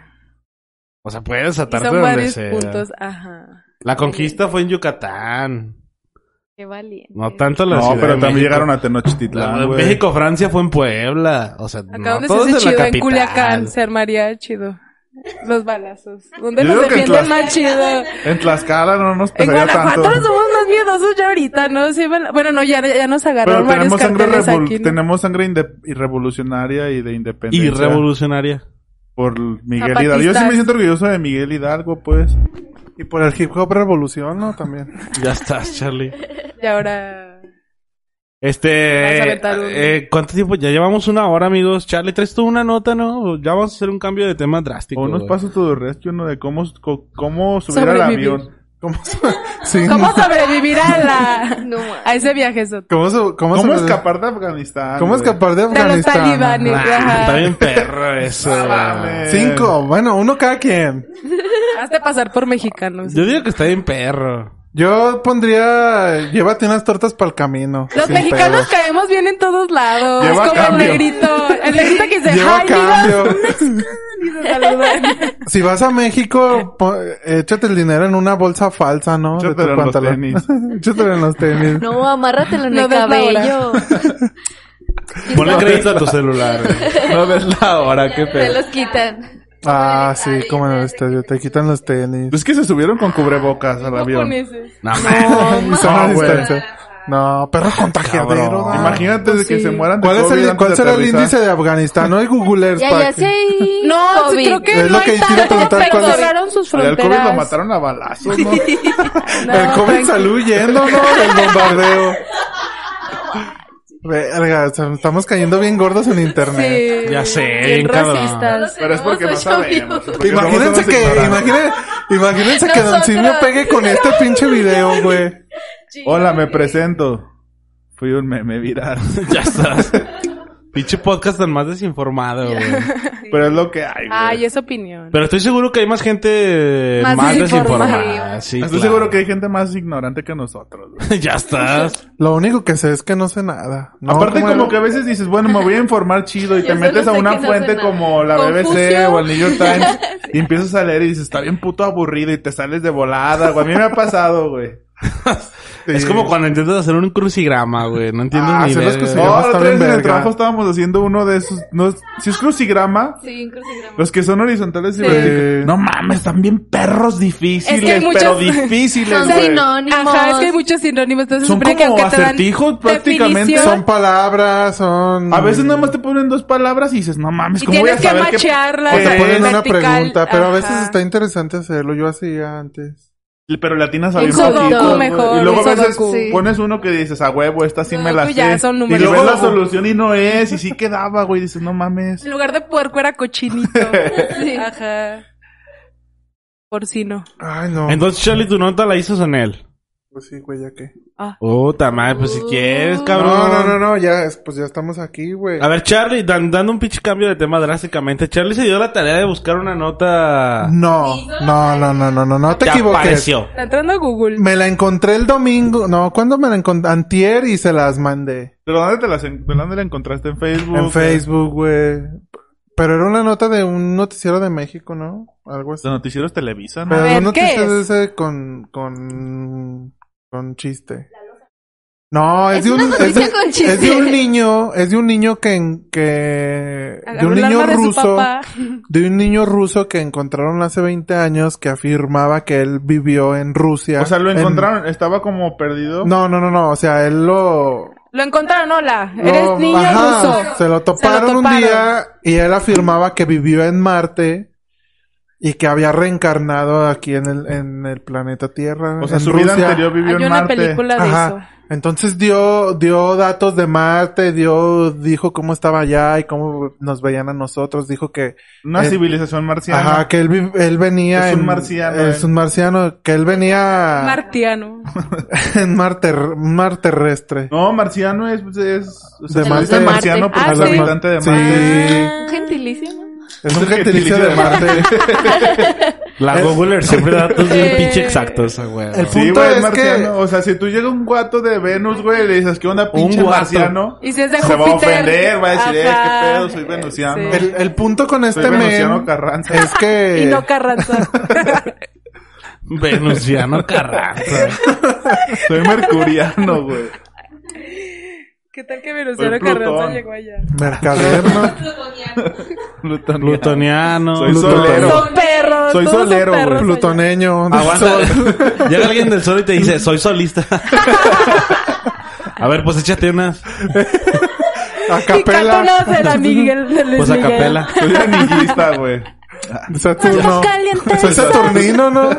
Speaker 6: O sea, puedes
Speaker 3: Y
Speaker 6: atarte
Speaker 3: son
Speaker 6: donde
Speaker 3: varios
Speaker 6: sea.
Speaker 3: puntos. Ajá.
Speaker 6: La conquista fue en Yucatán.
Speaker 2: Qué valiente.
Speaker 6: No tanto la
Speaker 5: No,
Speaker 6: Ciudad
Speaker 5: pero
Speaker 6: de
Speaker 5: también
Speaker 6: México.
Speaker 5: llegaron a
Speaker 6: La-
Speaker 5: Tenochtitlán, güey.
Speaker 6: México, Francia fue en Puebla. O sea,
Speaker 3: Acá
Speaker 6: no
Speaker 3: donde
Speaker 6: todos
Speaker 3: se hace
Speaker 6: en
Speaker 3: chido,
Speaker 6: la
Speaker 3: en
Speaker 6: capital.
Speaker 3: Culiacán, se armaría chido. Los balazos. Donde
Speaker 5: Yo
Speaker 3: nos
Speaker 5: digo que en
Speaker 3: defienden
Speaker 5: Tlaxcala.
Speaker 3: más chido.
Speaker 5: En Tlaxcala no nos
Speaker 3: En
Speaker 5: pesaría
Speaker 3: Guanajuato
Speaker 5: tanto.
Speaker 3: somos más miedosos ya ahorita, ¿no? Sí, bueno, bueno, no, ya, ya nos
Speaker 5: Pero
Speaker 3: agarraron varios
Speaker 5: tenemos sangre,
Speaker 3: carteles
Speaker 5: revol-
Speaker 3: aquí. ¿no?
Speaker 5: tenemos sangre inde- y revolucionaria y de independencia.
Speaker 6: Y revolucionaria.
Speaker 5: Por Miguel
Speaker 3: Zapatistas.
Speaker 5: Hidalgo. Yo sí me siento orgulloso de Miguel Hidalgo, pues.
Speaker 4: Y por el hip hop revolución, ¿no? También.
Speaker 6: Ya estás, Charlie.
Speaker 3: Y ahora... Vas a
Speaker 6: Este,
Speaker 3: aventar un-
Speaker 6: eh, ¿cuánto tiempo? Ya llevamos una hora, amigos. Charlie, traes tú una nota, ¿no? Ya vamos a hacer un cambio de tema drástico.
Speaker 5: O unos
Speaker 6: güey.
Speaker 5: pasos todo resto, uno de cómo, co- cómo subir al
Speaker 3: Sobrevivir.
Speaker 5: avión.
Speaker 4: ¿Cómo, se- sí,
Speaker 3: ¿Cómo sobrevivir a, la,
Speaker 2: No, ma.
Speaker 3: a ese viaje? Soto?
Speaker 4: ¿Cómo, se- cómo, se-
Speaker 5: ¿Cómo escapar de Afganistán?
Speaker 4: ¿Cómo
Speaker 5: güey?
Speaker 4: escapar de
Speaker 3: De los
Speaker 4: Afganistán?
Speaker 3: talibanes.
Speaker 6: Ah,
Speaker 3: ajá.
Speaker 6: está bien perro eso.
Speaker 5: No mames.
Speaker 4: Eh, Cinco. Bueno, uno cada quien.
Speaker 3: Hazte pasar por mexicanos.
Speaker 6: Yo digo que está bien perro.
Speaker 4: Yo pondría, llévate unas tortas para el camino.
Speaker 3: Los
Speaker 4: sin
Speaker 3: mexicanos
Speaker 4: pedos.
Speaker 3: caemos bien en todos lados.
Speaker 4: Lleva
Speaker 3: como
Speaker 4: cambio.
Speaker 3: el negrito. El negrito que dice,
Speaker 4: Lleva
Speaker 3: ¡ay,
Speaker 4: cambio.
Speaker 3: amigos", y se saludan.
Speaker 4: Si vas a México, po- échate el dinero en una bolsa falsa, ¿no? De
Speaker 5: Échatelo
Speaker 4: tu
Speaker 5: en los
Speaker 4: pantalón.
Speaker 5: tenis.
Speaker 4: Échatelo en los tenis.
Speaker 2: No, amárratelo en
Speaker 3: No
Speaker 2: el
Speaker 3: ves la
Speaker 2: cabello.
Speaker 6: Ponle crédito a tu celular. güey. No ves la hora, qué
Speaker 2: Se
Speaker 6: pedo.
Speaker 2: los quitan.
Speaker 4: Ah, sí, como en el estadio. Te quitan los tenis.
Speaker 5: Es que se subieron con cubrebocas al
Speaker 3: No
Speaker 5: avión.
Speaker 3: con ese.
Speaker 6: No, mames.
Speaker 4: Y sana
Speaker 5: güey.
Speaker 4: distancia. No, perro contagiadero.
Speaker 6: Cabrón.
Speaker 4: da.
Speaker 5: Imagínate de que
Speaker 3: pues Sí.
Speaker 5: se mueran de
Speaker 4: ¿Cuál, es
Speaker 5: COVID
Speaker 4: el,
Speaker 5: antes
Speaker 4: ¿cuál
Speaker 5: de
Speaker 4: será el
Speaker 5: aterrizar.
Speaker 4: índice de Afganistán? No hay Googlers.
Speaker 2: Ya,
Speaker 4: para
Speaker 2: ya
Speaker 4: que-
Speaker 2: sé. hay
Speaker 3: No,
Speaker 2: COVID.
Speaker 3: creo que
Speaker 4: Es
Speaker 3: no
Speaker 4: lo que
Speaker 3: hay
Speaker 4: te iba a
Speaker 3: tanto,
Speaker 4: preguntar, ¿cuál es?
Speaker 3: cerraron sus
Speaker 5: Al
Speaker 3: fronteras.
Speaker 5: COVID lo mataron a balazos, ¿no?
Speaker 3: No,
Speaker 4: el COVID
Speaker 3: tranqui.
Speaker 4: salió huyendo, ¿no? Del bombardeo. Verga, o sea, estamos cayendo bien gordos en internet.
Speaker 3: Sí.
Speaker 6: Ya sé, bien
Speaker 3: Bien
Speaker 6: cabrón.
Speaker 3: racistas.
Speaker 5: Pero es porque no sabemos. porque somos
Speaker 4: Imagínense
Speaker 5: unos
Speaker 4: que,
Speaker 5: ignorantes.
Speaker 4: imaginen- imagínense que Don Simio pegue con este pinche video, güey.
Speaker 5: Hola, me presento. Fui un meme viral.
Speaker 6: Ya estás. Pinche podcast tan más desinformado, güey.
Speaker 5: Pero es lo que hay, güey.
Speaker 3: Ay, es opinión.
Speaker 6: Pero estoy seguro que hay más gente eh, más,
Speaker 2: Más
Speaker 6: desinformada. Ah,
Speaker 2: desinformada.
Speaker 6: Sí,
Speaker 5: Estoy
Speaker 6: claro.
Speaker 5: seguro que hay gente más ignorante que nosotros. güey.
Speaker 6: ya estás.
Speaker 4: Lo único que sé es que no sé nada. No,
Speaker 5: Aparte,
Speaker 4: ¿cómo
Speaker 5: como
Speaker 4: era?
Speaker 5: que a veces dices, bueno, me voy a informar chido y te
Speaker 2: solo
Speaker 5: metes a
Speaker 2: sé
Speaker 5: una
Speaker 2: que no
Speaker 5: fuente
Speaker 2: sé nada.
Speaker 5: como la BBC
Speaker 3: Confucio.
Speaker 5: o el New York Times y empiezas a leer y dices, está bien puto aburrido y te sales de volada. güey. A mí me ha pasado, güey.
Speaker 6: Es como cuando intentas hacer un crucigrama, güey. No entiendes
Speaker 4: Ah,
Speaker 6: ni
Speaker 4: son los
Speaker 6: verga.
Speaker 4: crucigramas.
Speaker 5: No,
Speaker 4: Está
Speaker 5: la otra
Speaker 4: bien
Speaker 5: vez en el
Speaker 4: verga.
Speaker 5: trabajo estábamos haciendo uno de esos, no, si es crucigrama,
Speaker 2: Sí, un crucigrama.
Speaker 5: los que son horizontales y verticales. No mames, están bien perros difíciles,
Speaker 3: Es que hay muchos-
Speaker 5: pero difíciles,
Speaker 2: Son
Speaker 5: güey.
Speaker 2: sinónimos.
Speaker 3: Ajá, es que hay muchos sinónimos. Entonces,
Speaker 5: Son
Speaker 3: siempre que
Speaker 5: como
Speaker 3: aunque te dan
Speaker 5: acertijos prácticamente.
Speaker 3: definición,
Speaker 4: Son palabras, son...
Speaker 5: A veces nada más te ponen dos palabras y dices, no mames,
Speaker 3: Y
Speaker 5: ¿cómo voy a
Speaker 3: tienes que
Speaker 5: saber qué-
Speaker 3: machearla.
Speaker 4: O te
Speaker 5: Eh,
Speaker 4: ponen una
Speaker 3: vertical,
Speaker 4: pregunta, pero a veces
Speaker 3: ajá.
Speaker 4: está interesante hacerlo. Yo hacía antes.
Speaker 5: Pero latinas a bien
Speaker 2: Sudoku
Speaker 5: poquito, güey.
Speaker 3: mejor,
Speaker 5: Y luego a
Speaker 3: el
Speaker 5: veces
Speaker 3: Sudoku.
Speaker 2: Sí.
Speaker 5: pones uno que dices, a huevo, esta sí me la
Speaker 3: Sudoku ya
Speaker 5: sé.
Speaker 3: son
Speaker 5: y
Speaker 3: números.
Speaker 5: luego la
Speaker 3: Luego-
Speaker 5: solución y no es, y sí quedaba, güey. Dices, no mames.
Speaker 3: En lugar de puerco era cochinito. Ajá. Porcino.
Speaker 4: Ay, no.
Speaker 6: Entonces, Charlie, tu nota la hizo en él.
Speaker 4: Pues sí, güey, ya qué.
Speaker 6: Puta madre, pues si quieres,
Speaker 4: No,
Speaker 6: cabrón.
Speaker 4: no, no, no, ya, es- pues ya estamos aquí, güey.
Speaker 6: A ver, Charlie, dan- dando un pinche cambio de tema drásticamente. Charlie se dio la tarea de buscar una nota.
Speaker 4: No, no, no, no, no, no, no te
Speaker 6: Ah. Ya
Speaker 4: equivoques.
Speaker 6: apareció.
Speaker 3: Está entrando a Google.
Speaker 4: Me la encontré el domingo. No, ¿cuándo me la encontré? Antier y se las mandé.
Speaker 5: ¿Pero dónde te las en- de dónde la encontraste? ¿En Facebook?
Speaker 4: En Facebook, güey. Pero era una nota de un noticiero de México, ¿no? Algo así.
Speaker 5: Los noticieros Televisa, ¿no?
Speaker 4: Pero
Speaker 3: ver,
Speaker 4: un
Speaker 3: ¿qué
Speaker 4: noticiero
Speaker 3: es?
Speaker 4: ese con, con, con chiste. No, es,
Speaker 2: Es
Speaker 4: de un,
Speaker 2: una
Speaker 4: es, de,
Speaker 2: noticia con chiste.
Speaker 4: es de un niño, es de un niño que, en- que, de
Speaker 3: Agarró
Speaker 4: un
Speaker 3: el
Speaker 4: niño
Speaker 3: alma de su
Speaker 4: ruso,
Speaker 3: papá.
Speaker 4: de un niño ruso que encontraron hace 20 años que afirmaba que él vivió en Rusia.
Speaker 5: O sea, lo
Speaker 4: En-
Speaker 5: encontraron, estaba como perdido.
Speaker 4: No, no, no, no, o sea, él lo,
Speaker 3: Lo encontraron, hola.
Speaker 4: lo-
Speaker 3: Eres niño
Speaker 4: ajá,
Speaker 3: ruso.
Speaker 4: Se lo toparon un
Speaker 3: toparon.
Speaker 4: día y él afirmaba que vivió en Marte y que había reencarnado aquí en el, en el planeta Tierra.
Speaker 5: O sea,
Speaker 4: en
Speaker 5: su vida
Speaker 4: Rusia.
Speaker 5: anterior vivió
Speaker 3: Hay
Speaker 5: en
Speaker 3: una
Speaker 5: Marte.
Speaker 3: película de
Speaker 4: Ajá.
Speaker 3: eso.
Speaker 4: Entonces dio, dio datos de Marte, dio, dijo cómo estaba allá y cómo nos veían a nosotros, dijo que,
Speaker 5: Una
Speaker 4: Eh,
Speaker 5: civilización marciana.
Speaker 4: ajá, que él, vi- él venía
Speaker 5: Es un
Speaker 4: en-
Speaker 5: marciano,
Speaker 4: es
Speaker 5: eh.
Speaker 4: un marciano, que él venía
Speaker 3: Martiano.
Speaker 4: en mar, ter- mar terrestre.
Speaker 5: No, marciano es... es o sea,
Speaker 4: De
Speaker 5: se
Speaker 4: Marte.
Speaker 5: dice marciano
Speaker 3: Marte.
Speaker 5: porque
Speaker 3: Ah,
Speaker 5: es
Speaker 3: sí.
Speaker 5: habitante de
Speaker 4: Sí.
Speaker 5: Marte.
Speaker 2: Gentilísimo.
Speaker 4: Es un gentilicio de Marte.
Speaker 6: La
Speaker 4: Es-
Speaker 6: Googler siempre da datos bien
Speaker 3: Eh.
Speaker 6: pinche exactos, ah, güey.
Speaker 4: El
Speaker 5: Sí,
Speaker 4: punto
Speaker 5: güey, es
Speaker 4: es que-
Speaker 5: marciano. O sea, si tú llega un guato de Venus, güey, y le dices, ¿qué onda, pinche
Speaker 6: guato.
Speaker 5: marciano?
Speaker 3: Y si es de
Speaker 5: Se va a
Speaker 3: Júpiter.
Speaker 5: ofender, va a decir, eh,
Speaker 3: Ajá.
Speaker 5: qué pedo, soy venusiano.
Speaker 4: El, el punto con este
Speaker 5: Soy venusiano
Speaker 4: men
Speaker 5: Carranza.
Speaker 4: es
Speaker 3: Y
Speaker 4: que
Speaker 3: no Carranza.
Speaker 6: Venusiano Carranza.
Speaker 5: Soy mercuriano, güey.
Speaker 3: ¿Qué tal que Venustiano
Speaker 5: Soy Plutón.
Speaker 3: Carranza llegó allá?
Speaker 4: mercader, ¿no?
Speaker 5: Plutoniano.
Speaker 6: Plutoniano.
Speaker 5: Soy
Speaker 6: Plutoniano.
Speaker 5: solero.
Speaker 3: Son perros.
Speaker 5: Soy
Speaker 3: todos son
Speaker 5: solero, güey.
Speaker 3: perros allá.
Speaker 4: plutoneño. del
Speaker 6: Aguanta.
Speaker 4: sol.
Speaker 6: Llega alguien del sol y te dice, soy solista. A ver, pues échate unas.
Speaker 4: A
Speaker 3: Y canta
Speaker 4: capela.
Speaker 3: una de la Miguel. de Luis
Speaker 6: Pues a
Speaker 3: Miguel.
Speaker 6: capela.
Speaker 5: Soy anillista, güey.
Speaker 4: Saturno.
Speaker 2: calientes.
Speaker 4: Soy Saturnino, ¿no?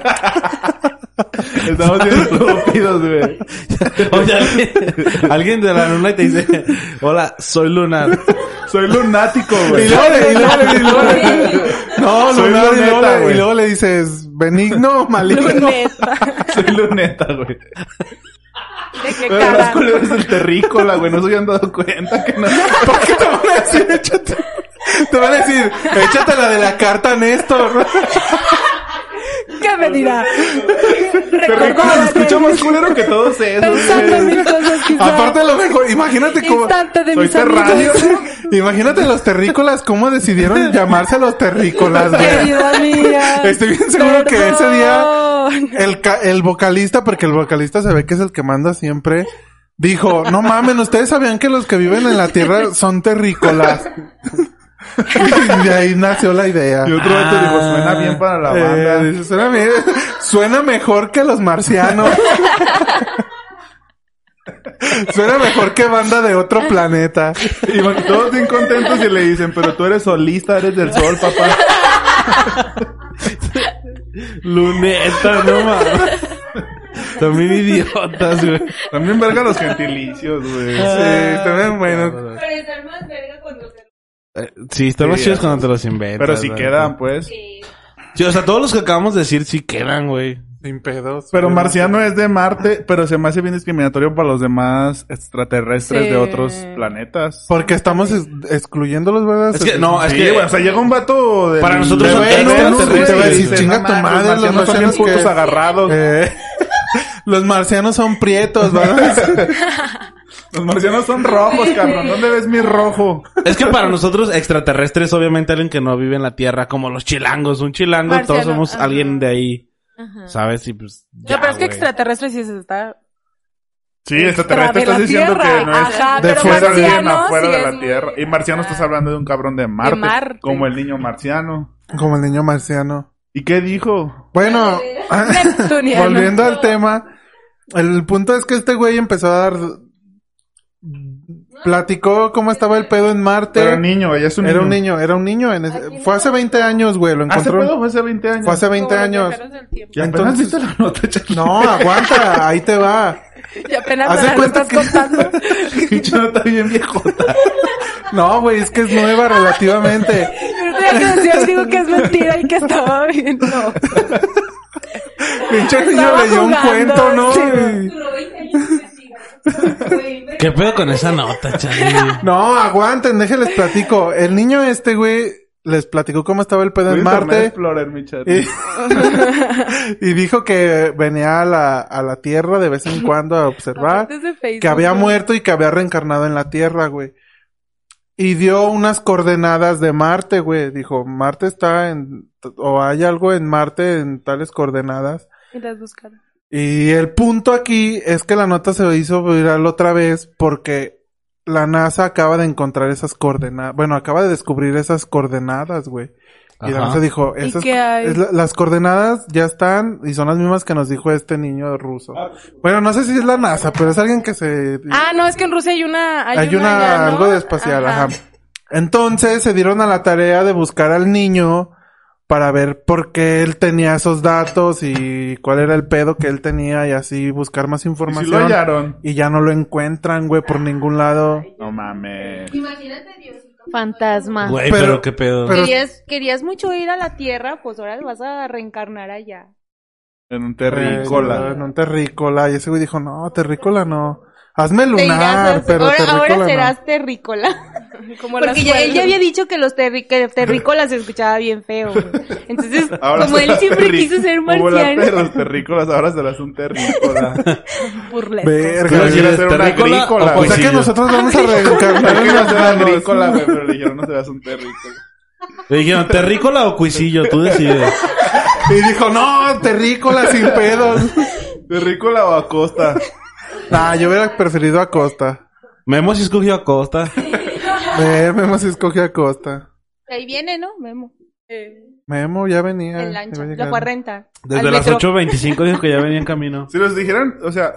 Speaker 5: Estamos bien estúpidos, güey.
Speaker 6: Oye, alguien, alguien de la luna y te dice, hola, soy lunar.
Speaker 5: Soy lunático,
Speaker 4: Y
Speaker 5: güey.
Speaker 4: luego le, y luego le- y luego le- No,
Speaker 5: Pues Soy
Speaker 4: Oh, lunar, y, luego
Speaker 5: luneta,
Speaker 4: le, y
Speaker 5: güey.
Speaker 4: luego le dices benigno, maligno.
Speaker 3: Neta.
Speaker 5: Soy luneta, güey.
Speaker 3: ¿De qué
Speaker 5: Pero más
Speaker 3: cara?
Speaker 5: culero es el terrícola, güey. No se habían dado cuenta que no.
Speaker 4: ¿Por qué te van a decir échate? Te van a decir, échate la de la carta Néstor. ¿no?
Speaker 3: ¿Qué me dirá?
Speaker 5: Terrícola se
Speaker 3: Recordaba
Speaker 5: escucha más culero que todos esos,
Speaker 3: Pensando en
Speaker 5: güey.
Speaker 3: mil cosas quizás.
Speaker 4: Aparte lo mejor, imagínate cómo.
Speaker 3: Instante de
Speaker 5: Soy
Speaker 3: mis amigos.
Speaker 5: terráneo.
Speaker 4: Imagínate los terrícolas, cómo decidieron llamarse los terrícolas, güey.
Speaker 3: Querida mía.
Speaker 4: Estoy bien seguro que ese día-
Speaker 3: Perdón.
Speaker 4: El, ca- el vocalista, porque el vocalista se ve que es el que manda siempre, dijo, no mamen, ustedes sabían que los que viven en la tierra son terrícolas. y de ahí nació la idea.
Speaker 5: Y otro vato dijo, suena bien para la
Speaker 4: Eh,
Speaker 5: banda.
Speaker 4: dice, suena, bien- suena mejor que los marcianos. suena mejor que banda de otro planeta.
Speaker 5: Y van todos bien contentos y le dicen, pero tú eres solista, eres del sol, papá.
Speaker 6: Luneta, no mames. También idiotas, güey.
Speaker 5: También verga los gentilicios, güey.
Speaker 4: Sí,
Speaker 5: Ah.
Speaker 6: Ah,
Speaker 4: también bueno.
Speaker 7: Pero están más verga cuando se...
Speaker 6: Eh, Sí, están más
Speaker 5: Sí,
Speaker 6: chidos
Speaker 5: ya.
Speaker 6: cuando te los inventas.
Speaker 5: Pero si
Speaker 6: ¿verdad?
Speaker 5: quedan, pues.
Speaker 7: Sí.
Speaker 6: Sí, o sea, todos los que acabamos de decir sí quedan, güey.
Speaker 4: Sin pedos.
Speaker 5: Pero marciano es de Marte, pero se me hace bien discriminatorio para los demás extraterrestres
Speaker 3: Sí.
Speaker 5: de otros planetas.
Speaker 4: Porque estamos es- excluyéndolos, ¿verdad?
Speaker 6: Es que, no, es
Speaker 5: Sí,
Speaker 6: que,
Speaker 5: güey, o sea, llega un vato de
Speaker 6: Para nosotros
Speaker 4: son extraterrestres,
Speaker 5: te va a
Speaker 4: güey.
Speaker 5: decir,
Speaker 4: Chinga
Speaker 5: "No
Speaker 4: tu
Speaker 5: mames,
Speaker 4: madre,
Speaker 5: los
Speaker 4: los
Speaker 5: marcianos son bien
Speaker 4: marcianos
Speaker 5: putos
Speaker 4: que-
Speaker 5: agarrados.
Speaker 4: Eh, los marcianos son prietos, ¿verdad?
Speaker 5: Los marcianos son rojos, cabrón. ¿Dónde ves mi rojo?
Speaker 6: es que para nosotros extraterrestres, obviamente alguien que no vive en la Tierra, como los chilangos, un chilango,
Speaker 3: Marciano,
Speaker 6: todos somos
Speaker 3: ajá. Ah.
Speaker 6: alguien de ahí,
Speaker 2: Ajá.
Speaker 6: ¿sabes? Y pues, ya,
Speaker 3: no, pero es que
Speaker 6: güey.
Speaker 3: extraterrestre sí se está
Speaker 5: Sí,
Speaker 3: Extra de
Speaker 5: extraterrestre, estás
Speaker 3: la
Speaker 5: diciendo que
Speaker 3: Tierra,
Speaker 5: no es
Speaker 3: ajá,
Speaker 5: de
Speaker 4: pero
Speaker 5: fuera de, bien,
Speaker 3: marciano
Speaker 5: afuera
Speaker 3: sí
Speaker 5: de
Speaker 3: es
Speaker 5: la
Speaker 3: muy-
Speaker 5: Tierra. Y marciano estás hablando de un cabrón de Marte,
Speaker 3: Marte.
Speaker 5: como el niño marciano.
Speaker 4: Como el niño marciano.
Speaker 5: ¿Y qué dijo?
Speaker 4: Bueno,
Speaker 3: neptuniano.
Speaker 4: volviendo al tema, el punto es que este güey empezó a dar... Platicó cómo estaba el pedo en Marte.
Speaker 5: Era un niño, ella es un
Speaker 4: Era un
Speaker 5: niño.
Speaker 4: niño, era un niño. en ese- fue hace 20 años, güey, lo
Speaker 5: ¿Hace
Speaker 4: encontró.
Speaker 5: pedo? Fue hace 20 años.
Speaker 4: Fue hace 20
Speaker 3: Como los
Speaker 4: años.
Speaker 3: viajeros del tiempo.
Speaker 5: ¿Y apenas
Speaker 4: Entonces-
Speaker 5: viste la nota, Charlie?
Speaker 4: No, aguanta, ahí te va.
Speaker 3: Y apenas
Speaker 4: Haz
Speaker 3: me
Speaker 4: de
Speaker 3: la
Speaker 4: cuenta
Speaker 3: estás
Speaker 4: que-
Speaker 3: contando.
Speaker 5: Pinche nota bien viejota.
Speaker 4: No, güey, es que es nueva relativamente.
Speaker 3: Pero ya que decías, digo que es mentira y que estaba bien. No.
Speaker 4: Pinche niño
Speaker 3: Estaba
Speaker 4: le dio un
Speaker 3: jugando,
Speaker 4: cuento, ¿no?
Speaker 3: sí.
Speaker 4: Y-
Speaker 6: ¿Qué pedo con esa nota, Charlie?
Speaker 4: No, aguanten, déjenles platico. El niño este, güey, les platicó cómo estaba el pedo en
Speaker 5: Marte.
Speaker 4: Marte.
Speaker 5: Explorer, mi chat.
Speaker 4: Y, y dijo que venía a la, a la Tierra de vez en cuando a observar.
Speaker 3: Aparte es de Facebook,
Speaker 4: que había
Speaker 3: ¿no?
Speaker 4: muerto y que había reencarnado en la Tierra, güey. Y dio unas coordenadas de Marte, güey. Dijo, Marte está en... o hay algo en Marte en tales coordenadas.
Speaker 3: Y las buscaron.
Speaker 4: Y el punto aquí es que la nota se hizo viral otra vez porque la NASA acaba de encontrar esas coordenadas. Bueno, acaba de descubrir esas coordenadas, güey. Y la
Speaker 6: Ajá.
Speaker 4: NASA dijo,
Speaker 3: ¿Y
Speaker 4: esas
Speaker 3: qué hay?
Speaker 4: es la- las coordenadas ya están y son las mismas que nos dijo este niño ruso.
Speaker 5: Ah.
Speaker 4: Bueno, no sé si es la NASA, pero es alguien que se...
Speaker 3: Ah, no, es que en Rusia hay una... Hay,
Speaker 4: Hay, una,
Speaker 3: una ya, ¿no?
Speaker 4: algo de espacial, ajá. Entonces se dieron a la tarea de buscar al niño para ver por qué él tenía esos datos y cuál era el pedo que él tenía y así buscar más
Speaker 5: Y
Speaker 4: información.
Speaker 5: si lo hallaron.
Speaker 4: Y ya no lo encuentran, güey, por ningún lado.
Speaker 5: No mames.
Speaker 7: Imagínate, Diosito.
Speaker 3: Ah.
Speaker 2: Fantasma.
Speaker 6: Güey,
Speaker 4: Pero-
Speaker 6: pero, qué pedo.
Speaker 4: pero-
Speaker 7: Querías, querías mucho ir a la Tierra, pues ahora vas a reencarnar allá.
Speaker 5: En un
Speaker 4: Eh,
Speaker 5: terrícola.
Speaker 4: No, terrícola. Y ese güey dijo, no, terrícola no. Hazme
Speaker 7: Te irás a-
Speaker 4: lunar, pero
Speaker 7: ahora,
Speaker 4: terrícola
Speaker 7: ahora
Speaker 4: no.
Speaker 7: serás terrícola.
Speaker 3: Como las
Speaker 7: Porque ya, él
Speaker 3: cuerdas.
Speaker 7: ya había dicho que los terri- que terrícolas se escuchaba bien feo. güey. Entonces,
Speaker 5: Ahora
Speaker 7: como él
Speaker 5: serás
Speaker 7: siempre
Speaker 5: terrí-
Speaker 7: quiso ser
Speaker 5: Como la
Speaker 7: marciano.
Speaker 5: per- los terrícolas, ahora serás un terrícola.
Speaker 3: Burlesco.
Speaker 4: Verga,
Speaker 5: Yo
Speaker 6: Pero
Speaker 4: güey.
Speaker 5: quiero
Speaker 6: sí,
Speaker 5: ser una
Speaker 6: terrícola
Speaker 5: agrícola.
Speaker 6: o
Speaker 4: O sea que
Speaker 6: Cuisillo.
Speaker 4: nosotros vamos a
Speaker 5: Yo
Speaker 4: reencarnar en
Speaker 5: quería
Speaker 4: las
Speaker 5: ser
Speaker 4: manos.
Speaker 5: agrícola, güey, pero le dijeron no serás un terrícola.
Speaker 6: Le dijeron, ¿terrícola o cuisillo? Tú decides.
Speaker 4: Y dijo, no, terrícola sin pedos.
Speaker 5: ¿Terrícola o acosta?
Speaker 4: Nah, yo hubiera preferido a Costa.
Speaker 6: Memo sí escogió a Costa.
Speaker 4: Eh, Memo sí escoge a Costa.
Speaker 7: Ahí viene, ¿no? Memo.
Speaker 3: Eh,
Speaker 4: Memo ya venía.
Speaker 7: En lancha.
Speaker 4: iba
Speaker 7: Lo
Speaker 4: llegando.
Speaker 7: fue a rentar.
Speaker 6: Desde
Speaker 7: Al
Speaker 6: las
Speaker 7: metro.
Speaker 6: 8.25 dijo que ya venía en camino.
Speaker 5: Si los dijeran, o sea,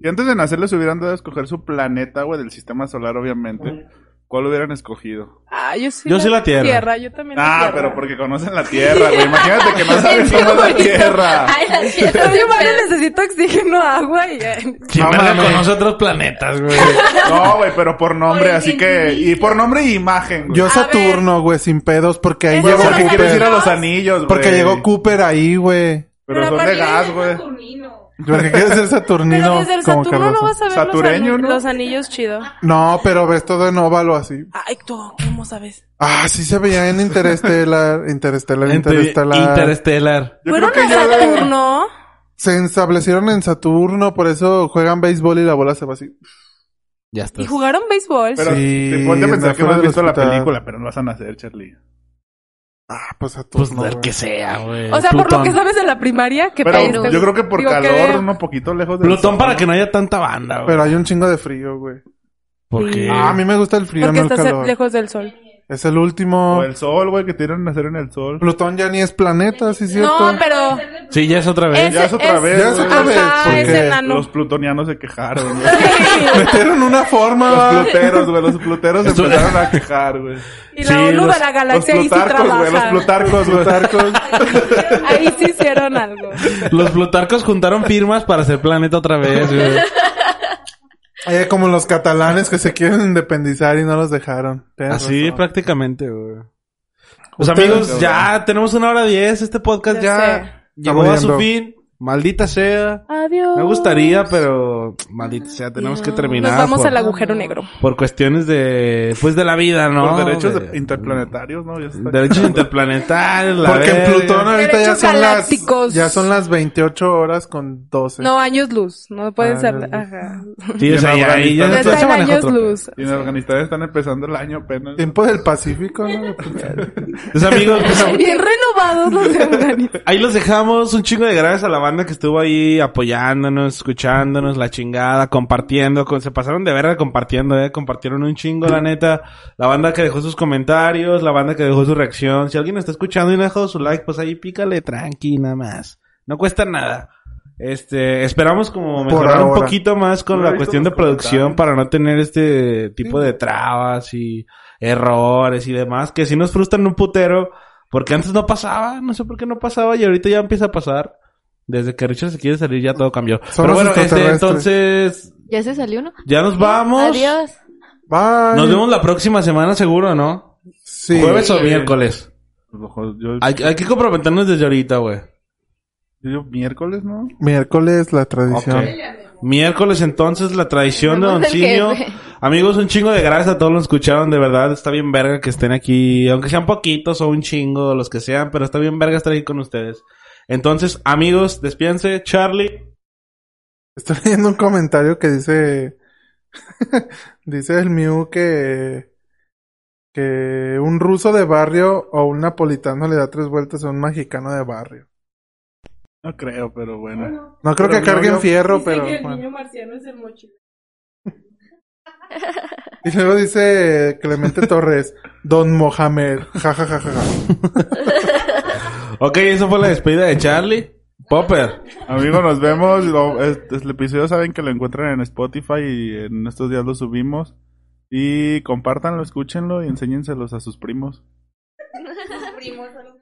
Speaker 5: que antes de nacer les hubieran dado a escoger su planeta, güey, del sistema solar, obviamente. ¿Cuál hubieran escogido?
Speaker 3: Ah, yo sí
Speaker 6: Yo sí la Tierra.
Speaker 3: Yo también la
Speaker 5: Ah,
Speaker 3: Tierra.
Speaker 5: pero porque conocen la Tierra, güey. Imagínate que no saben cómo es la Tierra.
Speaker 7: Ay, la
Speaker 3: Pero
Speaker 7: Tierra.
Speaker 3: yo madre necesito oxígeno, agua y... eh,
Speaker 6: ¿Quién
Speaker 4: No
Speaker 6: verga
Speaker 4: mames.
Speaker 6: conoce otros planetas, güey?
Speaker 5: No, güey, pero por nombre,
Speaker 7: Por el
Speaker 5: así que... Y por nombre y imagen, güey.
Speaker 4: Yo Saturno, güey, sin pedos, porque ahí
Speaker 3: Eso
Speaker 4: llegó
Speaker 3: no
Speaker 5: ¿Por
Speaker 3: sé
Speaker 5: qué quieres ir a
Speaker 4: Cooper.
Speaker 5: los anillos, güey?
Speaker 4: Porque llegó Cooper ahí, güey.
Speaker 5: Pero son de gas, güey.
Speaker 4: Porque quieres ser
Speaker 3: Pero
Speaker 4: Saturnino.
Speaker 3: desde el
Speaker 4: como
Speaker 3: Saturno no
Speaker 4: Cardoso.
Speaker 3: vas a ver
Speaker 5: Satureño,
Speaker 3: los, ani-
Speaker 5: ¿no?
Speaker 3: los anillos chido.
Speaker 4: No, pero ves todo en óvalo así.
Speaker 3: Ay, tú, ¿cómo sabes?
Speaker 4: Ah, sí se veía en Interestelar, Interestelar, Interestelar.
Speaker 6: Interestelar.
Speaker 5: Yo
Speaker 3: ¿Fueron
Speaker 5: creo que
Speaker 3: a
Speaker 5: yo...
Speaker 3: Saturno?
Speaker 4: se establecieron en Saturno, por eso juegan béisbol y la bola se va así.
Speaker 6: Ya está.
Speaker 3: ¿Y jugaron béisbol?
Speaker 5: Pero
Speaker 4: Sí,
Speaker 5: te ponte a
Speaker 4: en
Speaker 5: pensar que no
Speaker 4: afuera
Speaker 5: has
Speaker 4: del
Speaker 5: visto la
Speaker 4: hospital.
Speaker 5: película, pero no vas a nacer, Charlie.
Speaker 4: Ah, pues Saturno.
Speaker 6: Pues del
Speaker 4: güey.
Speaker 6: que sea, güey.
Speaker 3: o sea, por lo
Speaker 6: Plutón.
Speaker 3: que sabes de la primaria, que
Speaker 5: Pero
Speaker 2: pedo.
Speaker 5: yo creo que por
Speaker 3: Digo, ¿qué
Speaker 5: calor,
Speaker 3: de-
Speaker 5: uno poquito lejos de...
Speaker 6: Plutón para que no haya tanta banda, güey.
Speaker 4: Pero hay un chingo de frío, güey.
Speaker 6: Porque...
Speaker 4: Ah, a mí me gusta el frío,
Speaker 3: Porque
Speaker 4: no el
Speaker 3: estás
Speaker 4: calor.
Speaker 3: lejos del sol.
Speaker 4: Es el último.
Speaker 5: O el sol, güey, que tienen nacer en el sol.
Speaker 4: Plutón ya ni es planeta, ¿sí es cierto?
Speaker 3: No, pero...
Speaker 6: Sí, ya es otra vez.
Speaker 5: Ya es otra vez,
Speaker 4: ya es
Speaker 5: güey.
Speaker 4: otra vez,
Speaker 3: Ajá, es
Speaker 4: porque
Speaker 3: enano.
Speaker 5: Los plutonianos se quejaron, güey.
Speaker 4: Metieron una
Speaker 5: Los
Speaker 4: forma.
Speaker 5: pluteros, güey. Los pluteros
Speaker 6: Esto-
Speaker 5: empezaron a quejar, güey.
Speaker 3: Y
Speaker 6: Sí,
Speaker 3: la ONU
Speaker 6: los-
Speaker 3: de la
Speaker 5: Los
Speaker 3: galaxia ahí sí
Speaker 5: plutarcos, güey. Los
Speaker 3: trabaja.
Speaker 5: plutarcos, güey.
Speaker 3: Ahí sí hicieron algo.
Speaker 6: Los plutarcos juntaron firmas para hacer planeta otra vez, güey.
Speaker 4: Oye, como los catalanes que se quieren independizar y no los dejaron.
Speaker 5: Ah,
Speaker 4: Tienes
Speaker 6: Así
Speaker 4: razón.
Speaker 6: prácticamente, güey. Pues
Speaker 4: Ustedes,
Speaker 6: amigos,
Speaker 5: cabrón.
Speaker 6: ya tenemos una hora diez. Este
Speaker 3: Ya
Speaker 6: podcast ya,
Speaker 3: sé.
Speaker 6: llegó
Speaker 4: Estamos
Speaker 6: a su
Speaker 4: yendo.
Speaker 6: fin. Maldita sea.
Speaker 3: Adiós.
Speaker 6: Me gustaría, pero maldita sea, tenemos que terminar.
Speaker 3: Nos vamos
Speaker 6: por,
Speaker 3: al agujero negro.
Speaker 6: por cuestiones de, pues de la vida, ¿no?
Speaker 5: Por derechos
Speaker 6: De-
Speaker 5: de- interplanetarios, ¿no? Ya se está-
Speaker 6: derechos interplanetarios. la
Speaker 4: Porque en
Speaker 6: verga.
Speaker 4: Plutón ahorita ya
Speaker 3: Derechos
Speaker 4: son
Speaker 3: galácticos.
Speaker 4: las ya son las 28 horas con 12.
Speaker 3: No, años luz. No
Speaker 4: Ah,
Speaker 3: pueden ser...
Speaker 4: años luz.
Speaker 3: Ajá.
Speaker 6: Sí, o sea,
Speaker 5: Ya
Speaker 6: ya,
Speaker 5: me
Speaker 6: ahí ya,
Speaker 5: van a
Speaker 3: Ya
Speaker 6: ya se
Speaker 3: están
Speaker 6: maneja
Speaker 3: años
Speaker 6: otro pedo.
Speaker 3: luz.
Speaker 5: Y en Afganistán están empezando el año apenas.
Speaker 4: Tiempo del Pacífico, ¿no?
Speaker 6: Entonces, amigos, pues,
Speaker 3: Bien renovados los de Afganistán.
Speaker 6: Ahí los dejamos. Un chingo de gracias a la banda que estuvo ahí apoyándonos, escuchándonos, la chingada, compartiendo. con- se pasaron de verga compartiendo, eh. Compartieron un chingo, la neta. La banda que dejó sus comentarios, la banda que dejó su reacción. Si alguien está escuchando y no ha dejado su like, pues ahí pícale tranqui, nada más. No cuesta nada. Este, esperamos como
Speaker 4: Por
Speaker 6: mejorar un
Speaker 4: ahora.
Speaker 6: poquito más con
Speaker 5: No he
Speaker 6: la
Speaker 5: visto
Speaker 6: cuestión de
Speaker 5: los
Speaker 6: producción
Speaker 5: comentarios.
Speaker 6: para no tener este tipo de trabas y errores y demás que sí nos frustran un putero. Porque antes no pasaba, no sé por qué no pasaba y ahorita ya empieza a pasar. Desde que Richard se quiere salir ya todo cambió.
Speaker 4: Son
Speaker 6: Pero
Speaker 4: los
Speaker 6: bueno, este,
Speaker 4: extraterrestres.
Speaker 6: entonces
Speaker 2: Ya se salió uno.
Speaker 6: ya nos vamos.
Speaker 2: Adiós.
Speaker 4: Bye.
Speaker 6: Nos vemos la próxima semana seguro, ¿no?
Speaker 4: Sí.
Speaker 6: Jueves o
Speaker 5: Sí.
Speaker 6: miércoles.
Speaker 5: Pues, Ojo, Yo,
Speaker 6: Hay, hay que comprometernos desde ahorita, güey.
Speaker 5: yo digo miércoles, ¿no?
Speaker 4: Miércoles la tradición.
Speaker 6: Ok. Miércoles entonces la traición de
Speaker 2: Nos
Speaker 6: Don
Speaker 2: vemos el
Speaker 6: Cinio.
Speaker 2: jefe.
Speaker 6: Amigos, un chingo de gracias a todos los que escucharon, de verdad, está bien verga que estén aquí, aunque sean poquitos o un chingo, los que sean, pero está bien verga estar aquí con ustedes. Entonces, amigos, despídense, Charlie.
Speaker 4: Estoy leyendo un comentario que dice dice el Mew que que un ruso de barrio o un napolitano le da tres vueltas a un mexicano de barrio.
Speaker 5: No creo, pero bueno.
Speaker 4: No
Speaker 5: Pero
Speaker 4: creo que
Speaker 5: no,
Speaker 4: carguen
Speaker 5: yo-
Speaker 4: fierro,
Speaker 3: Dicen
Speaker 4: pero.
Speaker 3: que el
Speaker 4: bueno.
Speaker 3: niño marciano es el mochila.
Speaker 4: Y luego dice Clemente Torres, Don Mohamed, jajajaja.
Speaker 6: Ok, eso fue la despedida de Charlie. Popper.
Speaker 5: Amigos, nos vemos. Lo- es- es- el episodio saben que lo encuentran en Spotify y en estos días lo subimos. Y compártanlo, escúchenlo y enséñenselos a sus primos.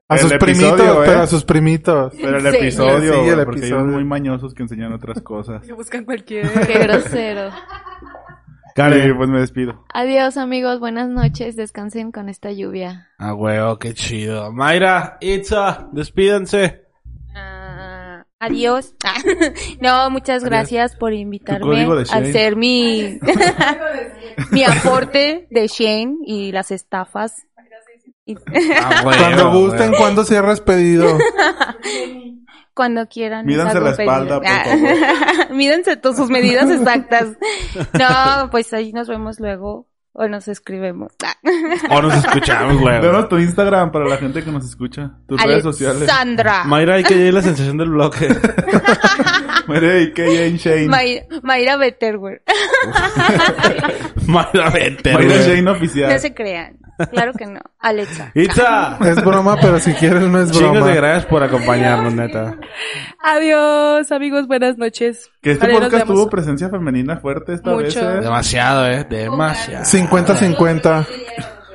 Speaker 4: A
Speaker 5: El
Speaker 4: sus
Speaker 5: episodio,
Speaker 4: primitos,
Speaker 5: ¿eh?
Speaker 4: pero a sus primitos.
Speaker 5: Pero el
Speaker 2: Sí,
Speaker 5: episodio,
Speaker 4: sí, el
Speaker 5: güey, porque ellos son
Speaker 4: episodio.
Speaker 5: muy mañosos que enseñan otras cosas.
Speaker 3: Que buscan cualquier.
Speaker 2: Qué grosero.
Speaker 5: Karen, pues me despido.
Speaker 2: Adiós, amigos. Buenas noches. Descansen con esta lluvia.
Speaker 6: Ah, huevo, qué chido. Mayra, Itza, despídense.
Speaker 7: Ah, adiós. Ah, no, muchas gracias por invitarme
Speaker 5: código de
Speaker 7: a
Speaker 5: Shane.
Speaker 7: hacer mi, mi aporte de Shane y las estafas. Y-
Speaker 6: Ah, huevo,
Speaker 4: Cuando gusten,
Speaker 6: huevo.
Speaker 4: cuando cierres pedido.
Speaker 7: Cuando
Speaker 3: Mm,
Speaker 7: quieran. les
Speaker 5: Mídanse
Speaker 7: hago
Speaker 5: la
Speaker 7: un
Speaker 5: espalda,
Speaker 3: Ah.
Speaker 7: pedido.
Speaker 5: por
Speaker 7: Ah, Mídanse todas sus medidas exactas. No, pues ahí nos vemos luego o nos escribemos. Ah.
Speaker 6: O Oh, nos escuchamos, huevo.
Speaker 5: Danos tu Instagram para la gente que nos escucha. Tus redes sociales.
Speaker 7: Alexandra.
Speaker 6: Mayra, hay que ir la sensación del bloque.
Speaker 5: Mire, y que Jane Shane.
Speaker 7: May- Mayra Betterware.
Speaker 6: Mayra, vente.
Speaker 5: Mayra
Speaker 6: güey.
Speaker 5: Shane
Speaker 7: No
Speaker 5: oficial.
Speaker 7: se crean. Claro que no. Alexa.
Speaker 6: Itza.
Speaker 4: Es broma, pero si quieres no es
Speaker 6: Chingos de
Speaker 4: broma.
Speaker 6: gracias por acompañarnos, neta.
Speaker 3: Adiós, amigos. Buenas noches.
Speaker 5: Que este
Speaker 3: Vale, nos
Speaker 5: podcast
Speaker 3: vemos.
Speaker 5: tuvo presencia femenina fuerte esta
Speaker 3: Mucho.
Speaker 5: vez. ¿eh?
Speaker 6: Demasiado, eh. Demasiado.
Speaker 4: 50-50.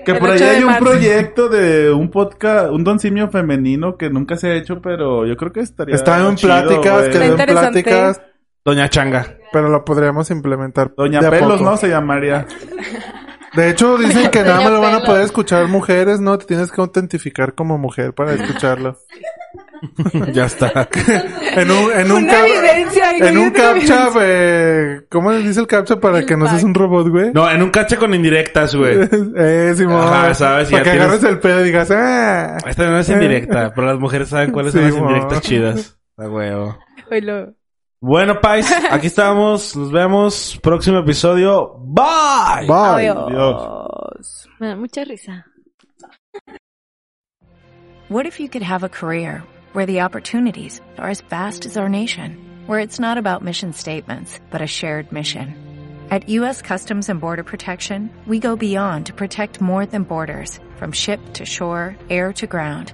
Speaker 5: Que
Speaker 3: El
Speaker 5: por ahí
Speaker 3: 8 de
Speaker 5: hay un
Speaker 3: marzo.
Speaker 5: proyecto de un podcast, un don simio femenino que nunca se ha hecho, pero yo creo que estaría.
Speaker 4: Está en
Speaker 5: chido,
Speaker 4: pláticas,
Speaker 5: güey.
Speaker 4: quedó en
Speaker 3: Está interesante.
Speaker 4: pláticas,
Speaker 6: Doña Changa.
Speaker 4: pero lo podríamos implementar.
Speaker 5: Doña
Speaker 4: de a
Speaker 5: Pelos,
Speaker 4: poco.
Speaker 5: ¿no? Se llamaría.
Speaker 4: De hecho, dicen que nada más
Speaker 7: Doña
Speaker 4: lo van a
Speaker 7: Pelos.
Speaker 4: poder escuchar mujeres, ¿no? Te tienes que autentificar como mujer para escucharlo.
Speaker 6: ya está.
Speaker 4: En un, en un,
Speaker 3: Una
Speaker 4: cap-
Speaker 3: evidencia.
Speaker 4: en un captcha,
Speaker 3: captcha
Speaker 4: eh, ¿cómo le dice el captcha para
Speaker 3: El
Speaker 4: que no seas
Speaker 3: pack.
Speaker 4: un robot, güey?
Speaker 6: No, en un cache con indirectas, güey.
Speaker 4: eh, Simón.
Speaker 6: Ajá, sabes, ya
Speaker 4: Para que
Speaker 6: tienes-
Speaker 4: agarres el pedo y digas, ¡ah!
Speaker 6: Esta no es indirecta, pero las mujeres saben cuáles son
Speaker 4: Sí,
Speaker 6: las
Speaker 4: mo.
Speaker 6: indirectas chidas. A Ah, huevo. Bueno, Pais, aquí estamos. Nos vemos. Próximo episodio. Bye.
Speaker 3: Ah,
Speaker 4: Bye.
Speaker 3: Adiós.
Speaker 2: Me da mucha risa.
Speaker 8: What if you could have a career where the opportunities are as vast as our nation, where it's not about mission statements, but a shared mission? At U.S. Customs and Border Protection, we go beyond to protect more than borders. From ship to shore, air to ground,